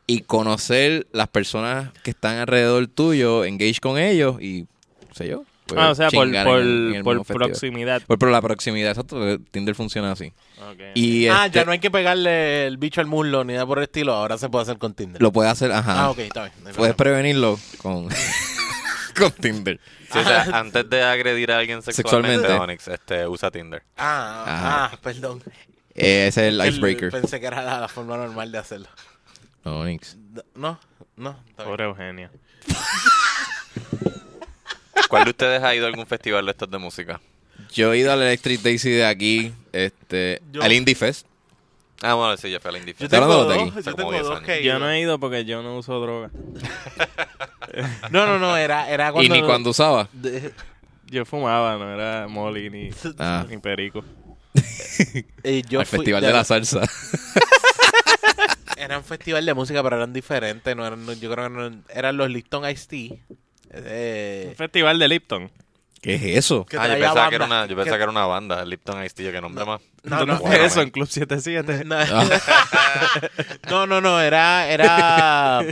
[SPEAKER 1] y conocer las personas que están alrededor tuyo, engage con ellos y, no sé yo. pues,
[SPEAKER 2] Ah, o sea, por,
[SPEAKER 1] chingar en
[SPEAKER 2] por,
[SPEAKER 1] el- en el
[SPEAKER 2] por
[SPEAKER 1] mismo festival.
[SPEAKER 2] proximidad.
[SPEAKER 1] Por, por la proximidad, exacto. Tinder funciona así.
[SPEAKER 2] Ok.
[SPEAKER 1] Y
[SPEAKER 4] Ah,
[SPEAKER 1] este,
[SPEAKER 4] ya no hay que pegarle el bicho al muslo ni nada por el estilo. Ahora se puede hacer con Tinder.
[SPEAKER 1] lo puedes hacer, ajá.
[SPEAKER 4] Ah, ok, está bien. no hay
[SPEAKER 1] Puedes
[SPEAKER 4] problema.
[SPEAKER 1] prevenirlo con, con Tinder.
[SPEAKER 3] Sí, o sea, antes de agredir a alguien sexualmente,
[SPEAKER 1] Sexualmente.
[SPEAKER 3] Onyx, este, usa Tinder.
[SPEAKER 4] Ah,
[SPEAKER 1] Ajá.
[SPEAKER 4] ah, perdón.
[SPEAKER 1] Eh, ese es el
[SPEAKER 4] El-
[SPEAKER 1] icebreaker.
[SPEAKER 4] pensé que era la, la forma normal de hacerlo.
[SPEAKER 1] No, Nix.
[SPEAKER 4] No, no. está bien.
[SPEAKER 2] Pobre Eugenia.
[SPEAKER 3] ¿Cuál de ustedes ha ido a algún festival de estos de música?
[SPEAKER 1] Yo he ido al Electric Daisy de aquí, este,
[SPEAKER 4] Yo-
[SPEAKER 1] al Indie Fest.
[SPEAKER 3] Ah, bueno, sí, yo fui a la Indie
[SPEAKER 4] Yo
[SPEAKER 3] Fest. Ah,
[SPEAKER 1] Está
[SPEAKER 4] tengo
[SPEAKER 1] hablando de
[SPEAKER 4] dos,
[SPEAKER 3] aquí.
[SPEAKER 4] yo
[SPEAKER 3] Como
[SPEAKER 4] tengo
[SPEAKER 3] diez
[SPEAKER 4] dos
[SPEAKER 3] años.
[SPEAKER 4] que he
[SPEAKER 2] Yo
[SPEAKER 4] ido.
[SPEAKER 2] no he ido porque yo no uso droga.
[SPEAKER 4] No, no, no, era, era cuando...
[SPEAKER 1] Y ni cuando usaba.
[SPEAKER 4] de- eh,
[SPEAKER 2] Yo fumaba, no era molly ni,
[SPEAKER 1] Ah.
[SPEAKER 2] ni perico.
[SPEAKER 4] eh, yo
[SPEAKER 1] al
[SPEAKER 4] fui-
[SPEAKER 1] Festival
[SPEAKER 4] ya-
[SPEAKER 1] de la Salsa.
[SPEAKER 4] Era un festival de música, pero eran diferentes. No eran, no- yo creo que no- eran los Lipton Ice Tea.
[SPEAKER 2] Un
[SPEAKER 4] Eh,
[SPEAKER 2] festival de Lipton.
[SPEAKER 1] ¿Qué es eso?
[SPEAKER 4] que
[SPEAKER 3] ah, yo
[SPEAKER 4] traía
[SPEAKER 3] pensaba, que era,
[SPEAKER 4] bandas
[SPEAKER 3] una, yo pensaba
[SPEAKER 4] que-
[SPEAKER 3] que era una banda, Lipton Ice Tea, que nombre más.
[SPEAKER 4] No, no,
[SPEAKER 3] Bueno,
[SPEAKER 2] Eso
[SPEAKER 3] man.
[SPEAKER 2] en Club 77.
[SPEAKER 4] No,
[SPEAKER 1] Ah,
[SPEAKER 4] no, no, no, era, era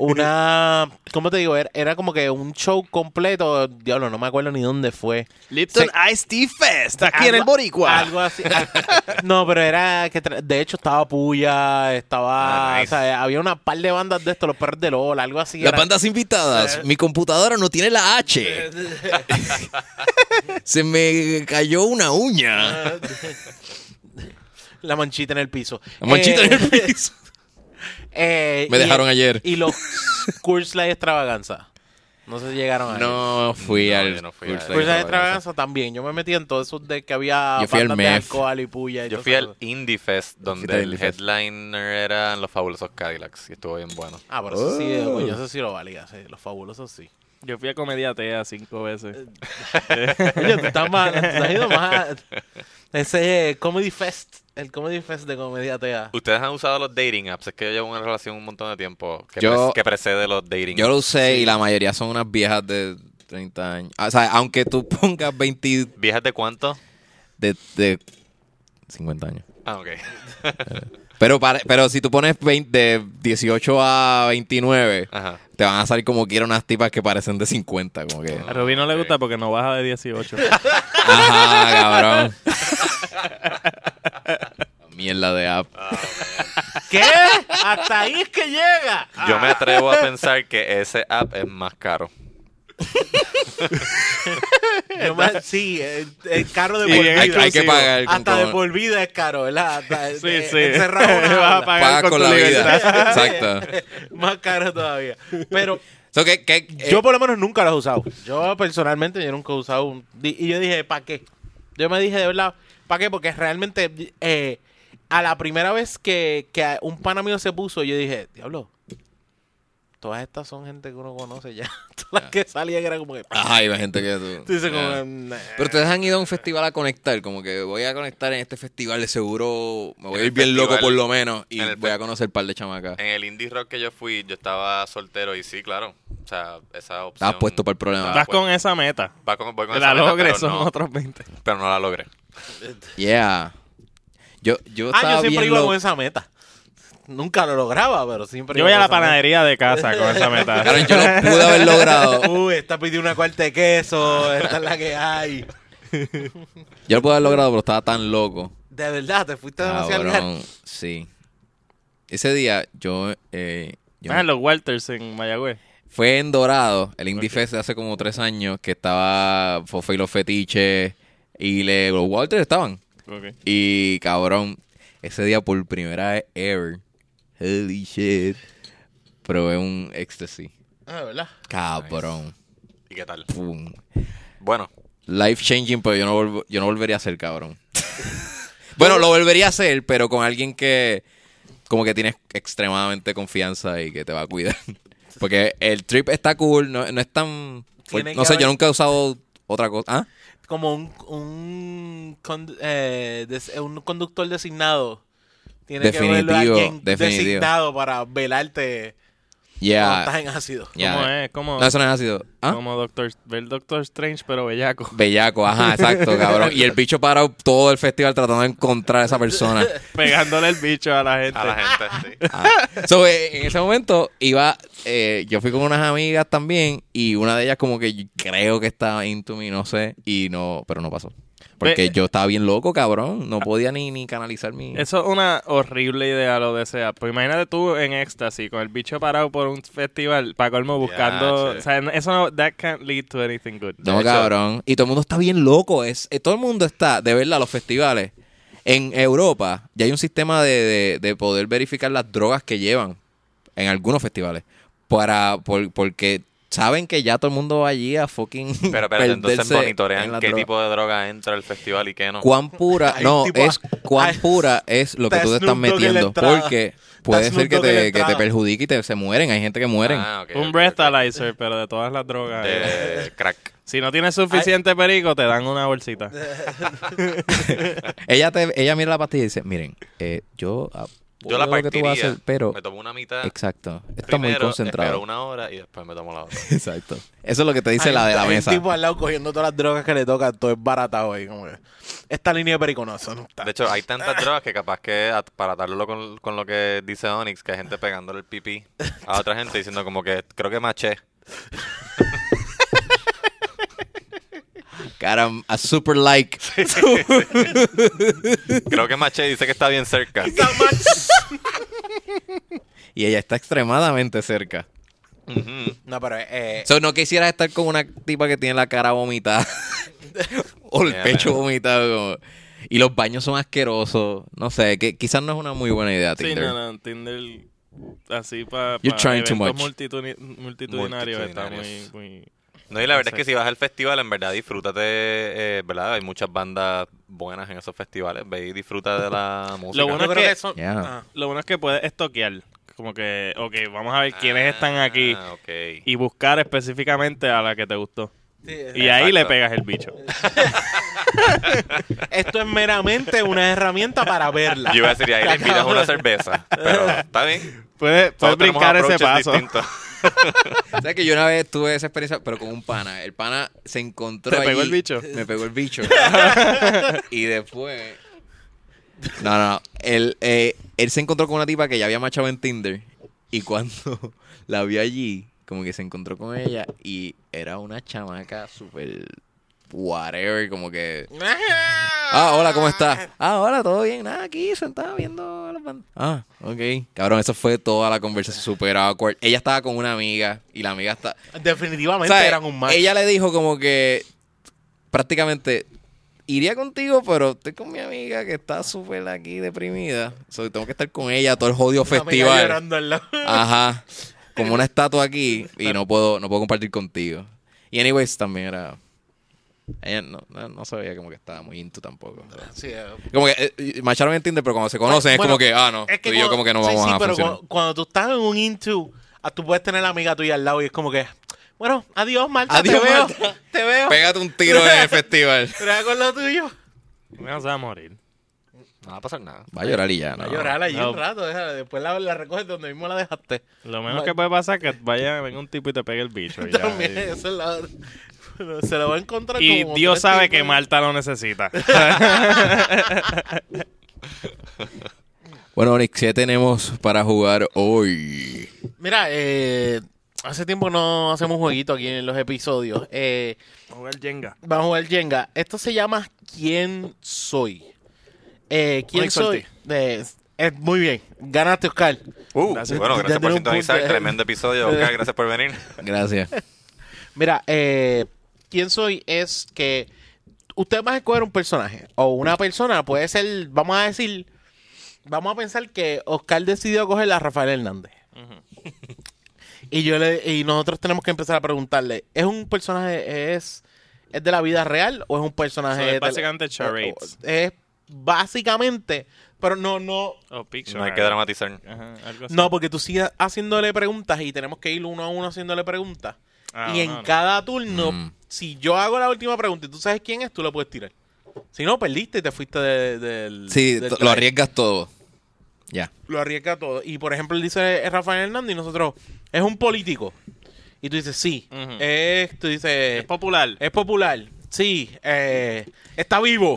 [SPEAKER 4] una, ¿cómo te digo? Era, era como que un show completo, diablo, no me acuerdo ni dónde fue.
[SPEAKER 2] Lipton Ice Tea Fest, aquí en
[SPEAKER 4] Algo-
[SPEAKER 2] el Boricua.
[SPEAKER 4] Algo así. ah, No, pero era que, tra- de hecho, estaba Puya, estaba,
[SPEAKER 3] Ah, nice.
[SPEAKER 4] o sea, había una par de bandas de esto, los perros de Lola, algo así.
[SPEAKER 1] Las
[SPEAKER 4] era-
[SPEAKER 1] bandas invitadas. Mi computadora no tiene la H. Se me cayó una
[SPEAKER 4] Ah.
[SPEAKER 1] uña.
[SPEAKER 4] La manchita en el piso.
[SPEAKER 1] La manchita
[SPEAKER 4] Eh,
[SPEAKER 1] en el piso.
[SPEAKER 4] eh,
[SPEAKER 1] Me
[SPEAKER 4] y-
[SPEAKER 1] dejaron ayer.
[SPEAKER 4] Y los Curse Light Extravaganza. No se llegaron a ir.
[SPEAKER 1] No fui
[SPEAKER 3] No,
[SPEAKER 1] al
[SPEAKER 3] yo no fui
[SPEAKER 1] Curse Light
[SPEAKER 3] al-
[SPEAKER 4] Curse Light
[SPEAKER 1] Extravaganza.
[SPEAKER 4] Extravaganza también. Yo me metí en todo eso de que había
[SPEAKER 1] Yo fui al
[SPEAKER 4] bandas de
[SPEAKER 1] MEF.
[SPEAKER 4] alcohol y puya. y
[SPEAKER 3] Yo
[SPEAKER 4] todas
[SPEAKER 3] fui
[SPEAKER 4] esas
[SPEAKER 3] al
[SPEAKER 4] cosas.
[SPEAKER 3] Indie Fest, donde
[SPEAKER 1] Fuiste al
[SPEAKER 3] el
[SPEAKER 1] Indie Fest.
[SPEAKER 3] headliner eran los fabulosos Cadillacs, y estuvo bien bueno.
[SPEAKER 4] Ah, pero eso sí,
[SPEAKER 1] Oh.
[SPEAKER 4] eh, coño, eso sí lo valía. sí, los fabulosos sí.
[SPEAKER 2] Yo fui a Comedia Tea cinco veces.
[SPEAKER 4] Oye, tú estás más... Tú has ido más... Ese eh, Comedy Fest. El Comedy Fest de Comedia Tea.
[SPEAKER 3] ¿Ustedes han usado los dating apps? Es que yo llevo una relación un montón de tiempo que,
[SPEAKER 1] Yo-
[SPEAKER 3] pre- que precede los dating
[SPEAKER 1] Yo lo
[SPEAKER 3] apps.
[SPEAKER 1] usé y la mayoría son unas viejas de 30 años. Ah, O sea, aunque tú pongas 20
[SPEAKER 3] ¿Viejas de cuánto?
[SPEAKER 1] de, de 50 años.
[SPEAKER 3] Ah, ok.
[SPEAKER 1] Pero, para- pero si tú pones 20 de 18 a 29,
[SPEAKER 3] Ajá.
[SPEAKER 1] te van a salir como quiera unas tipas que parecen de 50, como que...
[SPEAKER 2] A Rubí no le
[SPEAKER 3] ok.
[SPEAKER 2] gusta porque no baja de 18.
[SPEAKER 1] Ajá, cabrón. Mierda de app.
[SPEAKER 4] ¿Qué? Hasta ahí es que llega.
[SPEAKER 3] Yo me atrevo a pensar que ese app es más caro.
[SPEAKER 4] Yo me- sí, el, el carro de
[SPEAKER 2] Y
[SPEAKER 4] por
[SPEAKER 2] bien
[SPEAKER 4] vida.
[SPEAKER 1] Hay, hay que pagar con
[SPEAKER 4] Hasta de
[SPEAKER 1] todo.
[SPEAKER 4] por vida es caro, ¿verdad? Hasta,
[SPEAKER 2] Sí,
[SPEAKER 4] eh,
[SPEAKER 2] sí.
[SPEAKER 4] encerrado en una
[SPEAKER 2] Vas a
[SPEAKER 4] jaula.
[SPEAKER 2] pagar
[SPEAKER 1] Paga
[SPEAKER 2] con
[SPEAKER 1] con
[SPEAKER 2] tu
[SPEAKER 1] la vida.
[SPEAKER 2] libertad.
[SPEAKER 1] Exacto.
[SPEAKER 4] Más caro todavía. Pero
[SPEAKER 1] So, que- que- eh,
[SPEAKER 4] yo por lo menos nunca los he usado. Yo personalmente yo nunca he usado un... di- Y yo dije, ¿para qué? Yo me dije, de verdad, ¿para qué? Porque realmente eh, a la primera vez que, que un pana mío se puso, yo dije, diablo, todas estas son gente que uno conoce ya. Todas las que salían eran como que...
[SPEAKER 1] Ajá, hay gente que... tú-
[SPEAKER 4] Tú dices como,
[SPEAKER 1] Ah.
[SPEAKER 4] "Nah".
[SPEAKER 1] Pero ustedes han ido a un festival a conectar, como que voy a conectar en este festival, de seguro me voy a
[SPEAKER 3] En
[SPEAKER 1] ir
[SPEAKER 3] el
[SPEAKER 1] bien loco
[SPEAKER 3] festival.
[SPEAKER 1] por lo menos y
[SPEAKER 3] En el
[SPEAKER 1] voy
[SPEAKER 3] fe-
[SPEAKER 1] a conocer un par de chamacas.
[SPEAKER 3] En el indie rock que yo fui, yo estaba soltero y sí, claro. O sea, esa opción.
[SPEAKER 1] Estás puesto para el problema.
[SPEAKER 2] Estás
[SPEAKER 3] Ah, pues.
[SPEAKER 2] con esa meta.
[SPEAKER 3] Va con- voy con
[SPEAKER 2] Que
[SPEAKER 3] esa
[SPEAKER 2] la
[SPEAKER 3] meta,
[SPEAKER 2] logres,
[SPEAKER 3] pero
[SPEAKER 2] son
[SPEAKER 3] no,
[SPEAKER 2] otros 20.
[SPEAKER 3] Pero no la logré.
[SPEAKER 1] Yeah. Yo, yo
[SPEAKER 4] Ah,
[SPEAKER 1] estaba
[SPEAKER 4] yo siempre
[SPEAKER 1] bien
[SPEAKER 4] iba
[SPEAKER 1] loco.
[SPEAKER 4] con esa meta. Nunca lo lograba, pero siempre
[SPEAKER 2] Yo
[SPEAKER 4] iba
[SPEAKER 2] voy a
[SPEAKER 4] con
[SPEAKER 2] la
[SPEAKER 4] esa meta.
[SPEAKER 2] panadería de casa con esa meta.
[SPEAKER 1] Claro, yo lo pude haber logrado.
[SPEAKER 4] Uy, esta pidió una cuarta de queso, esta es la que hay.
[SPEAKER 1] Yo lo pude haber logrado, pero estaba tan loco.
[SPEAKER 4] De verdad, te fuiste
[SPEAKER 1] Ah,
[SPEAKER 4] demasiado lejos.
[SPEAKER 1] Cabrón, sí. Ese día yo... eh, yo
[SPEAKER 2] Ah, los Walters en Mayagüez.
[SPEAKER 1] Fue en Dorado, el Indie Fest de hace como tres años, que estaba Fofé y los Fetiches y le, los Walters estaban. Y cabrón, ese día por primera vez ever, holy shit, probé un ecstasy.
[SPEAKER 4] Ah, ¿verdad?
[SPEAKER 1] Cabrón,
[SPEAKER 3] ¿Y qué tal?
[SPEAKER 1] pum.
[SPEAKER 3] Bueno,
[SPEAKER 1] Life changing, pero pues yo no, volvo- yo no volvería a hacer, cabrón. bueno, lo volvería a hacer, pero con alguien que como que tienes extremadamente confianza y que te va a cuidar. Porque el trip está cool, no, no es tan... fuert-
[SPEAKER 4] Tiene que
[SPEAKER 1] No sé,
[SPEAKER 4] haber-
[SPEAKER 1] yo nunca he usado otra cosa. ¿Ah?
[SPEAKER 4] Como un, un, con- eh, des- un conductor designado. Tiene que haberlo
[SPEAKER 1] Definitivo,
[SPEAKER 4] alguien
[SPEAKER 1] definitivo.
[SPEAKER 4] designado para velarte. Cuando
[SPEAKER 1] Yeah.
[SPEAKER 4] estás en ácido.
[SPEAKER 1] yeah.
[SPEAKER 2] ¿Cómo es? ¿Cómo,
[SPEAKER 1] eh. No, eso no es ácido. ¿Ah?
[SPEAKER 2] como Doctor, ver Doctor Strange, pero bellaco.
[SPEAKER 1] Bellaco, ajá, exacto, cabrón. Y el bicho parado todo el festival tratando de encontrar a esa persona.
[SPEAKER 2] Pegándole el bicho a la gente.
[SPEAKER 3] A la gente, sí.
[SPEAKER 1] Ah. So, eh, en ese momento iba, eh, yo fui con unas amigas también y una de ellas como que yo creo que estaba into me, no sé, y no, pero no pasó. Porque
[SPEAKER 2] Ve-
[SPEAKER 1] yo estaba bien loco, cabrón.
[SPEAKER 3] Ah.
[SPEAKER 1] No podía ni, ni canalizar mi...
[SPEAKER 2] Eso es una horrible idea lo de ese Pues imagínate tú en éxtasis, con el bicho parado por un festival, para colmo buscando...
[SPEAKER 3] Ya,
[SPEAKER 2] o sea, no- eso no... That can't lead to anything good.
[SPEAKER 1] No, cabrón. Y todo el mundo está bien loco. Es, eh, todo el mundo está, de verdad, los festivales. En Europa ya hay un sistema de, de- de poder verificar las drogas que llevan en algunos festivales. Para, por- porque saben que ya todo el mundo va allí a fucking.
[SPEAKER 3] Pero, espérate, entonces
[SPEAKER 1] perderse en
[SPEAKER 3] monitorean
[SPEAKER 1] la
[SPEAKER 3] qué
[SPEAKER 1] droga.
[SPEAKER 3] tipo de droga entra al festival y qué no.
[SPEAKER 1] Cuán pura,
[SPEAKER 4] Hay
[SPEAKER 1] no,
[SPEAKER 4] tipo-
[SPEAKER 1] es cuán
[SPEAKER 4] hay-
[SPEAKER 1] pura es lo que
[SPEAKER 4] está
[SPEAKER 1] tú te estás
[SPEAKER 4] Snoop Dogg en la
[SPEAKER 1] metiendo.
[SPEAKER 4] entrada.
[SPEAKER 1] Porque
[SPEAKER 4] Está
[SPEAKER 1] puede ser
[SPEAKER 4] Snoop
[SPEAKER 1] que
[SPEAKER 4] Dogg en la
[SPEAKER 1] te, que te
[SPEAKER 4] entrada.
[SPEAKER 1] perjudique y te, se mueren. Hay gente que mueren.
[SPEAKER 3] Ah, ok,
[SPEAKER 2] Un
[SPEAKER 3] ok,
[SPEAKER 2] breathalyzer, pero de todas las drogas.
[SPEAKER 3] ok. De crack.
[SPEAKER 2] Si no tienes suficiente perico, te dan una bolsita.
[SPEAKER 1] Ella te, ella mira la pastilla y dice, miren, eh, yo ah,
[SPEAKER 3] Yo la
[SPEAKER 1] puedo ver lo que tú vas a
[SPEAKER 3] partiría,
[SPEAKER 1] hacer, pero
[SPEAKER 3] me tomo una mitad
[SPEAKER 1] Exacto. Está
[SPEAKER 3] primero,
[SPEAKER 1] muy
[SPEAKER 3] espero
[SPEAKER 1] concentrado.
[SPEAKER 3] una hora y después me tomo la otra.
[SPEAKER 1] Exacto. Eso es lo que te dice
[SPEAKER 4] Hay
[SPEAKER 1] la de la
[SPEAKER 4] un- hay un
[SPEAKER 1] mesa.
[SPEAKER 4] tipo al lado cogiendo todas las drogas que le toca, todo es barata hoy. Como que, esta línea de perico no, eso no está.
[SPEAKER 3] De hecho, hay tantas drogas que capaz que at- para atarlo con, con lo que dice Onyx, que hay gente pegándole el pipí a otra gente diciendo como que creo que maché.
[SPEAKER 1] Caram, a super like.
[SPEAKER 3] Creo que maché dice que está bien cerca.
[SPEAKER 1] Y ella está extremadamente cerca.
[SPEAKER 3] Ujú.
[SPEAKER 4] no, pero eh,
[SPEAKER 1] So, no quisieras estar con una tipa que tiene la cara vomitada. o el
[SPEAKER 3] Yeah,
[SPEAKER 1] pecho
[SPEAKER 3] man.
[SPEAKER 1] vomitado. como- Y los baños son asquerosos. No sé, que quizás no es una muy buena idea,
[SPEAKER 2] Sí,
[SPEAKER 1] Tinder.
[SPEAKER 2] no, no, Tinder así para
[SPEAKER 1] You're trying too much.
[SPEAKER 2] multitudinarios está muy,
[SPEAKER 3] Multitudinarios.
[SPEAKER 2] muy...
[SPEAKER 3] No, y la verdad es
[SPEAKER 2] Exacto.
[SPEAKER 3] que si vas al festival, en verdad disfrútate, eh, ¿verdad? Hay muchas bandas buenas en esos festivales. Ve y disfruta de la música.
[SPEAKER 2] Lo bueno
[SPEAKER 4] yo
[SPEAKER 2] es
[SPEAKER 4] creo
[SPEAKER 2] que-
[SPEAKER 4] que eso-
[SPEAKER 1] Yeah.
[SPEAKER 4] ah.
[SPEAKER 2] Lo bueno es que puedes estoquear. Como que, ok, vamos a ver quiénes están aquí
[SPEAKER 3] Ah, ok.
[SPEAKER 2] y buscar específicamente a la que te gustó.
[SPEAKER 4] Sí,
[SPEAKER 2] Y ahí
[SPEAKER 3] Exacto.
[SPEAKER 2] le pegas el bicho.
[SPEAKER 4] Esto es meramente una herramienta para verla.
[SPEAKER 3] Yo iba a decir, y ahí le invitas una cerveza. Pero está bien.
[SPEAKER 2] Puedes, puedes
[SPEAKER 3] Todos tenemos
[SPEAKER 2] brincar ese
[SPEAKER 3] approaches
[SPEAKER 2] paso.
[SPEAKER 3] distintos.
[SPEAKER 1] O sea que yo una vez tuve esa experiencia, pero con un pana. El pana se encontró.
[SPEAKER 2] ¿Te pegó
[SPEAKER 1] allí-
[SPEAKER 2] el bicho?
[SPEAKER 1] Me pegó el bicho. y después. No, no, no. Él, eh, él se encontró con una tipa que ya había machado en Tinder. Y cuando la vio allí, como que se encontró con ella. Y era una chamaca súper. Whatever, como que. Ah, hola, ¿cómo estás? Ah, hola, todo bien. Nada, aquí sentado viendo las bandas. Ah, ok. Cabrón, eso fue toda la conversación super awkward. Ella estaba con una amiga y la amiga está.
[SPEAKER 4] Definitivamente
[SPEAKER 1] ¿Sabes?
[SPEAKER 4] eran un match.
[SPEAKER 1] Ella le dijo como que prácticamente iría contigo, pero estoy con mi amiga que está súper aquí deprimida. So, tengo que estar con ella todo el jodido
[SPEAKER 4] Una amiga
[SPEAKER 1] festival.
[SPEAKER 4] llorando al lado.
[SPEAKER 1] Ajá. Como una estatua aquí y no puedo no puedo compartir contigo. Y anyways también era ella no, no, no sabía como que estaba muy into tampoco.
[SPEAKER 4] Sí, eh,
[SPEAKER 1] Como que eh, eh, macharon en Tinder, pero cuando se conocen
[SPEAKER 4] Bueno,
[SPEAKER 1] es como que, ah, no,
[SPEAKER 4] es que
[SPEAKER 1] tú y yo
[SPEAKER 4] cuando-
[SPEAKER 1] como que no
[SPEAKER 4] sí,
[SPEAKER 1] vamos
[SPEAKER 4] sí,
[SPEAKER 1] a
[SPEAKER 4] pero
[SPEAKER 1] funcionar.
[SPEAKER 4] cuando, cuando tú estás en un into, ah, tú puedes tener a la amiga tuya al lado y es como que, bueno, adiós, Marta,
[SPEAKER 1] Adiós,
[SPEAKER 4] te veo.
[SPEAKER 1] Marta.
[SPEAKER 4] Te veo.
[SPEAKER 1] Pégate un tiro en el festival.
[SPEAKER 4] Pero con lo tuyo.
[SPEAKER 2] No se va a morir.
[SPEAKER 3] No va a pasar nada.
[SPEAKER 1] Va a llorar y ya,
[SPEAKER 4] Va
[SPEAKER 1] ¿no?
[SPEAKER 4] a llorar allí
[SPEAKER 2] No.
[SPEAKER 4] un rato, déjala, después la, la recoges donde mismo la dejaste.
[SPEAKER 2] Lo menos
[SPEAKER 4] Ma-
[SPEAKER 2] que puede pasar es que vaya, venga un tipo y te pegue el bicho. y ya.
[SPEAKER 4] También,
[SPEAKER 1] eh.
[SPEAKER 4] esa es la otra. Bueno, Se lo va a encontrar
[SPEAKER 2] Y
[SPEAKER 4] como
[SPEAKER 2] Dios
[SPEAKER 4] tres
[SPEAKER 2] sabe
[SPEAKER 4] tipos.
[SPEAKER 2] que Marta lo necesita.
[SPEAKER 1] Bueno, Onix, ¿qué tenemos para jugar hoy?
[SPEAKER 4] Mira, eh, hace tiempo no hacemos un jueguito aquí en los episodios. Eh,
[SPEAKER 2] Jugar Jenga.
[SPEAKER 4] Vamos a jugar Jenga. Esto se llama ¿Quién soy? Eh, ¿Quién
[SPEAKER 2] Mike
[SPEAKER 4] soy? Eh, eh, muy bien. Ganaste, Oscar.
[SPEAKER 3] Uh,
[SPEAKER 2] Gracias.
[SPEAKER 3] Bueno,
[SPEAKER 4] Ya
[SPEAKER 3] gracias por
[SPEAKER 4] tiene un punto.
[SPEAKER 3] sintonizar. Tremendo episodio. Oscar, gracias por venir.
[SPEAKER 1] Gracias.
[SPEAKER 4] Mira, eh, ¿Quién soy? Es que usted va a escoger un personaje o una persona. Puede ser, vamos a decir, vamos a pensar que Oscar decidió coger a Rafael Hernández. Y yo le, y nosotros tenemos que empezar a preguntarle, ¿es un personaje, es, es de la vida real o es un personaje
[SPEAKER 2] So, es
[SPEAKER 4] de la-
[SPEAKER 2] básicamente charades.
[SPEAKER 4] o- o- Es básicamente, pero no, no,
[SPEAKER 2] O Pictionary.
[SPEAKER 3] No hay que dramatizar.
[SPEAKER 2] Ajá, algo así.
[SPEAKER 4] no, porque tú sigues haciéndole preguntas y tenemos que ir uno a uno haciéndole preguntas.
[SPEAKER 2] Ah,
[SPEAKER 4] y en
[SPEAKER 2] no, no.
[SPEAKER 4] cada turno,
[SPEAKER 1] Mm.
[SPEAKER 4] si yo hago la última pregunta y tú sabes quién es, tú lo puedes tirar. Si no, perdiste y te fuiste de- del...
[SPEAKER 1] Sí,
[SPEAKER 4] del
[SPEAKER 1] to- lo
[SPEAKER 4] drive.
[SPEAKER 1] arriesgas todo. Ya.
[SPEAKER 4] Lo arriesga todo. Y por ejemplo, él dice es Rafael Hernández y nosotros, es un político. Y tú dices, sí.
[SPEAKER 2] Ujú.
[SPEAKER 4] Es, tú dices,
[SPEAKER 2] Es popular.
[SPEAKER 4] es popular. Sí, eh, está vivo.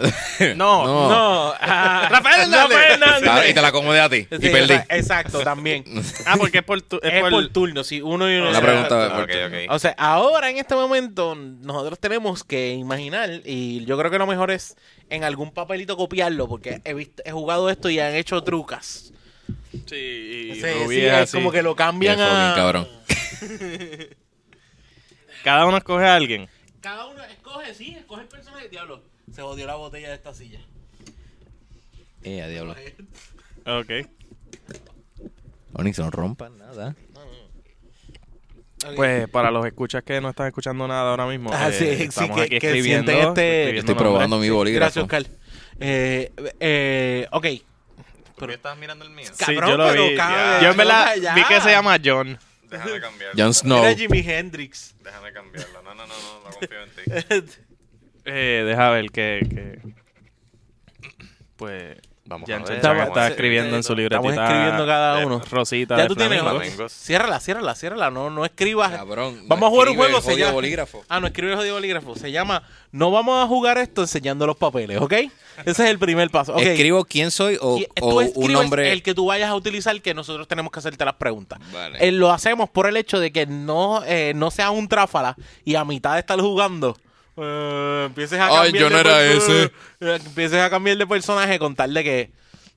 [SPEAKER 4] No,
[SPEAKER 1] No.
[SPEAKER 4] no. ah,
[SPEAKER 2] Rafael Hernández.
[SPEAKER 1] Ah, y te la acomodé a ti.
[SPEAKER 4] Sí,
[SPEAKER 1] y perdí.
[SPEAKER 4] o sea, exacto, también.
[SPEAKER 2] Ah, porque es por tu-
[SPEAKER 4] es, por, turno, sí, uno y uno.
[SPEAKER 1] La pregunta
[SPEAKER 3] Ah,
[SPEAKER 1] por
[SPEAKER 3] ok,
[SPEAKER 1] tu-
[SPEAKER 3] ok.
[SPEAKER 4] Eh. O sea, ahora en este momento nosotros tenemos que imaginar y yo creo que lo mejor es en algún papelito copiarlo porque he, visto, he jugado esto y han hecho trucas.
[SPEAKER 2] Sí, y
[SPEAKER 4] Sí,
[SPEAKER 2] rubíes
[SPEAKER 4] sí, es
[SPEAKER 2] así.
[SPEAKER 4] como que lo
[SPEAKER 1] Bien
[SPEAKER 4] cambian
[SPEAKER 1] fucking
[SPEAKER 4] a...
[SPEAKER 1] cabrón.
[SPEAKER 2] Cada uno escoge a alguien.
[SPEAKER 4] Cada uno escoge, sí, escoge el personaje. Diablo, se jodió la botella de esta silla.
[SPEAKER 1] Eh, a diablo.
[SPEAKER 2] Ok.
[SPEAKER 1] Onix, no rompan nada.
[SPEAKER 2] Pues para los escuchas que no están escuchando nada ahora mismo,
[SPEAKER 4] Ah,
[SPEAKER 2] eh,
[SPEAKER 4] sí, sí,
[SPEAKER 2] estamos
[SPEAKER 4] que-
[SPEAKER 2] aquí
[SPEAKER 4] que
[SPEAKER 2] escribiendo,
[SPEAKER 4] sienten este-
[SPEAKER 2] escribiendo
[SPEAKER 1] Estoy
[SPEAKER 2] nombres.
[SPEAKER 1] probando mi
[SPEAKER 4] Gracias,
[SPEAKER 1] bolígrafo.
[SPEAKER 4] Oscar. Eh, eh, ok.
[SPEAKER 3] ¿Por qué estabas mirando el mío?
[SPEAKER 2] Sí,
[SPEAKER 4] Cabrón,
[SPEAKER 2] yo lo
[SPEAKER 4] pero
[SPEAKER 2] vi.
[SPEAKER 4] cabe,
[SPEAKER 2] Yo en verdad
[SPEAKER 4] ya.
[SPEAKER 2] vi que se llama John.
[SPEAKER 3] Déjame cambiarlo.
[SPEAKER 1] Jon Snow.
[SPEAKER 4] Era Jimi Hendrix.
[SPEAKER 3] Déjame cambiarlo. No, no, no, no, no confío en ti.
[SPEAKER 2] Eh, deja ver que, que- Pues
[SPEAKER 3] Vamos
[SPEAKER 2] Jan
[SPEAKER 3] a ver.
[SPEAKER 2] Chan
[SPEAKER 3] vamos
[SPEAKER 2] está
[SPEAKER 3] a ver.
[SPEAKER 2] escribiendo en su
[SPEAKER 4] Estamos
[SPEAKER 2] libretita.
[SPEAKER 4] escribiendo cada
[SPEAKER 3] de
[SPEAKER 4] uno.
[SPEAKER 2] Rosita.
[SPEAKER 4] Ya
[SPEAKER 2] de
[SPEAKER 4] tú tienes.
[SPEAKER 2] Flamingo.
[SPEAKER 3] Flamingos.
[SPEAKER 4] Ciérrala, ciérrala, ciérrala. No, no escribas.
[SPEAKER 1] Cabrón, no
[SPEAKER 4] Vamos a jugar un
[SPEAKER 1] escribe
[SPEAKER 4] juego.
[SPEAKER 1] el
[SPEAKER 4] Se
[SPEAKER 1] jodido
[SPEAKER 4] llama...
[SPEAKER 1] bolígrafo.
[SPEAKER 4] Ah, no escribe el jodido bolígrafo. Se llama No vamos a jugar esto enseñando los papeles, ¿ok? Ese es el primer paso. ok.
[SPEAKER 1] ¿Escribo quién soy o,
[SPEAKER 4] Y
[SPEAKER 1] o
[SPEAKER 4] tú
[SPEAKER 1] un
[SPEAKER 4] escribes
[SPEAKER 1] nombre?
[SPEAKER 4] el que tú vayas a utilizar que nosotros tenemos que hacerte las preguntas.
[SPEAKER 1] Vale.
[SPEAKER 4] Eh, lo hacemos por el hecho de que no, eh, no sea un tráfala y a mitad de estar jugando eh, empieces a
[SPEAKER 1] Ay,
[SPEAKER 4] cambiar
[SPEAKER 1] yo no
[SPEAKER 4] de
[SPEAKER 1] era
[SPEAKER 4] perso-
[SPEAKER 1] ese.
[SPEAKER 4] eh, empieces a cambiar de personaje con tal de que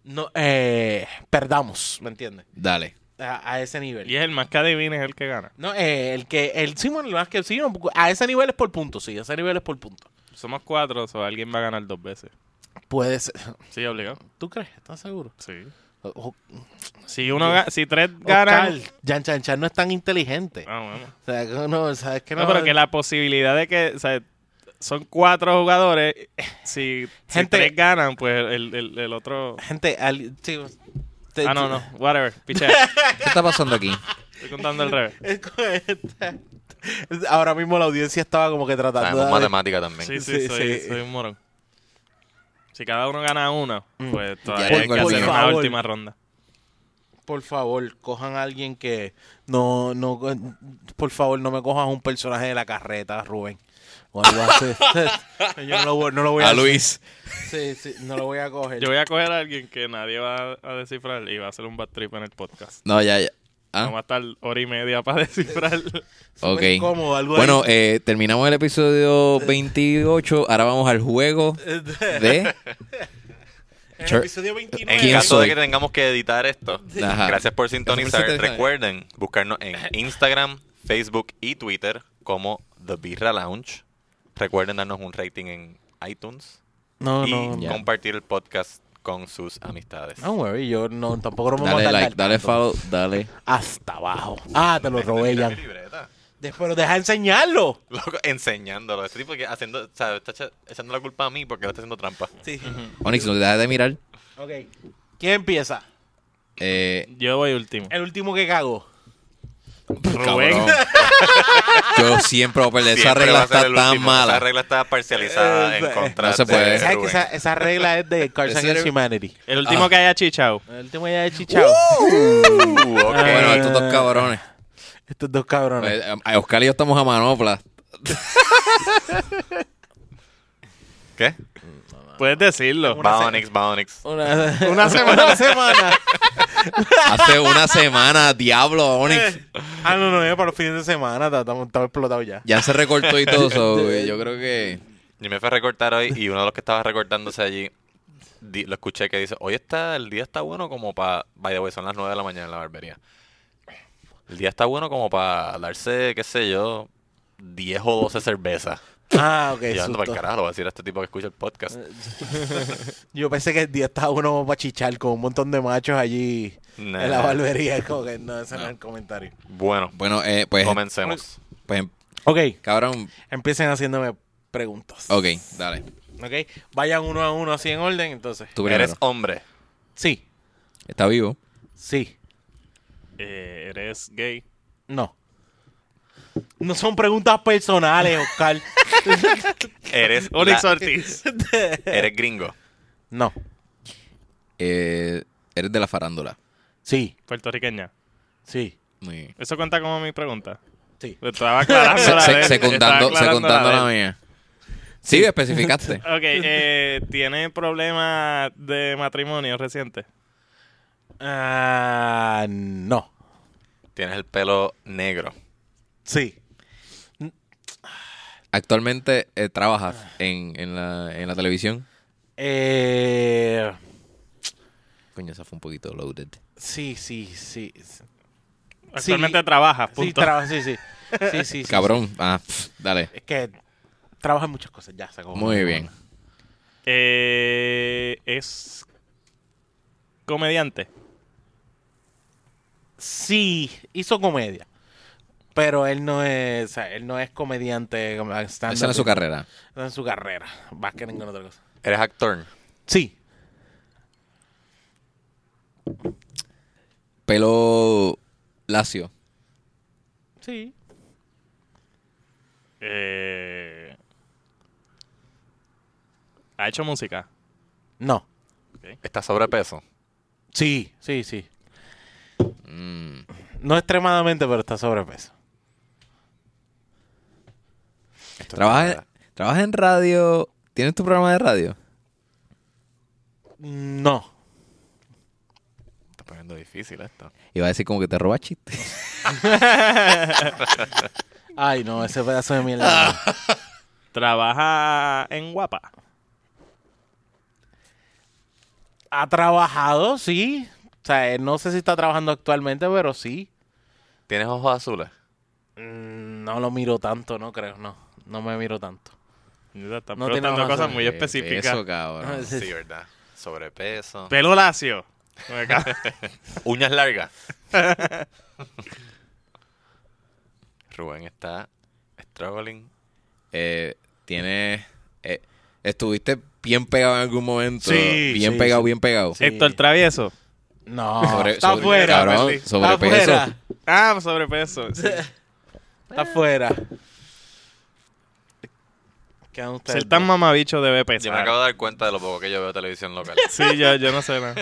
[SPEAKER 4] no eh, perdamos, ¿me entiendes?
[SPEAKER 1] Dale.
[SPEAKER 4] A, a ese nivel.
[SPEAKER 2] Y es el más que adivina es el que gana.
[SPEAKER 4] No, eh, el que el sí, bueno, el más que sí, no, a ese nivel es por punto, sí, a ese nivel es por punto.
[SPEAKER 2] Somos cuatro, o alguien va a ganar dos veces.
[SPEAKER 4] Puede ser.
[SPEAKER 2] Sí, obligado.
[SPEAKER 4] ¿Tú crees? ¿Estás seguro?
[SPEAKER 2] Sí.
[SPEAKER 4] O- o-
[SPEAKER 2] Si uno ga- si tres ganan.
[SPEAKER 4] Oscar, Jan Chan Chan no es tan inteligente.
[SPEAKER 2] Ah, bueno.
[SPEAKER 4] O sea, que no, o sea, es que
[SPEAKER 2] no,
[SPEAKER 4] no-
[SPEAKER 2] pero que la posibilidad de que, o sea, son cuatro jugadores, si, si
[SPEAKER 4] Gente- eh,
[SPEAKER 2] tres ganan, pues el, el- el otro...
[SPEAKER 4] Gente, al- sí, te-
[SPEAKER 2] Ah, no, no, whatever, piché,
[SPEAKER 1] ¿Qué está pasando aquí?
[SPEAKER 2] estoy contando al revés.
[SPEAKER 4] Es correcta. Ahora mismo la audiencia estaba como que tratando
[SPEAKER 3] Sabemos
[SPEAKER 4] de-
[SPEAKER 3] matemática también.
[SPEAKER 2] Sí,
[SPEAKER 4] Sí,
[SPEAKER 2] sí, soy,
[SPEAKER 4] sí.
[SPEAKER 2] soy un morón. Si cada uno gana uno, pues todavía
[SPEAKER 1] Ya
[SPEAKER 2] hay que
[SPEAKER 1] tengo el
[SPEAKER 2] hacer
[SPEAKER 1] mío.
[SPEAKER 2] una
[SPEAKER 4] Favor.
[SPEAKER 2] última ronda.
[SPEAKER 4] Por favor, cojan a alguien que no, no, por favor, no me cojas un personaje de la carreta, Rubén. O algo así. Yo no lo, voy- no lo voy a,
[SPEAKER 1] A Luis.
[SPEAKER 4] Sí, sí, no lo voy a coger.
[SPEAKER 2] Yo voy a coger a alguien que nadie va a descifrar y va a hacer un bad trip en el podcast.
[SPEAKER 1] No, ya, ya. Ah,
[SPEAKER 2] Vamos a estar hora y media para descifrar.
[SPEAKER 1] ok.
[SPEAKER 4] Súper incómodo, algo
[SPEAKER 1] Bueno,
[SPEAKER 4] ahí.
[SPEAKER 1] eh, terminamos el episodio 28. Ahora vamos al juego de...
[SPEAKER 4] En el
[SPEAKER 1] Chur-
[SPEAKER 4] episodio 29.
[SPEAKER 3] En
[SPEAKER 1] ¿Quién
[SPEAKER 3] caso
[SPEAKER 1] soy?
[SPEAKER 3] de que tengamos que editar esto,
[SPEAKER 1] Ajá.
[SPEAKER 3] gracias por
[SPEAKER 1] Gracias
[SPEAKER 3] sintonizar.
[SPEAKER 1] por sintonizar.
[SPEAKER 3] Recuerden buscarnos en Instagram, Facebook y Twitter como The Birra Lounge. Recuerden darnos un rating en iTunes
[SPEAKER 2] Eh,
[SPEAKER 4] No,
[SPEAKER 3] y
[SPEAKER 4] no, no.
[SPEAKER 1] Ya.
[SPEAKER 3] compartir el podcast con sus amistades.
[SPEAKER 4] No, güey, yo no, tampoco no me voy
[SPEAKER 1] Dale
[SPEAKER 4] a tardar
[SPEAKER 1] like, dale
[SPEAKER 4] tanto.
[SPEAKER 1] follow, dale.
[SPEAKER 4] Hasta abajo. Ah, te lo robé
[SPEAKER 3] Mira
[SPEAKER 4] ya.
[SPEAKER 3] mi libreta.
[SPEAKER 4] Pero deja enseñarlo.
[SPEAKER 3] Este Loco, enseñándolo. Este tipo que haciendo, o sea, está echa- echando la culpa a mí porque lo está haciendo trampa.
[SPEAKER 4] Sí.
[SPEAKER 1] Onix, no te dejes de mirar.
[SPEAKER 4] Ok. ¿Quién empieza?
[SPEAKER 1] Eh,
[SPEAKER 2] Yo voy último.
[SPEAKER 4] El último que cago.
[SPEAKER 1] cabrón. Yo siempre voy a perder. Esa
[SPEAKER 3] Siempre
[SPEAKER 1] regla
[SPEAKER 3] va a ser
[SPEAKER 1] está
[SPEAKER 3] el
[SPEAKER 1] tan
[SPEAKER 3] último. Esa
[SPEAKER 1] mala.
[SPEAKER 3] regla está parcializada
[SPEAKER 4] Eh,
[SPEAKER 3] en
[SPEAKER 4] eh.
[SPEAKER 3] contra
[SPEAKER 1] No se
[SPEAKER 3] de
[SPEAKER 1] puede.
[SPEAKER 4] ¿Sabes que
[SPEAKER 3] Rubén.
[SPEAKER 4] esa, esa regla es de Cards
[SPEAKER 1] Ese
[SPEAKER 4] Against
[SPEAKER 1] era-
[SPEAKER 4] Humanity?
[SPEAKER 2] El último
[SPEAKER 1] Ah.
[SPEAKER 2] que haya chichao.
[SPEAKER 4] El último ya de chichao.
[SPEAKER 3] Uh, ok.
[SPEAKER 1] Bueno,
[SPEAKER 4] Eh.
[SPEAKER 2] Eh,
[SPEAKER 1] estos dos cabrones.
[SPEAKER 4] Estos dos cabrones.
[SPEAKER 1] Pues, eh, Oscar y yo estamos a manopla.
[SPEAKER 3] ¿Qué?
[SPEAKER 2] Puedes decirlo.
[SPEAKER 3] Va Onyx, va Onyx.
[SPEAKER 4] Una,
[SPEAKER 1] Pues,
[SPEAKER 4] una semana. Una semana.
[SPEAKER 1] Hace una semana, diablo, Onix.
[SPEAKER 3] Eh.
[SPEAKER 4] ah, no, no, es para los fines de semana. ta- Estamos estamos explotados ya.
[SPEAKER 1] Ya se recortó y todo eso, güey. Yo creo que.
[SPEAKER 3] Yo me fui a recortar hoy y uno de los que estaba recortándose allí di- lo escuché que dice, hoy está, el día está bueno como para, by the way, son las 9 de la mañana en la barbería. El día está bueno como para darse, qué sé yo, 10 o 12 cervezas.
[SPEAKER 4] Ah, ok.
[SPEAKER 3] Y yo ando para el
[SPEAKER 4] susto.
[SPEAKER 3] carajo, lo voy a decir a este tipo que escucha el podcast.
[SPEAKER 4] Yo pensé que el día estaba uno para chichar con un montón de machos allí
[SPEAKER 3] Nah.
[SPEAKER 4] en la barbería. Es Como que no, ese no es el comentario.
[SPEAKER 3] Bueno,
[SPEAKER 1] Bueno, eh, pues,
[SPEAKER 3] comencemos.
[SPEAKER 1] pues.
[SPEAKER 4] Ok.
[SPEAKER 1] Cabrón.
[SPEAKER 4] Empiecen haciéndome preguntas.
[SPEAKER 1] Ok, dale.
[SPEAKER 4] Ok. Vayan uno a uno así en orden, entonces.
[SPEAKER 1] Tú primero.
[SPEAKER 3] Eres hombre.
[SPEAKER 4] Sí.
[SPEAKER 1] Está vivo.
[SPEAKER 4] Sí.
[SPEAKER 2] Eh, eres gay.
[SPEAKER 4] No. No son preguntas personales, Oscar.
[SPEAKER 3] Eres,
[SPEAKER 2] Onyx
[SPEAKER 3] la-
[SPEAKER 2] Ortiz.
[SPEAKER 3] eres gringo.
[SPEAKER 4] no.
[SPEAKER 1] Eh, eres de la farándula.
[SPEAKER 4] Sí.
[SPEAKER 2] Puertorriqueña.
[SPEAKER 4] Sí.
[SPEAKER 1] Sí.
[SPEAKER 2] Eso cuenta como mi pregunta.
[SPEAKER 4] Sí.
[SPEAKER 2] Le Estaba aclarando
[SPEAKER 1] Se-
[SPEAKER 2] la
[SPEAKER 1] se-
[SPEAKER 2] de
[SPEAKER 3] eh,
[SPEAKER 2] él,
[SPEAKER 1] secundando,
[SPEAKER 2] estaba aclarando
[SPEAKER 1] secundando
[SPEAKER 2] la de
[SPEAKER 1] la
[SPEAKER 2] él.
[SPEAKER 1] mía. Sí, especificaste.
[SPEAKER 2] Ok, eh, ¿tiene problemas de matrimonio reciente?
[SPEAKER 4] Ah, no.
[SPEAKER 3] Tienes el pelo negro.
[SPEAKER 4] Sí.
[SPEAKER 1] Actualmente eh, trabajas en, en la, en la televisión.
[SPEAKER 4] Eh,
[SPEAKER 1] Coño, esa fue un poquito loaded.
[SPEAKER 4] sí, sí, sí.
[SPEAKER 2] Actualmente trabajas,
[SPEAKER 4] Sí,
[SPEAKER 2] punto.
[SPEAKER 4] traba- sí, sí. Sí, sí, sí, sí.
[SPEAKER 1] Cabrón. Ah, pf, dale.
[SPEAKER 4] Es que trabaja en muchas cosas, ya se acabó.
[SPEAKER 1] Muy bien.
[SPEAKER 2] Eh, es comediante.
[SPEAKER 4] Sí, hizo comedia. Pero él no es, o sea, él no es comediante como stand-up.
[SPEAKER 1] Esa no es su carrera.
[SPEAKER 4] No es su carrera, más que ninguna otra cosa.
[SPEAKER 3] Eres actor.
[SPEAKER 4] Sí.
[SPEAKER 1] Pelo lacio.
[SPEAKER 4] Sí.
[SPEAKER 2] Eh, ha hecho música.
[SPEAKER 4] No.
[SPEAKER 3] Estás sobrepeso.
[SPEAKER 4] Sí, sí, sí.
[SPEAKER 1] Mm.
[SPEAKER 4] No extremadamente, pero está sobrepeso.
[SPEAKER 3] Esto
[SPEAKER 1] ¿Trabajas,
[SPEAKER 3] está-
[SPEAKER 1] trabajas en radio. ¿Tienes tu programa de radio?
[SPEAKER 4] No.
[SPEAKER 3] está poniendo difícil esto.
[SPEAKER 1] Iba a decir como que te robas chistes.
[SPEAKER 4] Ay, no, ese pedazo de mierda. no.
[SPEAKER 2] Trabaja en Guapa.
[SPEAKER 4] Ha trabajado, sí. O sea, eh, no sé si está trabajando actualmente, pero sí.
[SPEAKER 3] ¿Tienes ojos azules?
[SPEAKER 4] Mm, No lo miro tanto, no creo, no. No me miro tanto.
[SPEAKER 2] Están
[SPEAKER 4] No tiene
[SPEAKER 2] preguntando
[SPEAKER 4] más
[SPEAKER 2] cosas
[SPEAKER 4] razón.
[SPEAKER 2] muy específicas.
[SPEAKER 1] Eso, cabrón.
[SPEAKER 4] Sí.
[SPEAKER 3] Sí, ¿verdad? Sobrepeso.
[SPEAKER 2] Pelo lacio. Me cago.
[SPEAKER 3] Uñas largas. Rubén está struggling.
[SPEAKER 1] Eh, tienes. eh, estuviste bien pegado en algún momento.
[SPEAKER 4] Sí,
[SPEAKER 1] Bien
[SPEAKER 4] sí,
[SPEAKER 1] pegado,
[SPEAKER 4] sí.
[SPEAKER 1] bien pegado.
[SPEAKER 4] Sí.
[SPEAKER 2] Héctor Travieso.
[SPEAKER 4] No,
[SPEAKER 1] Sobre-
[SPEAKER 4] está
[SPEAKER 1] sobre-
[SPEAKER 4] fuera.
[SPEAKER 1] cabrón,
[SPEAKER 4] Está
[SPEAKER 1] sobrepeso.
[SPEAKER 4] fuera.
[SPEAKER 2] Ah, sobrepeso. sí.
[SPEAKER 4] Está fuera. Quedan ustedes
[SPEAKER 2] Ser tan
[SPEAKER 4] dos.
[SPEAKER 2] mamabicho debe pesar.
[SPEAKER 3] Yo me acabo de dar cuenta de lo poco que yo veo televisión local.
[SPEAKER 2] Sí, yo, yo no sé nada.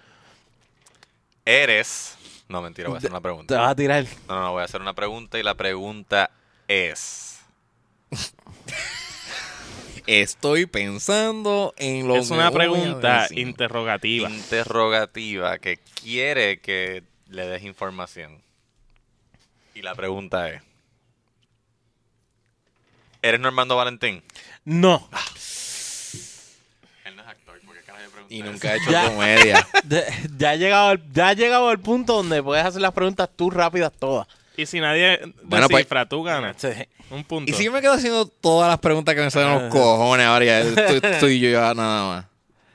[SPEAKER 3] Eres. No, mentira, voy a hacer una
[SPEAKER 4] Te vas
[SPEAKER 3] pregunta.
[SPEAKER 4] a tirar.
[SPEAKER 3] No, no, no, voy a hacer una pregunta y la pregunta es.
[SPEAKER 1] Estoy pensando en lo
[SPEAKER 2] es una
[SPEAKER 1] que voy a
[SPEAKER 2] pregunta
[SPEAKER 1] decir.
[SPEAKER 2] interrogativa.
[SPEAKER 3] Interrogativa que quiere que le des información. Y la pregunta es. ¿Eres Normando Valentín?
[SPEAKER 4] No.
[SPEAKER 3] Él no es actor, porque carajo yo pregunté.
[SPEAKER 1] Y nunca he hecho
[SPEAKER 4] Ya.
[SPEAKER 1] comedia.
[SPEAKER 4] De- ya, ha llegado al, ya ha llegado al punto donde puedes hacer las preguntas tú rápidas todas.
[SPEAKER 2] Y si nadie
[SPEAKER 1] Bueno, pues-
[SPEAKER 2] descifra, tú ganas.
[SPEAKER 4] Sí.
[SPEAKER 2] Un punto.
[SPEAKER 1] Y si yo me quedo haciendo todas las preguntas que me salen a los cojones ahora, ya estoy, estoy yo ya nada más.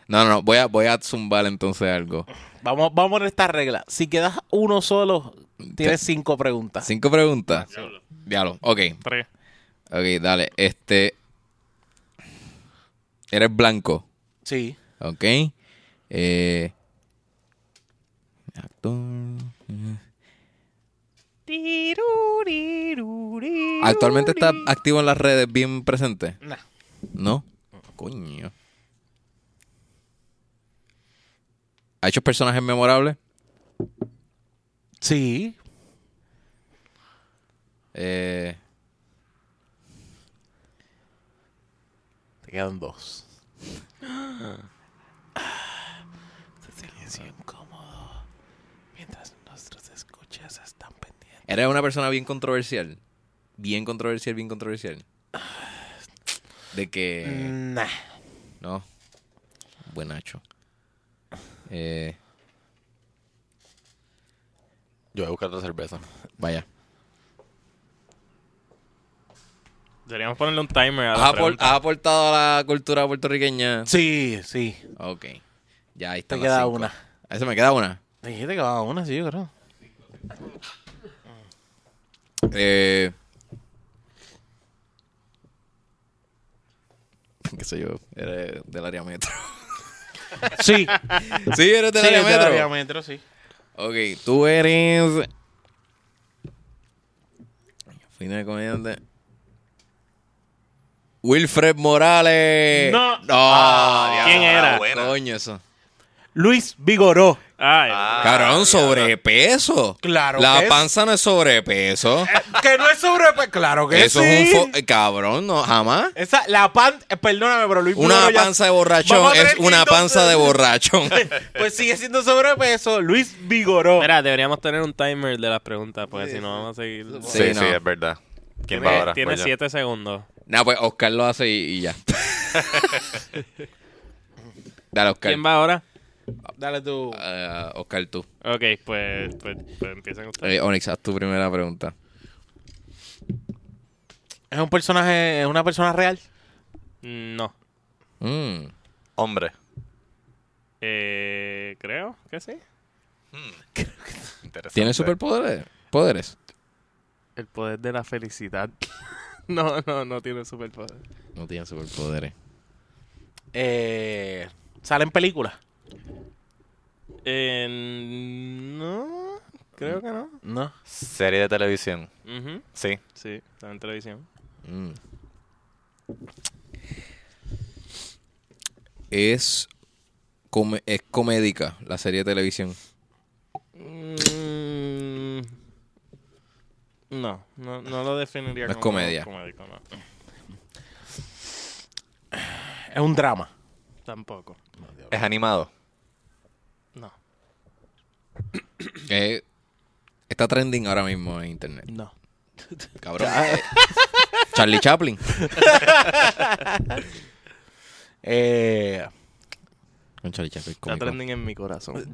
[SPEAKER 1] No, no, no, voy a, voy a zumbar entonces algo.
[SPEAKER 4] Vamos, vamos en esta regla. Si quedas uno solo, tienes cinco preguntas.
[SPEAKER 1] Cinco preguntas. Diablo. Ok,
[SPEAKER 2] Tres.
[SPEAKER 1] ok, dale. Este. Eres blanco,
[SPEAKER 4] Sí.
[SPEAKER 1] ok. Eh. Actor. Actualmente está activo en las redes, bien presente.
[SPEAKER 4] Nah.
[SPEAKER 1] ¿No? Oh, Coño. ¿Ha hecho personajes memorables?
[SPEAKER 4] Sí.
[SPEAKER 1] Eh,
[SPEAKER 4] Te quedan dos. Este silencio incómodo. Mientras nuestros escuchas están pendientes.
[SPEAKER 1] eres una persona bien controversial. Bien controversial, bien controversial. De que...
[SPEAKER 4] Nah.
[SPEAKER 2] Mm.
[SPEAKER 1] No. Buenacho. Eh,
[SPEAKER 3] Yo voy a buscar otra cerveza.
[SPEAKER 1] vaya.
[SPEAKER 2] Deberíamos ponerle un timer a
[SPEAKER 1] ¿Has,
[SPEAKER 2] la
[SPEAKER 1] apor-
[SPEAKER 2] pregunta.
[SPEAKER 1] has aportado a la cultura puertorriqueña?
[SPEAKER 4] Sí, sí.
[SPEAKER 1] Ok. Ya, ahí está.
[SPEAKER 4] Te queda una.
[SPEAKER 1] Eso me queda una.
[SPEAKER 4] Dijiste que va una, sí, yo creo.
[SPEAKER 1] Eh, qué sé yo, eres del área metro.
[SPEAKER 4] Sí.
[SPEAKER 1] sí, eres del
[SPEAKER 4] sí,
[SPEAKER 1] área
[SPEAKER 4] es del
[SPEAKER 1] metro.
[SPEAKER 4] área metro, sí.
[SPEAKER 1] Ok, tú eres. Fina de comediante. Wilfred Morales. No.
[SPEAKER 2] No. ¿Quién
[SPEAKER 3] diablo,
[SPEAKER 4] Ah,
[SPEAKER 2] era?
[SPEAKER 3] Ah, buena.
[SPEAKER 1] Coño, eso.
[SPEAKER 4] Luis Vigoró.
[SPEAKER 2] Ay,
[SPEAKER 3] Ah,
[SPEAKER 1] Cabrón,
[SPEAKER 3] ya,
[SPEAKER 1] sobrepeso.
[SPEAKER 4] Claro
[SPEAKER 1] La
[SPEAKER 4] que es.
[SPEAKER 1] panza no es sobrepeso.
[SPEAKER 4] que no es sobrepeso. Claro que
[SPEAKER 1] Eso
[SPEAKER 4] sí.
[SPEAKER 1] es un... fo- eh, Cabrón, no, jamás.
[SPEAKER 4] Esa, la pan, eh, perdóname, pero Luis
[SPEAKER 1] Una
[SPEAKER 4] Vigoró ya-
[SPEAKER 1] panza de
[SPEAKER 4] Vamos
[SPEAKER 1] borrachón
[SPEAKER 4] a
[SPEAKER 1] es
[SPEAKER 4] tener que
[SPEAKER 1] una
[SPEAKER 4] entonces-
[SPEAKER 1] panza de borrachón.
[SPEAKER 4] Pues sigue siendo sobrepeso. Luis Vigoró.
[SPEAKER 2] Mira, deberíamos tener un timer de las preguntas, porque si no vamos a seguir.
[SPEAKER 1] Sí,
[SPEAKER 3] Sí, sí,
[SPEAKER 1] no.
[SPEAKER 3] es verdad. ¿Quién
[SPEAKER 2] Tiene,
[SPEAKER 3] va ahora? pues
[SPEAKER 2] tiene
[SPEAKER 3] Voy yo.
[SPEAKER 2] siete segundos.
[SPEAKER 1] Nah, pues Oscar lo hace y, y ya. Dale, Oscar.
[SPEAKER 2] ¿Quién va ahora?
[SPEAKER 4] Dale tú.
[SPEAKER 1] Ah, Oscar, tú.
[SPEAKER 2] Ok, pues, pues, pues empiecen ustedes.
[SPEAKER 1] Eh, Onyx, haz tu primera pregunta.
[SPEAKER 4] Es un personaje, es una persona real.
[SPEAKER 2] No.
[SPEAKER 1] Mm.
[SPEAKER 3] Hombre.
[SPEAKER 2] Eh, creo que sí.
[SPEAKER 3] Hmm. Interesante.
[SPEAKER 1] ¿Tiene superpoderes? ¿Poderes?
[SPEAKER 2] El poder de la felicidad. no, no, no tiene superpoder.
[SPEAKER 1] No tiene superpoderes.
[SPEAKER 4] Eh, sale en películas.
[SPEAKER 2] Eh, no, creo que no.
[SPEAKER 4] No.
[SPEAKER 3] Serie de televisión.
[SPEAKER 2] Ujú,
[SPEAKER 3] Sí.
[SPEAKER 2] Sí, está en televisión.
[SPEAKER 1] Mm. Es, come- es comédica la serie de televisión.
[SPEAKER 2] Mm, no, no, no lo definiría
[SPEAKER 1] No es
[SPEAKER 2] como
[SPEAKER 1] comedia.
[SPEAKER 2] comédico, no.
[SPEAKER 4] Es un drama.
[SPEAKER 2] Tampoco.
[SPEAKER 3] Es animado.
[SPEAKER 2] No,
[SPEAKER 1] Eh, está trending ahora mismo en internet.
[SPEAKER 2] no.
[SPEAKER 1] Cabrón. Eh, Charlie Chaplin.
[SPEAKER 4] Eh,
[SPEAKER 1] Con Charlie Chaplin.
[SPEAKER 2] Está
[SPEAKER 1] cómico.
[SPEAKER 2] trending en mi corazón.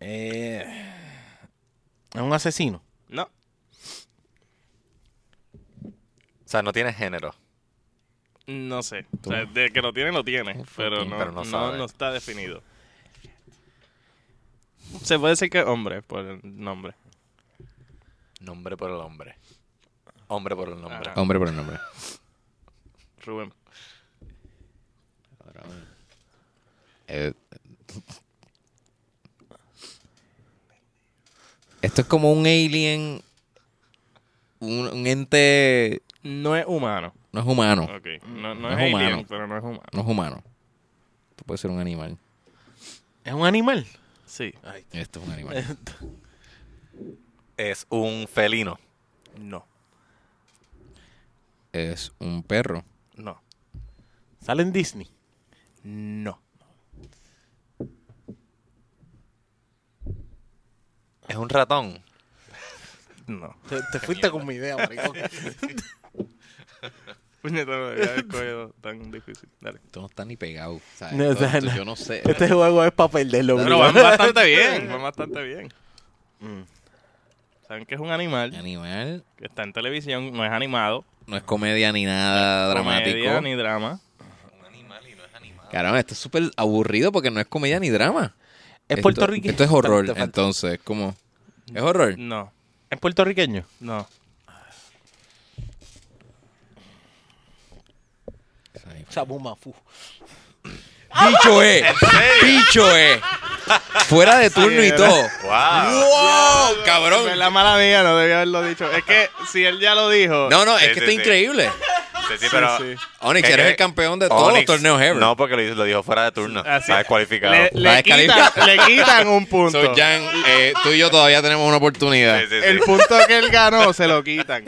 [SPEAKER 4] eh, es un asesino.
[SPEAKER 2] No,
[SPEAKER 3] O sea, no tiene género.
[SPEAKER 2] no sé. O sea, de que lo tiene, lo tiene. Pero no,
[SPEAKER 3] Pero no
[SPEAKER 2] no,
[SPEAKER 3] sabe.
[SPEAKER 2] no está definido. Se puede decir que hombre por el nombre.
[SPEAKER 3] Nombre por el hombre. Hombre por el nombre.
[SPEAKER 2] Ajá.
[SPEAKER 1] Hombre por el nombre.
[SPEAKER 2] Rubén.
[SPEAKER 1] Eh, esto es como un alien. Un, un ente.
[SPEAKER 2] No es humano.
[SPEAKER 1] No es humano.
[SPEAKER 2] Ok. No, no
[SPEAKER 1] es
[SPEAKER 2] es, alien,
[SPEAKER 1] humano.
[SPEAKER 2] pero no es humano.
[SPEAKER 1] No es humano. Esto puede ser un animal.
[SPEAKER 4] Es un animal.
[SPEAKER 2] Sí.
[SPEAKER 1] Esto es un
[SPEAKER 4] Eh.
[SPEAKER 1] animal.
[SPEAKER 3] Es un felino.
[SPEAKER 2] No.
[SPEAKER 1] es un perro.
[SPEAKER 2] No.
[SPEAKER 4] Sale en Disney.
[SPEAKER 2] No.
[SPEAKER 3] Es un ratón.
[SPEAKER 2] No.
[SPEAKER 4] Te, te fuiste con mi idea, maricón.
[SPEAKER 2] Puñeta, no había escogido tan difícil. Dale.
[SPEAKER 1] Esto no está ni pegado. ¿sabes?
[SPEAKER 4] No,
[SPEAKER 1] Esto-
[SPEAKER 4] o sea,
[SPEAKER 1] esto
[SPEAKER 4] no.
[SPEAKER 1] Yo no sé.
[SPEAKER 4] Este juego es para perderlo.
[SPEAKER 2] Pero van bastante bien. Van bastante bien.
[SPEAKER 4] Mm.
[SPEAKER 2] Saben que es un animal
[SPEAKER 1] Animal.
[SPEAKER 2] que está en televisión, no es animado.
[SPEAKER 1] No es comedia ni nada dramático.
[SPEAKER 2] comedia ni drama.
[SPEAKER 1] Caramba, esto es súper aburrido porque no es comedia ni drama.
[SPEAKER 4] Es
[SPEAKER 1] Esto-
[SPEAKER 4] puertorriqueño.
[SPEAKER 1] Esto es horror,
[SPEAKER 4] Falta- falta-
[SPEAKER 1] entonces, como... ¿Es horror?
[SPEAKER 2] No.
[SPEAKER 4] Es puertorriqueño.
[SPEAKER 2] No.
[SPEAKER 4] Chabumafu.
[SPEAKER 1] ¡Bicho es! ¡Bicho es! Fuera de turno y todo.
[SPEAKER 3] ¡Wow!
[SPEAKER 1] ¡Wow! ¡Cabrón!
[SPEAKER 2] Es la mala mía, no debía haberlo dicho. Es que si él ya lo dijo.
[SPEAKER 1] No, no, es
[SPEAKER 3] Sí,
[SPEAKER 1] que
[SPEAKER 3] sí,
[SPEAKER 1] está
[SPEAKER 3] sí.
[SPEAKER 1] increíble.
[SPEAKER 3] Sí, sí,
[SPEAKER 2] Sí,
[SPEAKER 3] pero.
[SPEAKER 2] sí.
[SPEAKER 1] Onyx,
[SPEAKER 3] Es
[SPEAKER 1] eres
[SPEAKER 3] que-
[SPEAKER 1] el campeón de todos los
[SPEAKER 3] Onyx,
[SPEAKER 1] torneos ever.
[SPEAKER 3] No, porque lo, lo dijo fuera de turno.
[SPEAKER 2] Así
[SPEAKER 3] Está
[SPEAKER 2] es.
[SPEAKER 3] descualificado.
[SPEAKER 2] Le,
[SPEAKER 1] La
[SPEAKER 2] le, quitan,
[SPEAKER 1] descalifica-
[SPEAKER 2] le quitan un punto.
[SPEAKER 1] So, Jan, eh, tú y yo todavía tenemos una oportunidad.
[SPEAKER 3] Sí, sí, sí.
[SPEAKER 2] El punto que él ganó se lo quitan.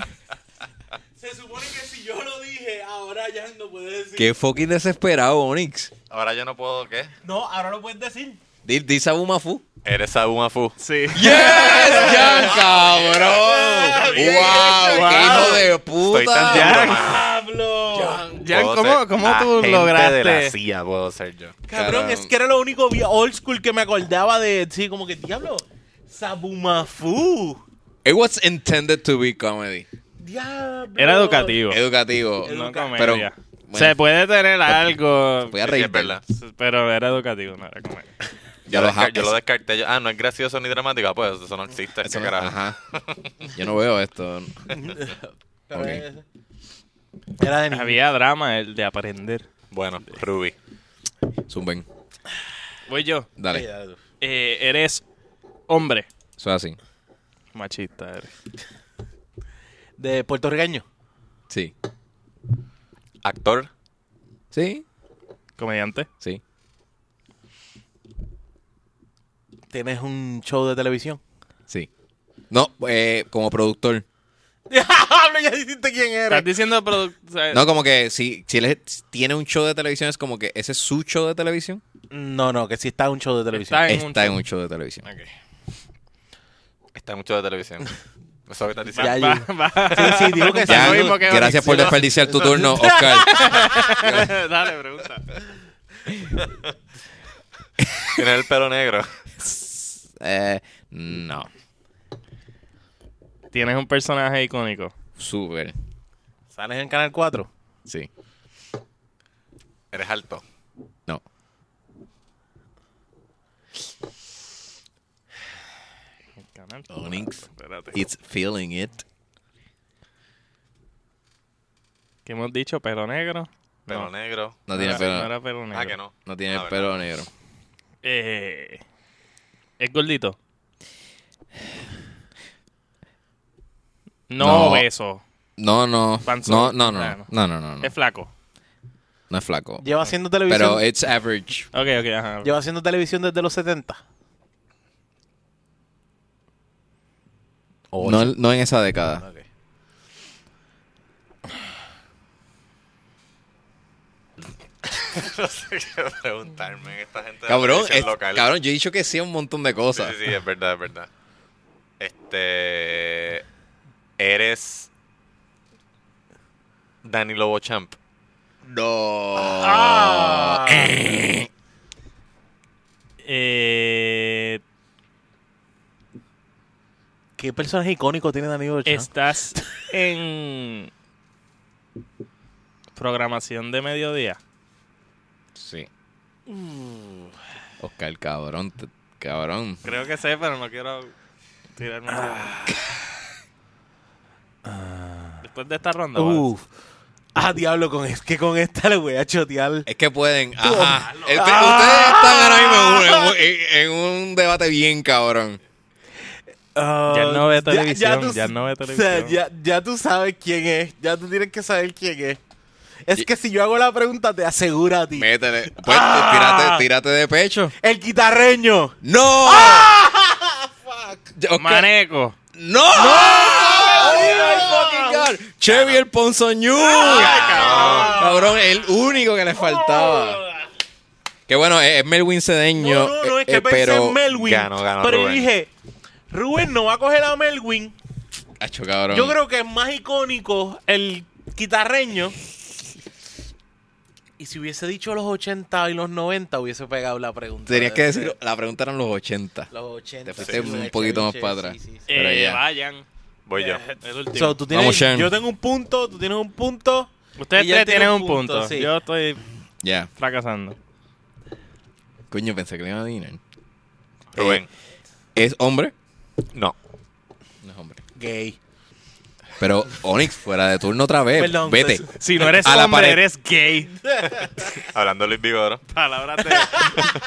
[SPEAKER 4] Se supone que si yo lo dije, ahora ya no puedes decir.
[SPEAKER 1] Qué fucking desesperado, Onyx.
[SPEAKER 3] Ahora yo no puedo, ¿qué?
[SPEAKER 4] No, ahora lo puedes decir.
[SPEAKER 1] Di- Dice a Bumafu.
[SPEAKER 3] Eres Abumafu.
[SPEAKER 2] Sí.
[SPEAKER 1] ¡Yes, Jan, cabrón!
[SPEAKER 3] Bien
[SPEAKER 1] ¡Wow!
[SPEAKER 2] hecho,
[SPEAKER 1] ¡Qué
[SPEAKER 2] Jan.
[SPEAKER 1] hijo de puta!
[SPEAKER 3] Estoy tan
[SPEAKER 2] Jan.
[SPEAKER 3] duro, mano.
[SPEAKER 4] Ah. ¡Pablo!
[SPEAKER 2] Jan,
[SPEAKER 3] Puedo
[SPEAKER 2] ¿cómo,
[SPEAKER 3] ser
[SPEAKER 2] cómo tú
[SPEAKER 3] agente de la
[SPEAKER 2] lograste?
[SPEAKER 3] CIA puedo ser yo.
[SPEAKER 4] Cabrón,
[SPEAKER 1] Caramba.
[SPEAKER 4] es que era lo único vi- old school que me acordaba de. Sí, como que, diablo. Sabumafu.
[SPEAKER 1] It was intended to be comedy.
[SPEAKER 4] Diablo.
[SPEAKER 2] Era educativo.
[SPEAKER 1] Educativo.
[SPEAKER 2] no
[SPEAKER 4] educa-
[SPEAKER 2] comedia.
[SPEAKER 1] Pero,
[SPEAKER 2] se
[SPEAKER 1] bueno,
[SPEAKER 2] puede tener algo,
[SPEAKER 1] voy a
[SPEAKER 3] Sí,
[SPEAKER 1] reír.
[SPEAKER 3] es verdad.
[SPEAKER 2] pero era educativo, no era comedia.
[SPEAKER 1] Ya
[SPEAKER 3] yo,
[SPEAKER 1] lo
[SPEAKER 3] desca-
[SPEAKER 1] ja-
[SPEAKER 3] yo lo descarté. Yo- ah, no es gracioso ni dramático. Ah, Pues eso no existe.
[SPEAKER 1] Eso
[SPEAKER 3] ¿Qué
[SPEAKER 1] no-
[SPEAKER 3] carajo?
[SPEAKER 1] ajá. Yo no veo esto.
[SPEAKER 4] Pero
[SPEAKER 1] Ok.
[SPEAKER 4] es- Era de niño.
[SPEAKER 2] Había drama el de aprender.
[SPEAKER 3] Bueno, Ruby.
[SPEAKER 1] Zumben.
[SPEAKER 2] Voy yo.
[SPEAKER 4] Sí,
[SPEAKER 1] Dale.
[SPEAKER 4] era de-
[SPEAKER 2] Eh, eres hombre.
[SPEAKER 1] Eso es así.
[SPEAKER 2] Machista eres.
[SPEAKER 4] De puertorriqueño.
[SPEAKER 1] Sí.
[SPEAKER 3] Actor.
[SPEAKER 1] Sí.
[SPEAKER 2] Comediante.
[SPEAKER 1] Sí.
[SPEAKER 4] Tienes un show de televisión.
[SPEAKER 1] Sí. No, eh, como productor.
[SPEAKER 4] Diablo, ya dijiste quién
[SPEAKER 2] Estás
[SPEAKER 4] era.
[SPEAKER 2] diciendo produ- o sea,
[SPEAKER 1] No, como que si, si él es- tiene un show de televisión, es como que ese es su show de televisión.
[SPEAKER 4] No, no, que sí está un show de televisión.
[SPEAKER 2] Está en un
[SPEAKER 1] Está en
[SPEAKER 2] show.
[SPEAKER 1] un show de televisión.
[SPEAKER 3] Está mucho de televisión. Eso es lo que estás
[SPEAKER 4] Ya,
[SPEAKER 3] diciendo.
[SPEAKER 4] ya.
[SPEAKER 2] Va, va.
[SPEAKER 4] Sí, sí, digo que sí.
[SPEAKER 1] Jan,
[SPEAKER 2] Lo mismo que
[SPEAKER 1] gracias por
[SPEAKER 2] Onyx, ¿no?
[SPEAKER 1] desperdiciar tu
[SPEAKER 4] Eso-
[SPEAKER 1] turno, Oscar.
[SPEAKER 2] Dale, pregunta.
[SPEAKER 3] Tienes el pelo negro.
[SPEAKER 1] Eh, no,
[SPEAKER 2] Tienes un personaje icónico.
[SPEAKER 1] súper,
[SPEAKER 4] Sales en Canal 4.
[SPEAKER 1] sí,
[SPEAKER 3] Eres alto.
[SPEAKER 1] no.
[SPEAKER 2] Canal.
[SPEAKER 3] Oh,
[SPEAKER 1] Onyx.
[SPEAKER 2] Espérate.
[SPEAKER 1] It's feeling it.
[SPEAKER 2] ¿Qué hemos dicho? ¿Pelo negro?
[SPEAKER 3] Pelo
[SPEAKER 2] No.
[SPEAKER 3] negro.
[SPEAKER 1] No tiene
[SPEAKER 2] Era-
[SPEAKER 1] pelo.
[SPEAKER 2] No era pelo negro.
[SPEAKER 3] Ah, que no.
[SPEAKER 1] No tiene
[SPEAKER 3] Ah,
[SPEAKER 1] pelo negro.
[SPEAKER 2] Eh, ¿Es gordito? No,
[SPEAKER 1] No.
[SPEAKER 2] eso.
[SPEAKER 1] No, no. No,
[SPEAKER 2] Panzón.
[SPEAKER 1] no, no.
[SPEAKER 2] Ah,
[SPEAKER 1] No, no, no. No,
[SPEAKER 2] Es flaco.
[SPEAKER 1] No es flaco.
[SPEAKER 4] Lleva haciendo televisión.
[SPEAKER 1] Pero it's average.
[SPEAKER 2] Ok, ok, ajá.
[SPEAKER 4] Lleva haciendo televisión desde los 70.
[SPEAKER 3] Oh,
[SPEAKER 1] No, no en esa década.
[SPEAKER 4] Ok.
[SPEAKER 3] No sé qué preguntarme. Esta gente de la
[SPEAKER 1] Cabrón,
[SPEAKER 3] televisión
[SPEAKER 1] es-
[SPEAKER 3] local.
[SPEAKER 1] cabrón, yo he dicho que sí a un montón de
[SPEAKER 3] Sí,
[SPEAKER 1] cosas.
[SPEAKER 3] sí, sí, es verdad, es verdad. Este. Eres. Danny Lobo Champ.
[SPEAKER 1] No.
[SPEAKER 3] Ah.
[SPEAKER 2] Eh,
[SPEAKER 4] ¿Qué personaje icónico tiene Danilo Chan?
[SPEAKER 2] Estás en programación de mediodía.
[SPEAKER 1] Sí.
[SPEAKER 3] Uh.
[SPEAKER 1] Oscar, cabrón, te- cabrón.
[SPEAKER 2] Creo que sé, pero no quiero tirarme. Después de esta ronda. ¿vale?
[SPEAKER 4] Uf. Ah, diablo, con es que con esta le voy a chotear.
[SPEAKER 1] Es que pueden.
[SPEAKER 3] ah,
[SPEAKER 1] Ajá. Este- ustedes están ahora mismo en un, en un- en un debate bien cabrón.
[SPEAKER 4] Ah,
[SPEAKER 2] Ya no ve televisión, ya no ve
[SPEAKER 4] o sea,
[SPEAKER 2] televisión.
[SPEAKER 4] ya, ya tú sabes quién es. Ya tú tienes que saber quién es. Es que si yo hago la pregunta, te aseguro a ti.
[SPEAKER 1] Métele. Pues
[SPEAKER 4] Ah.
[SPEAKER 1] tírate, tírate de pecho.
[SPEAKER 4] El guitarreño.
[SPEAKER 1] ¡No!
[SPEAKER 4] Ah.
[SPEAKER 1] Ya, Oscar,
[SPEAKER 2] Maneco.
[SPEAKER 1] ¡No! ¡Oh, my fucking God! Chevy el Ponzoñú. Cabrón, el único que le faltaba. Que bueno, es es Melwin Cedeño.
[SPEAKER 4] no, no, no, es
[SPEAKER 1] eh,
[SPEAKER 4] que
[SPEAKER 1] eh,
[SPEAKER 4] pensé
[SPEAKER 1] pero...
[SPEAKER 4] en Melwin.
[SPEAKER 3] ganó, ganó
[SPEAKER 4] pero
[SPEAKER 3] Rubén.
[SPEAKER 4] yo dije, Rubén no va a coger a Melwin.
[SPEAKER 1] Acho, cabrón.
[SPEAKER 4] Yo creo que es más icónico el guitarreño. Y si hubiese dicho los 80 y los 90, hubiese pegado la pregunta.
[SPEAKER 1] Tenías
[SPEAKER 4] de-
[SPEAKER 1] que decir, la pregunta eran los 80.
[SPEAKER 4] Los 80.
[SPEAKER 1] Te fuiste
[SPEAKER 4] sí,
[SPEAKER 1] un
[SPEAKER 4] sí,
[SPEAKER 1] poquito
[SPEAKER 4] sí,
[SPEAKER 1] más
[SPEAKER 4] sí,
[SPEAKER 1] para
[SPEAKER 4] sí,
[SPEAKER 1] atrás.
[SPEAKER 4] sí, sí.
[SPEAKER 1] Pero
[SPEAKER 2] Eh,
[SPEAKER 1] ya.
[SPEAKER 2] vayan.
[SPEAKER 3] Voy yo.
[SPEAKER 2] El último.
[SPEAKER 4] So, tú tienes-
[SPEAKER 1] Vamos, Shem.
[SPEAKER 4] yo tengo un punto, tú tienes un punto.
[SPEAKER 2] Ustedes
[SPEAKER 4] y ya
[SPEAKER 2] tres
[SPEAKER 4] tiene
[SPEAKER 2] tienen
[SPEAKER 4] un
[SPEAKER 2] un
[SPEAKER 4] punto,
[SPEAKER 2] punto.
[SPEAKER 4] sí.
[SPEAKER 2] Yo estoy
[SPEAKER 1] Ya.
[SPEAKER 2] fracasando.
[SPEAKER 1] Coño, pensé que le iba a adivinar.
[SPEAKER 3] Rubén.
[SPEAKER 1] ¿Es hombre?
[SPEAKER 3] No.
[SPEAKER 1] No es hombre.
[SPEAKER 4] Gay.
[SPEAKER 1] Pero Onyx, fuera de turno otra vez.
[SPEAKER 4] Perdón,
[SPEAKER 1] Vete.
[SPEAKER 4] pues-
[SPEAKER 2] Si no eres
[SPEAKER 1] A la
[SPEAKER 2] hombre,
[SPEAKER 1] pared.
[SPEAKER 2] eres gay.
[SPEAKER 3] Hablando de Luis Vigoro.
[SPEAKER 2] Palabras de...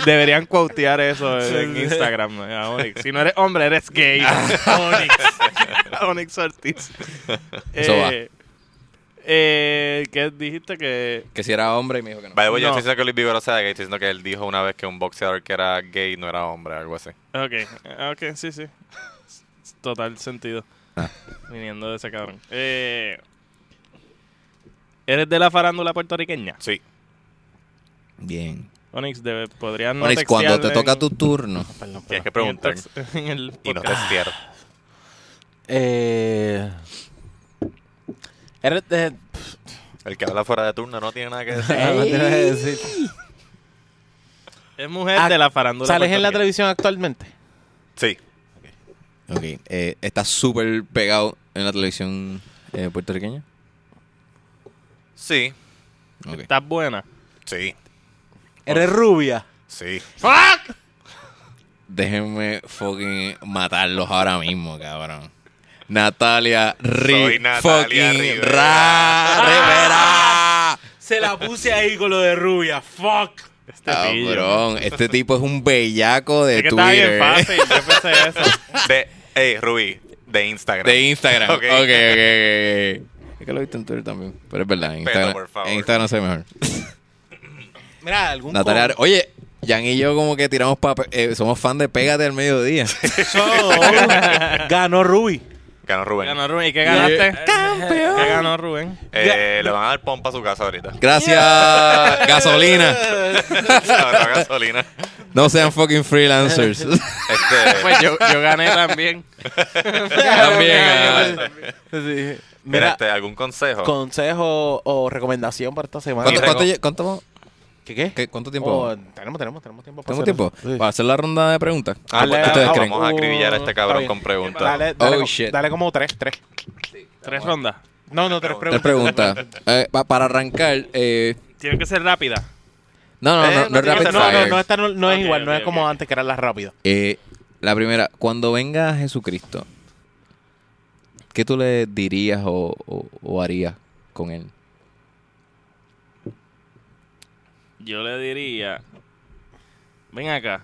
[SPEAKER 2] Deberían cuautear eso en Instagram. ¿no? A Onyx. Si no eres hombre, eres gay.
[SPEAKER 4] Ah.
[SPEAKER 2] Onyx. Onyx Ortiz.
[SPEAKER 1] Eso va.
[SPEAKER 2] eh, ¿Qué dijiste que...?
[SPEAKER 1] Que si era hombre y me dijo que no.
[SPEAKER 3] Vale, voy yo
[SPEAKER 2] No.
[SPEAKER 3] estoy diciendo que Luis Vigoro sea gay. Estoy diciendo que él dijo una vez que un boxeador que era gay no era hombre, algo así.
[SPEAKER 2] Ok, ah, ok, sí, sí. Total sentido.
[SPEAKER 1] Ah.
[SPEAKER 2] Viniendo de ese cabrón. Eh, ¿Eres de la farándula puertorriqueña?
[SPEAKER 3] Sí.
[SPEAKER 1] Bien.
[SPEAKER 2] Onyx, debe, podrías no
[SPEAKER 1] Onyx, cuando te
[SPEAKER 2] textearle
[SPEAKER 1] toca
[SPEAKER 2] en-
[SPEAKER 1] tu turno.
[SPEAKER 4] Perdón,
[SPEAKER 3] Tienes
[SPEAKER 4] perdón.
[SPEAKER 2] en
[SPEAKER 3] que
[SPEAKER 2] el
[SPEAKER 3] preguntar.
[SPEAKER 2] text- en el
[SPEAKER 3] Y no
[SPEAKER 2] podcast.
[SPEAKER 3] testear.
[SPEAKER 4] Eh, eres- eh,
[SPEAKER 3] El que habla fuera de turno no tiene nada que decir.
[SPEAKER 4] no te voy a decir.
[SPEAKER 2] Es mujer
[SPEAKER 4] Ah,
[SPEAKER 2] de la farándula
[SPEAKER 4] ¿Sales en la
[SPEAKER 2] puertorriqueña.
[SPEAKER 4] televisión actualmente?
[SPEAKER 3] Sí.
[SPEAKER 1] Ok. eh, ¿Estás súper pegado en la televisión eh, puertorriqueña?
[SPEAKER 3] Sí.
[SPEAKER 1] Ok.
[SPEAKER 2] ¿Estás buena?
[SPEAKER 3] Sí.
[SPEAKER 4] ¿Eres rubia?
[SPEAKER 3] Sí.
[SPEAKER 1] Déjenme fucking matarlos ahora mismo, cabrón. Natalia,
[SPEAKER 3] Soy
[SPEAKER 1] Ri
[SPEAKER 3] Natalia
[SPEAKER 1] fucking
[SPEAKER 3] Rivera.
[SPEAKER 1] Ra Rivera.
[SPEAKER 4] Se la puse ahí con lo de rubia. Fuck.
[SPEAKER 2] Este pillo.
[SPEAKER 1] Cabrón, este tipo es un bellaco Ah, de
[SPEAKER 2] Es que está bien
[SPEAKER 1] Twitter. eh.
[SPEAKER 2] fácil. Yo pensé eso.
[SPEAKER 3] De. Hey, Rubí. De Instagram.
[SPEAKER 1] De Instagram.
[SPEAKER 3] Ok.
[SPEAKER 1] Ok, ok, ok. ok. Es que lo he visto en Twitter también. Pero es verdad, en
[SPEAKER 3] Pero,
[SPEAKER 1] Instagram,
[SPEAKER 3] por favor.
[SPEAKER 1] en Instagram se ve mejor.
[SPEAKER 4] Mira, algún
[SPEAKER 1] Natalia, oye, Jan y yo como que tiramos papel, eh, somos fan de Pégate al mediodía.
[SPEAKER 4] ganó Ruby.
[SPEAKER 3] Ganó Rubén.
[SPEAKER 2] Ganó Rubén. ¿Y qué ganaste? ¡Campeón! ¿Qué ganó Rubén?
[SPEAKER 3] Eh, le van a dar pompa a su casa ahorita.
[SPEAKER 1] Gracias, gasolina.
[SPEAKER 3] Ahora gasolina.
[SPEAKER 1] No sean fucking freelancers.
[SPEAKER 3] Este,
[SPEAKER 2] Pues yo, yo gané también.
[SPEAKER 1] También. ah.
[SPEAKER 4] Sí.
[SPEAKER 3] mira,
[SPEAKER 4] Mira,
[SPEAKER 3] este, ¿algún consejo?
[SPEAKER 4] consejo o recomendación para esta semana.
[SPEAKER 1] ¿Cuánto,
[SPEAKER 3] Mira,
[SPEAKER 1] cuánto
[SPEAKER 3] co-
[SPEAKER 1] lle- cuánto vamos-
[SPEAKER 4] ¿Qué qué?
[SPEAKER 1] qué- cuánto tiempo?
[SPEAKER 4] Oh,
[SPEAKER 1] vamos?
[SPEAKER 4] tenemos, tenemos, tenemos tiempo. para
[SPEAKER 1] ¿Tenemos
[SPEAKER 4] hacer
[SPEAKER 1] tiempo?
[SPEAKER 4] eso. Sí.
[SPEAKER 1] Para hacer la ronda de preguntas.
[SPEAKER 3] Ah, pues,
[SPEAKER 4] Dale,
[SPEAKER 3] entonces
[SPEAKER 4] ah,
[SPEAKER 3] vamos a
[SPEAKER 4] uh,
[SPEAKER 3] acribillar a este
[SPEAKER 4] está
[SPEAKER 3] cabrón
[SPEAKER 4] bien.
[SPEAKER 3] con preguntas.
[SPEAKER 4] Dale, dale,
[SPEAKER 1] Oh,
[SPEAKER 4] como-
[SPEAKER 1] shit.
[SPEAKER 4] dale como tres, tres.
[SPEAKER 2] Tres rondas.
[SPEAKER 4] No, no, tres
[SPEAKER 1] Tres
[SPEAKER 4] preguntas.
[SPEAKER 1] preguntas. Eh, pa- para arrancar, eh,
[SPEAKER 2] Tiene que ser rápida.
[SPEAKER 1] no, no,
[SPEAKER 3] Eh,
[SPEAKER 1] no, no,
[SPEAKER 3] no
[SPEAKER 1] es
[SPEAKER 3] tiene
[SPEAKER 1] rapid
[SPEAKER 3] que ser-
[SPEAKER 4] No, no,
[SPEAKER 1] fire.
[SPEAKER 4] no, esta no, no es
[SPEAKER 2] Ok,
[SPEAKER 4] igual, no
[SPEAKER 2] ok,
[SPEAKER 4] es como
[SPEAKER 2] ok.
[SPEAKER 4] antes que eran las rápidas.
[SPEAKER 1] Eh, la primera, cuando venga Jesucristo, ¿qué tú le dirías o, o- o harías con él?
[SPEAKER 2] Yo le diría, ven acá.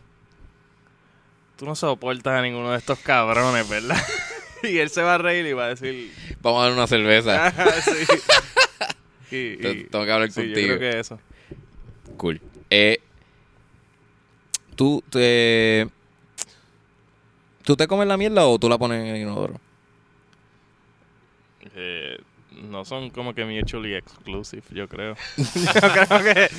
[SPEAKER 2] Tú no soportas a ninguno de estos cabrones, ¿verdad? y él se va a reír y va a decir,
[SPEAKER 1] Vamos a dar una cerveza.
[SPEAKER 2] "Ah, sí". Y-
[SPEAKER 1] Te-
[SPEAKER 2] y-
[SPEAKER 1] tengo que hablar
[SPEAKER 2] sí, yo
[SPEAKER 1] contigo.
[SPEAKER 2] creo que eso.
[SPEAKER 1] Cool. Eh, ¿tú, te, ¿Tú te comes la mierda o tú la pones en el inodoro?
[SPEAKER 2] Eh, no son como que mutually exclusive, yo creo. yo creo que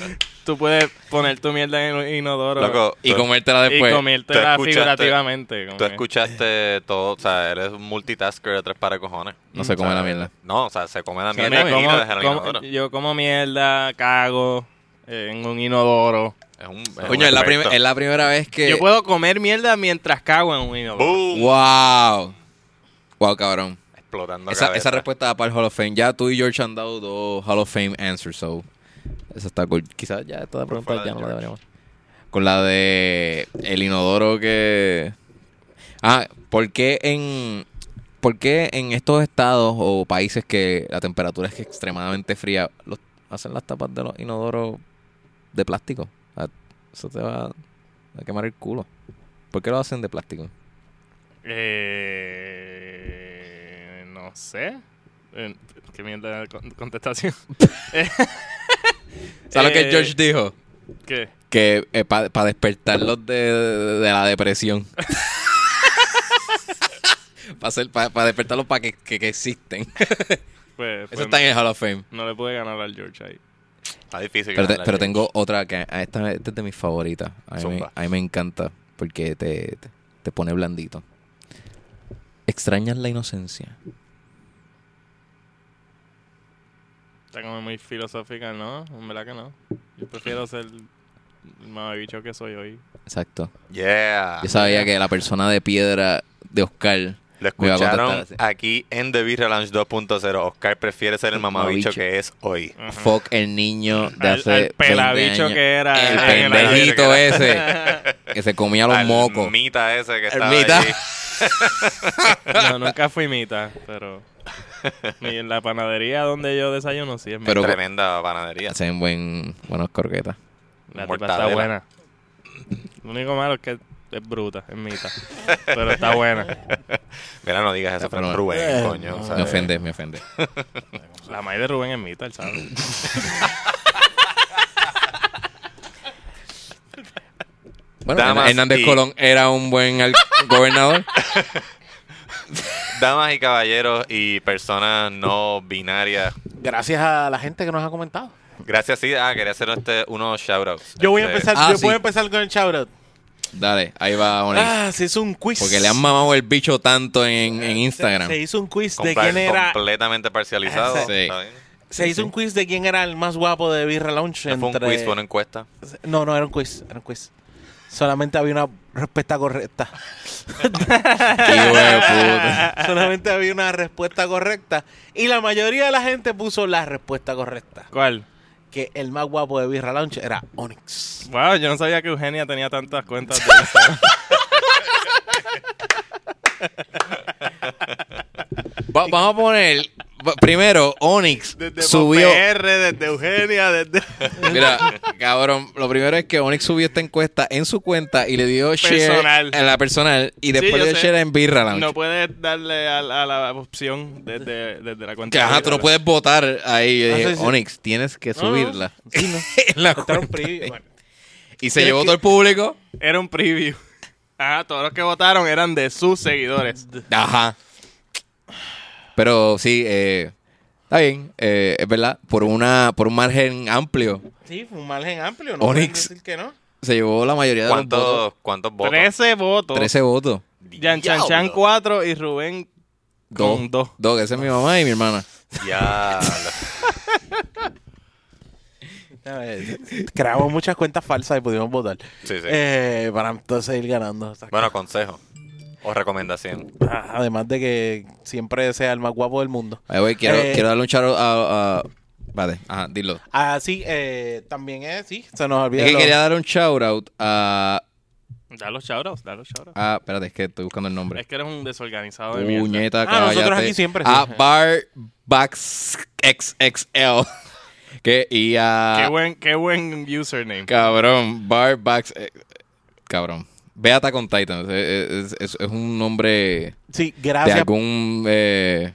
[SPEAKER 2] tú puedes poner tu mierda en el inodoro
[SPEAKER 3] Loco,
[SPEAKER 1] Y
[SPEAKER 3] tú,
[SPEAKER 1] comértela
[SPEAKER 2] Oh, y
[SPEAKER 1] después.
[SPEAKER 2] comértela
[SPEAKER 3] tú escuchaste-
[SPEAKER 2] figurativamente. como
[SPEAKER 3] tú
[SPEAKER 2] que-
[SPEAKER 3] escuchaste todo, o sea, eres un multitasker de tres para cojones.
[SPEAKER 1] No se
[SPEAKER 2] Ah,
[SPEAKER 1] come la mierda.
[SPEAKER 3] No, o sea, se come la
[SPEAKER 2] O sea,
[SPEAKER 3] mierda
[SPEAKER 2] me
[SPEAKER 3] y
[SPEAKER 2] como-
[SPEAKER 3] la deja en el
[SPEAKER 2] como-
[SPEAKER 3] inodoro.
[SPEAKER 2] yo como mierda, cago eh, en un inodoro.
[SPEAKER 3] Es un, es un
[SPEAKER 1] Coño, es la, prim-
[SPEAKER 3] experto.
[SPEAKER 1] es la primera vez que...
[SPEAKER 2] Yo puedo comer mierda mientras cago en un inodoro.
[SPEAKER 3] ¡Boom!
[SPEAKER 1] ¡Wow! ¡Wow, cabrón!
[SPEAKER 3] Explotando
[SPEAKER 1] Esa,
[SPEAKER 3] cabeza.
[SPEAKER 1] esa respuesta da para el Hall of Fame. Ya tú y George han dado dos Hall of Fame answers, so... Esa está cool. Quizás ya esta pregunta
[SPEAKER 3] fue la de
[SPEAKER 1] ya no la
[SPEAKER 3] George?
[SPEAKER 1] deberíamos. Con la de el inodoro que... Ah, ¿por qué en... ¿Por qué en estos estados o países que la temperatura es extremadamente fría los- hacen las tapas de los inodoros de plástico? Ah, Eso te va a quemar el culo. ¿Por qué lo hacen de plástico?
[SPEAKER 2] Eh, no sé. Eh, ¿Qué mierda de con- contestación?
[SPEAKER 1] ¿Sabes lo
[SPEAKER 2] Eh,
[SPEAKER 1] que George dijo?
[SPEAKER 2] ¿Qué?
[SPEAKER 1] Que para despertarlos de, de la depresión. para despertarlos para que, que- que existen.
[SPEAKER 2] Pues, pues,
[SPEAKER 1] Eso está en el Hall of Fame.
[SPEAKER 2] No le pude ganar al George ahí.
[SPEAKER 3] Está difícil.
[SPEAKER 1] Pero, te-
[SPEAKER 3] ganarle
[SPEAKER 1] pero
[SPEAKER 3] a George.
[SPEAKER 1] tengo otra que a esta, esta es de mis favoritas. A mí, me,
[SPEAKER 3] Zumba.
[SPEAKER 1] a mí me encanta porque te, te, te pone blandito. Extrañas la inocencia.
[SPEAKER 2] Está como muy filosófica, ¿no? En verdad que no. Yo prefiero ser el mamabicho que soy hoy.
[SPEAKER 1] Exacto.
[SPEAKER 3] Yeah.
[SPEAKER 1] Yo sabía que la persona de piedra de Oscar
[SPEAKER 3] Lo
[SPEAKER 1] me iba a
[SPEAKER 3] escucharon
[SPEAKER 1] contestar así.
[SPEAKER 3] aquí en The Beer Lounge 2.0. Oscar prefiere ser el mamabicho
[SPEAKER 1] Mamabicho.
[SPEAKER 3] que es hoy.
[SPEAKER 2] Ajá.
[SPEAKER 1] Fuck el niño de
[SPEAKER 2] Al-
[SPEAKER 1] hace
[SPEAKER 2] al
[SPEAKER 1] 20
[SPEAKER 2] pelabicho
[SPEAKER 1] años.
[SPEAKER 2] que era. en
[SPEAKER 1] El
[SPEAKER 2] el avión.
[SPEAKER 1] pendejito ese que se comía los
[SPEAKER 3] Al
[SPEAKER 1] mocos.
[SPEAKER 3] Mita ese que
[SPEAKER 1] El
[SPEAKER 3] estaba
[SPEAKER 1] mita.
[SPEAKER 3] allí.
[SPEAKER 2] No, nunca fui mita, pero... Ni en la panadería donde yo desayuno sí es mita.
[SPEAKER 1] Pero-
[SPEAKER 3] Tremenda panadería.
[SPEAKER 1] Hacen buen, buenas corquetas.
[SPEAKER 2] La tipa
[SPEAKER 3] Mortadela.
[SPEAKER 2] está buena. Lo único malo es que es bruta, es mita. Pero está buena.
[SPEAKER 3] Mira, no digas eso,
[SPEAKER 1] Pero
[SPEAKER 3] Fran
[SPEAKER 1] no.
[SPEAKER 3] Rubén, coño. o sea,
[SPEAKER 1] Me ofende, me ofende.
[SPEAKER 2] La madre de Rubén es mita, él sabe.
[SPEAKER 1] Bueno,
[SPEAKER 3] Damas
[SPEAKER 1] Hernández
[SPEAKER 3] y-
[SPEAKER 1] Colón era un buen al- gobernador.
[SPEAKER 3] Damas y caballeros y personas no binarias.
[SPEAKER 4] Gracias a la gente que nos ha comentado.
[SPEAKER 3] Gracias, sí. Ah, quería hacer este, unos shoutouts.
[SPEAKER 4] Yo voy a
[SPEAKER 3] Este,
[SPEAKER 4] empezar,
[SPEAKER 1] Ah,
[SPEAKER 4] yo
[SPEAKER 1] sí.
[SPEAKER 4] voy a empezar con el shoutout.
[SPEAKER 1] Dale, ahí va Onel.
[SPEAKER 4] Ah, se hizo un quiz.
[SPEAKER 1] Porque le han mamado el bicho tanto en, en Instagram.
[SPEAKER 4] Se, se hizo un quiz de
[SPEAKER 3] comprar-
[SPEAKER 4] quién era.
[SPEAKER 3] Completamente parcializado.
[SPEAKER 1] Sí.
[SPEAKER 3] está bien.
[SPEAKER 4] Se hizo un quiz de quién era el más guapo de Birra Lounge.
[SPEAKER 3] No fue un
[SPEAKER 4] entre-
[SPEAKER 3] quiz, fue una encuesta.
[SPEAKER 4] No, no, era un quiz, era un quiz. Solamente había una respuesta correcta.
[SPEAKER 1] Hijo de puta.
[SPEAKER 4] Solamente había una respuesta correcta. Y la mayoría de la gente puso la respuesta correcta.
[SPEAKER 2] ¿Cuál?
[SPEAKER 4] Que el más guapo de Birra Lounge era Onyx.
[SPEAKER 2] Wow, yo no sabía que Eugenia tenía tantas cuentas de Instagram.
[SPEAKER 1] Va- vamos a poner. va- Primero, Onyx
[SPEAKER 2] Desde
[SPEAKER 1] subió.
[SPEAKER 2] PR, desde Eugenia, desde...
[SPEAKER 1] Mira, cabrón, lo primero es que Onyx subió esta encuesta en su cuenta y le dio share
[SPEAKER 2] Personal.
[SPEAKER 1] en la personal y después
[SPEAKER 2] Sí,
[SPEAKER 1] le
[SPEAKER 2] yo
[SPEAKER 1] dio
[SPEAKER 2] sé.
[SPEAKER 1] share en Birra Lounge.
[SPEAKER 2] No puedes darle a, la- a la opción desde, desde la cuenta.
[SPEAKER 1] Que, ajá, tú no puedes votar ahí. Yo
[SPEAKER 4] Ah,
[SPEAKER 1] dije,
[SPEAKER 4] sí, sí.
[SPEAKER 1] Onyx, tienes que
[SPEAKER 4] No, no.
[SPEAKER 1] subirla.
[SPEAKER 4] Sí, no.
[SPEAKER 1] En la
[SPEAKER 4] Está un
[SPEAKER 1] cuenta.
[SPEAKER 4] preview, bueno.
[SPEAKER 1] Y se llevó todo el público.
[SPEAKER 2] Era un preview. Ah, todos los que votaron eran de sus seguidores.
[SPEAKER 1] Ajá. Pero sí, eh, está bien, eh, es verdad. Por, una, por un margen amplio
[SPEAKER 4] Sí, fue un margen amplio.
[SPEAKER 1] no pueden Onyx.
[SPEAKER 4] decir que no.
[SPEAKER 1] se llevó la mayoría de los votos.
[SPEAKER 3] ¿Cuántos, cuántos votos?
[SPEAKER 2] 13 votos.
[SPEAKER 1] 13 votos.
[SPEAKER 2] Yan Chan Chan
[SPEAKER 3] Diablo.
[SPEAKER 2] 4 y Rubén
[SPEAKER 1] Dos.
[SPEAKER 2] con 2.
[SPEAKER 1] Dos, que esa es mi mamá y mi hermana.
[SPEAKER 3] Diablo.
[SPEAKER 4] Creamos muchas cuentas falsas y pudimos votar.
[SPEAKER 3] Sí, sí.
[SPEAKER 4] Eh, para entonces ir ganando. estas
[SPEAKER 3] Bueno, consejo o recomendación.
[SPEAKER 4] cosas. Ah, Además de que siempre sea el más guapo del mundo.
[SPEAKER 1] Ahí voy, quiero,
[SPEAKER 4] Eh.
[SPEAKER 1] quiero darle un charo a... a- Vale, ajá, dilo.
[SPEAKER 4] Ah, sí, eh, también es, sí, se nos olvida.
[SPEAKER 1] Es que
[SPEAKER 4] lo-
[SPEAKER 1] quería dar un shout out a,
[SPEAKER 2] Da los shoutouts, da los shoutouts.
[SPEAKER 1] a- Espérate, es que estoy buscando el nombre.
[SPEAKER 2] Es que eres un desorganizado de mierda.
[SPEAKER 1] Puñeta,
[SPEAKER 4] Ah, nosotros
[SPEAKER 1] cállate.
[SPEAKER 4] aquí siempre,
[SPEAKER 1] A
[SPEAKER 4] sí.
[SPEAKER 1] Bar Bax XXL. que, y
[SPEAKER 2] Qué
[SPEAKER 1] a.
[SPEAKER 2] buen, qué buen username.
[SPEAKER 1] Cabrón, Bar Bax. eh, Cabrón. Ve a con Titan. Es, es- es- es un nombre
[SPEAKER 4] Sí,
[SPEAKER 1] de
[SPEAKER 4] gracias.
[SPEAKER 1] algún eh,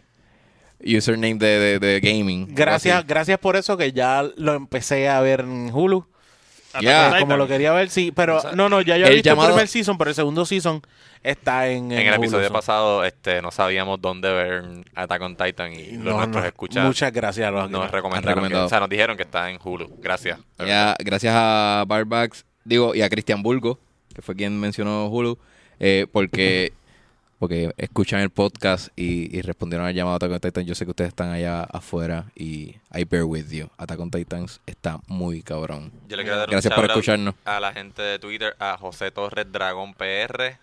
[SPEAKER 1] username de, de- de gaming. algo
[SPEAKER 4] Gracias,
[SPEAKER 1] así.
[SPEAKER 4] gracias por eso que ya lo empecé a ver en Hulu. Eh,
[SPEAKER 2] Attack
[SPEAKER 1] Ya.
[SPEAKER 2] on Titan.
[SPEAKER 4] Como lo quería ver, sí, pero no, no, ya yo he
[SPEAKER 1] el
[SPEAKER 4] visto
[SPEAKER 1] llamado-
[SPEAKER 4] el primer season, pero el segundo season está en
[SPEAKER 3] En el
[SPEAKER 4] Hulu,
[SPEAKER 3] episodio
[SPEAKER 4] so-
[SPEAKER 3] pasado este, no sabíamos dónde ver Attack on Titan y
[SPEAKER 4] No,
[SPEAKER 3] los nuestros
[SPEAKER 4] no,
[SPEAKER 3] escuchas
[SPEAKER 4] Muchas gracias. los-
[SPEAKER 3] nos recomendaron. que-
[SPEAKER 1] recomendado.
[SPEAKER 3] o sea, nos dijeron que está en Hulu. Gracias.
[SPEAKER 1] Ya, gracias a Barbax, digo, y a Cristian Burgo, que fue quien mencionó Hulu, eh, porque, porque escuchan el podcast y, y respondieron al llamado a Attack on Titan. Yo sé que ustedes están allá afuera y I bear with you. Attack on Titans está muy cabrón.
[SPEAKER 3] Yo le quiero dar un
[SPEAKER 1] Gracias por
[SPEAKER 3] shout out
[SPEAKER 1] escucharnos.
[SPEAKER 3] A la gente de Twitter, a José Torres Dragón PR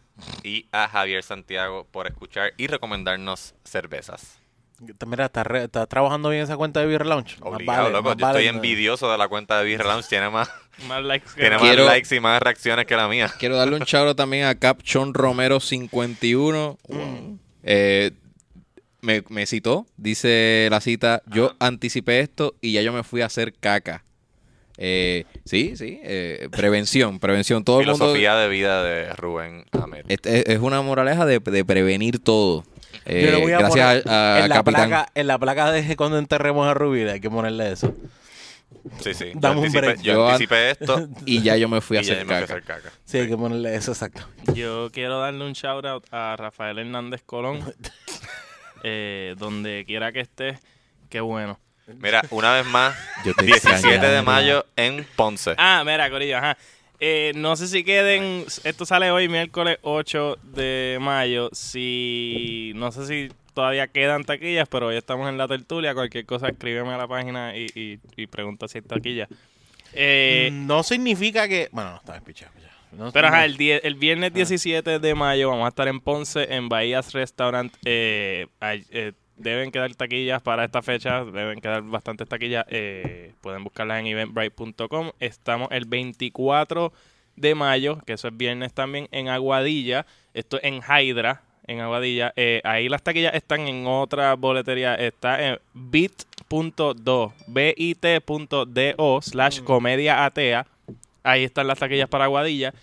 [SPEAKER 3] y a Javier Santiago por escuchar y recomendarnos cervezas.
[SPEAKER 4] Mira, está, re- está trabajando bien esa cuenta de Beer Lounge. Más
[SPEAKER 3] Obligado,
[SPEAKER 4] vale,
[SPEAKER 3] loco.
[SPEAKER 4] más
[SPEAKER 3] Yo
[SPEAKER 4] vale.
[SPEAKER 3] estoy envidioso de la cuenta de Beer Lounge. Tiene más,
[SPEAKER 2] Más likes que
[SPEAKER 3] tiene más
[SPEAKER 1] Quiero-
[SPEAKER 3] likes y más reacciones que la mía.
[SPEAKER 1] Quiero darle un charo también a Capchon Romero 51. Eh, me, me citó, dice la cita, yo anticipé esto y ya yo me fui a hacer caca. Eh, sí, sí, eh, prevención, prevención. Todo el mundo...
[SPEAKER 3] Filosofía de vida de Rubén Amel.
[SPEAKER 1] Es, es- es una moraleja de, de prevenir todo. Eh,
[SPEAKER 4] Yo le voy a
[SPEAKER 1] gracias
[SPEAKER 4] poner
[SPEAKER 1] a, a
[SPEAKER 4] en la
[SPEAKER 1] Capitán.
[SPEAKER 4] Placa, en la placa de cuando enterremos a Rubí, hay que ponerle eso.
[SPEAKER 3] Sí, sí.
[SPEAKER 4] Dame un
[SPEAKER 3] yo anticipé,
[SPEAKER 4] break.
[SPEAKER 3] yo
[SPEAKER 1] Yo an-
[SPEAKER 3] anticipé esto
[SPEAKER 1] Y ya yo me fui a
[SPEAKER 3] y ya
[SPEAKER 1] hacer
[SPEAKER 3] yo me fui a
[SPEAKER 1] caca.
[SPEAKER 3] hacer caca.
[SPEAKER 4] Sí, hay que ponerle eso, exacto.
[SPEAKER 2] Yo quiero darle un shout out a Rafael Hernández Colón. Eh, donde quiera que estés, qué bueno.
[SPEAKER 3] Mira, una vez más,
[SPEAKER 1] Yo te
[SPEAKER 3] 17 de
[SPEAKER 1] extrañaba.
[SPEAKER 3] mayo en Ponce.
[SPEAKER 2] Ah, mira, Corillo, ajá. Eh, no sé si queden. Esto sale hoy, miércoles 8 de mayo. Si. No sé si todavía quedan taquillas, pero hoy estamos en la tertulia. Cualquier cosa, escríbeme a la página y, y, y pregunta si hay taquillas. Eh,
[SPEAKER 4] Mm, no significa que. Bueno, no, está bien, pichado. pichado. No-
[SPEAKER 2] Pero
[SPEAKER 4] no-
[SPEAKER 2] ajá, el, die- el viernes 17 de mayo vamos a estar en Ponce, en Bahías Restaurant. Eh, ay- eh, deben quedar taquillas para esta fecha, deben quedar bastantes taquillas. eh, pueden buscarlas en eventbrite.com. Estamos el 24 de mayo, que eso es viernes también, en Aguadilla. Esto es en Hydra, en Aguadilla. Eh, ahí las taquillas están en otra boletería. Está en bit.do, bit.do slash comedia atea. Ahí están las taquillas para Aguadilla.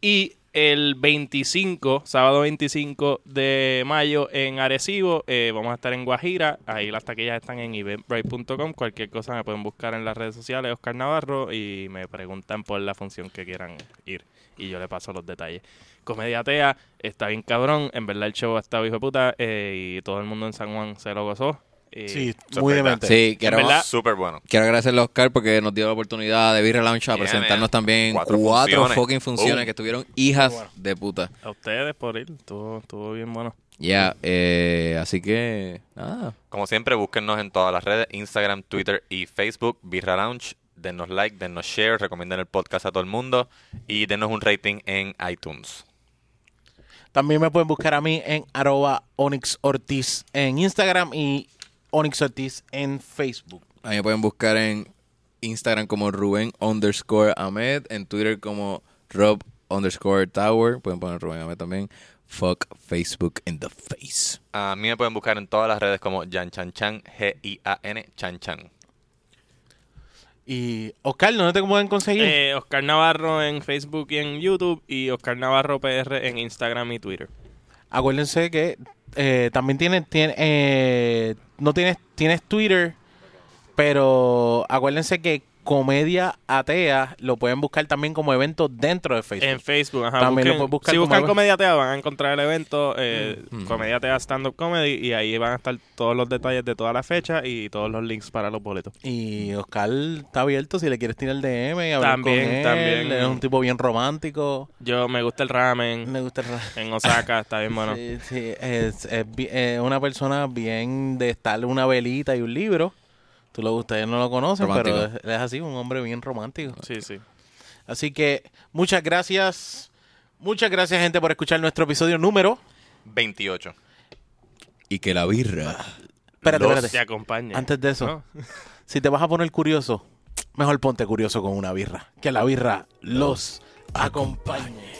[SPEAKER 2] Y el 25, sábado 25 de mayo en Arecibo, eh, vamos a estar en Guajira. Ahí las taquillas están en eventbrite.com. Cualquier cosa me pueden buscar en las redes sociales, Oscar Navarro, y me preguntan por la función que quieran ir. Y yo le paso los detalles. Comedia Atea, está bien cabrón. En verdad el show ha estado hijo de puta. eh, y todo el mundo en San Juan se lo gozó. Eh,
[SPEAKER 4] Sí,
[SPEAKER 3] Eso
[SPEAKER 4] muy
[SPEAKER 3] es verdad.
[SPEAKER 4] demente.
[SPEAKER 1] Sí, quiero,
[SPEAKER 2] En verdad.
[SPEAKER 3] Súper bueno.
[SPEAKER 1] quiero agradecerle a Oscar porque nos dio la oportunidad de Beer Lounge a
[SPEAKER 3] Yeah,
[SPEAKER 1] presentarnos
[SPEAKER 3] man.
[SPEAKER 1] también cuatro,
[SPEAKER 3] Cuatro funciones. Oh.
[SPEAKER 1] fucking funciones
[SPEAKER 3] Boom.
[SPEAKER 1] que estuvieron hijas
[SPEAKER 4] Bueno.
[SPEAKER 1] de puta.
[SPEAKER 2] A ustedes por ir. Estuvo, estuvo bien bueno.
[SPEAKER 1] Ya, eh, así que nada.
[SPEAKER 3] Como siempre, búsquennos en todas las redes, Instagram, Twitter y Facebook, Birra Lounge. Denos like, denos share, recomienden el podcast a todo el mundo y denos un rating en iTunes.
[SPEAKER 4] También me pueden buscar a mí en arroba Onyx Ortiz en Instagram y Onyx Ortiz en Facebook.
[SPEAKER 1] A mí me pueden buscar en Instagram como Rubén underscore Ahmed, en Twitter como Rob underscore Tower. Pueden poner Rubén Ahmed también. Fuck Facebook in the face.
[SPEAKER 3] A mí me pueden buscar en todas las redes como Jan Chan Chan, G-I-A-N, Chan Chan.
[SPEAKER 4] Y Oscar, ¿dónde te pueden conseguir?
[SPEAKER 2] Eh, Oscar Navarro en Facebook y en YouTube y Oscar Navarro PR en Instagram y Twitter.
[SPEAKER 4] Acuérdense que eh, también tienes, tiene, eh, no tienes, tienes Twitter, pero acuérdense que Comedia Atea. Lo pueden buscar también como evento dentro de Facebook.
[SPEAKER 2] En Facebook, ajá.
[SPEAKER 4] También lo
[SPEAKER 2] busquen-
[SPEAKER 4] puedes buscar
[SPEAKER 2] si
[SPEAKER 4] como
[SPEAKER 2] buscan
[SPEAKER 4] evento.
[SPEAKER 2] Comedia Tea van a encontrar el evento eh,
[SPEAKER 1] Mm.
[SPEAKER 2] Comedia Tea Stand Up Comedy y ahí van a estar todos los detalles de toda la fecha y todos los links para los boletos.
[SPEAKER 4] Y Oscar está abierto si le quieres tirar DM. Hablar
[SPEAKER 2] También,
[SPEAKER 4] con él.
[SPEAKER 2] también.
[SPEAKER 4] Es un tipo bien romántico.
[SPEAKER 2] Yo me gusta el ramen
[SPEAKER 4] Me gusta el-
[SPEAKER 2] en Osaka, está bien Eh, bueno.
[SPEAKER 4] Sí, sí, es, es bi- es una persona bien de estar una velita y un libro. Tú lo, ustedes no lo conocen, pero es,
[SPEAKER 1] Romántico.
[SPEAKER 4] es así, un hombre bien romántico.
[SPEAKER 2] Sí, sí.
[SPEAKER 4] Así que muchas gracias. Muchas gracias, gente, por escuchar nuestro episodio número.
[SPEAKER 3] 28.
[SPEAKER 1] Y que la birra.
[SPEAKER 4] Espérate,
[SPEAKER 2] Los
[SPEAKER 4] espérate.
[SPEAKER 2] te acompañan.
[SPEAKER 4] Antes de eso,
[SPEAKER 2] ¿no?
[SPEAKER 4] si te vas a poner curioso, mejor ponte curioso con una birra. Que la birra los acompañe.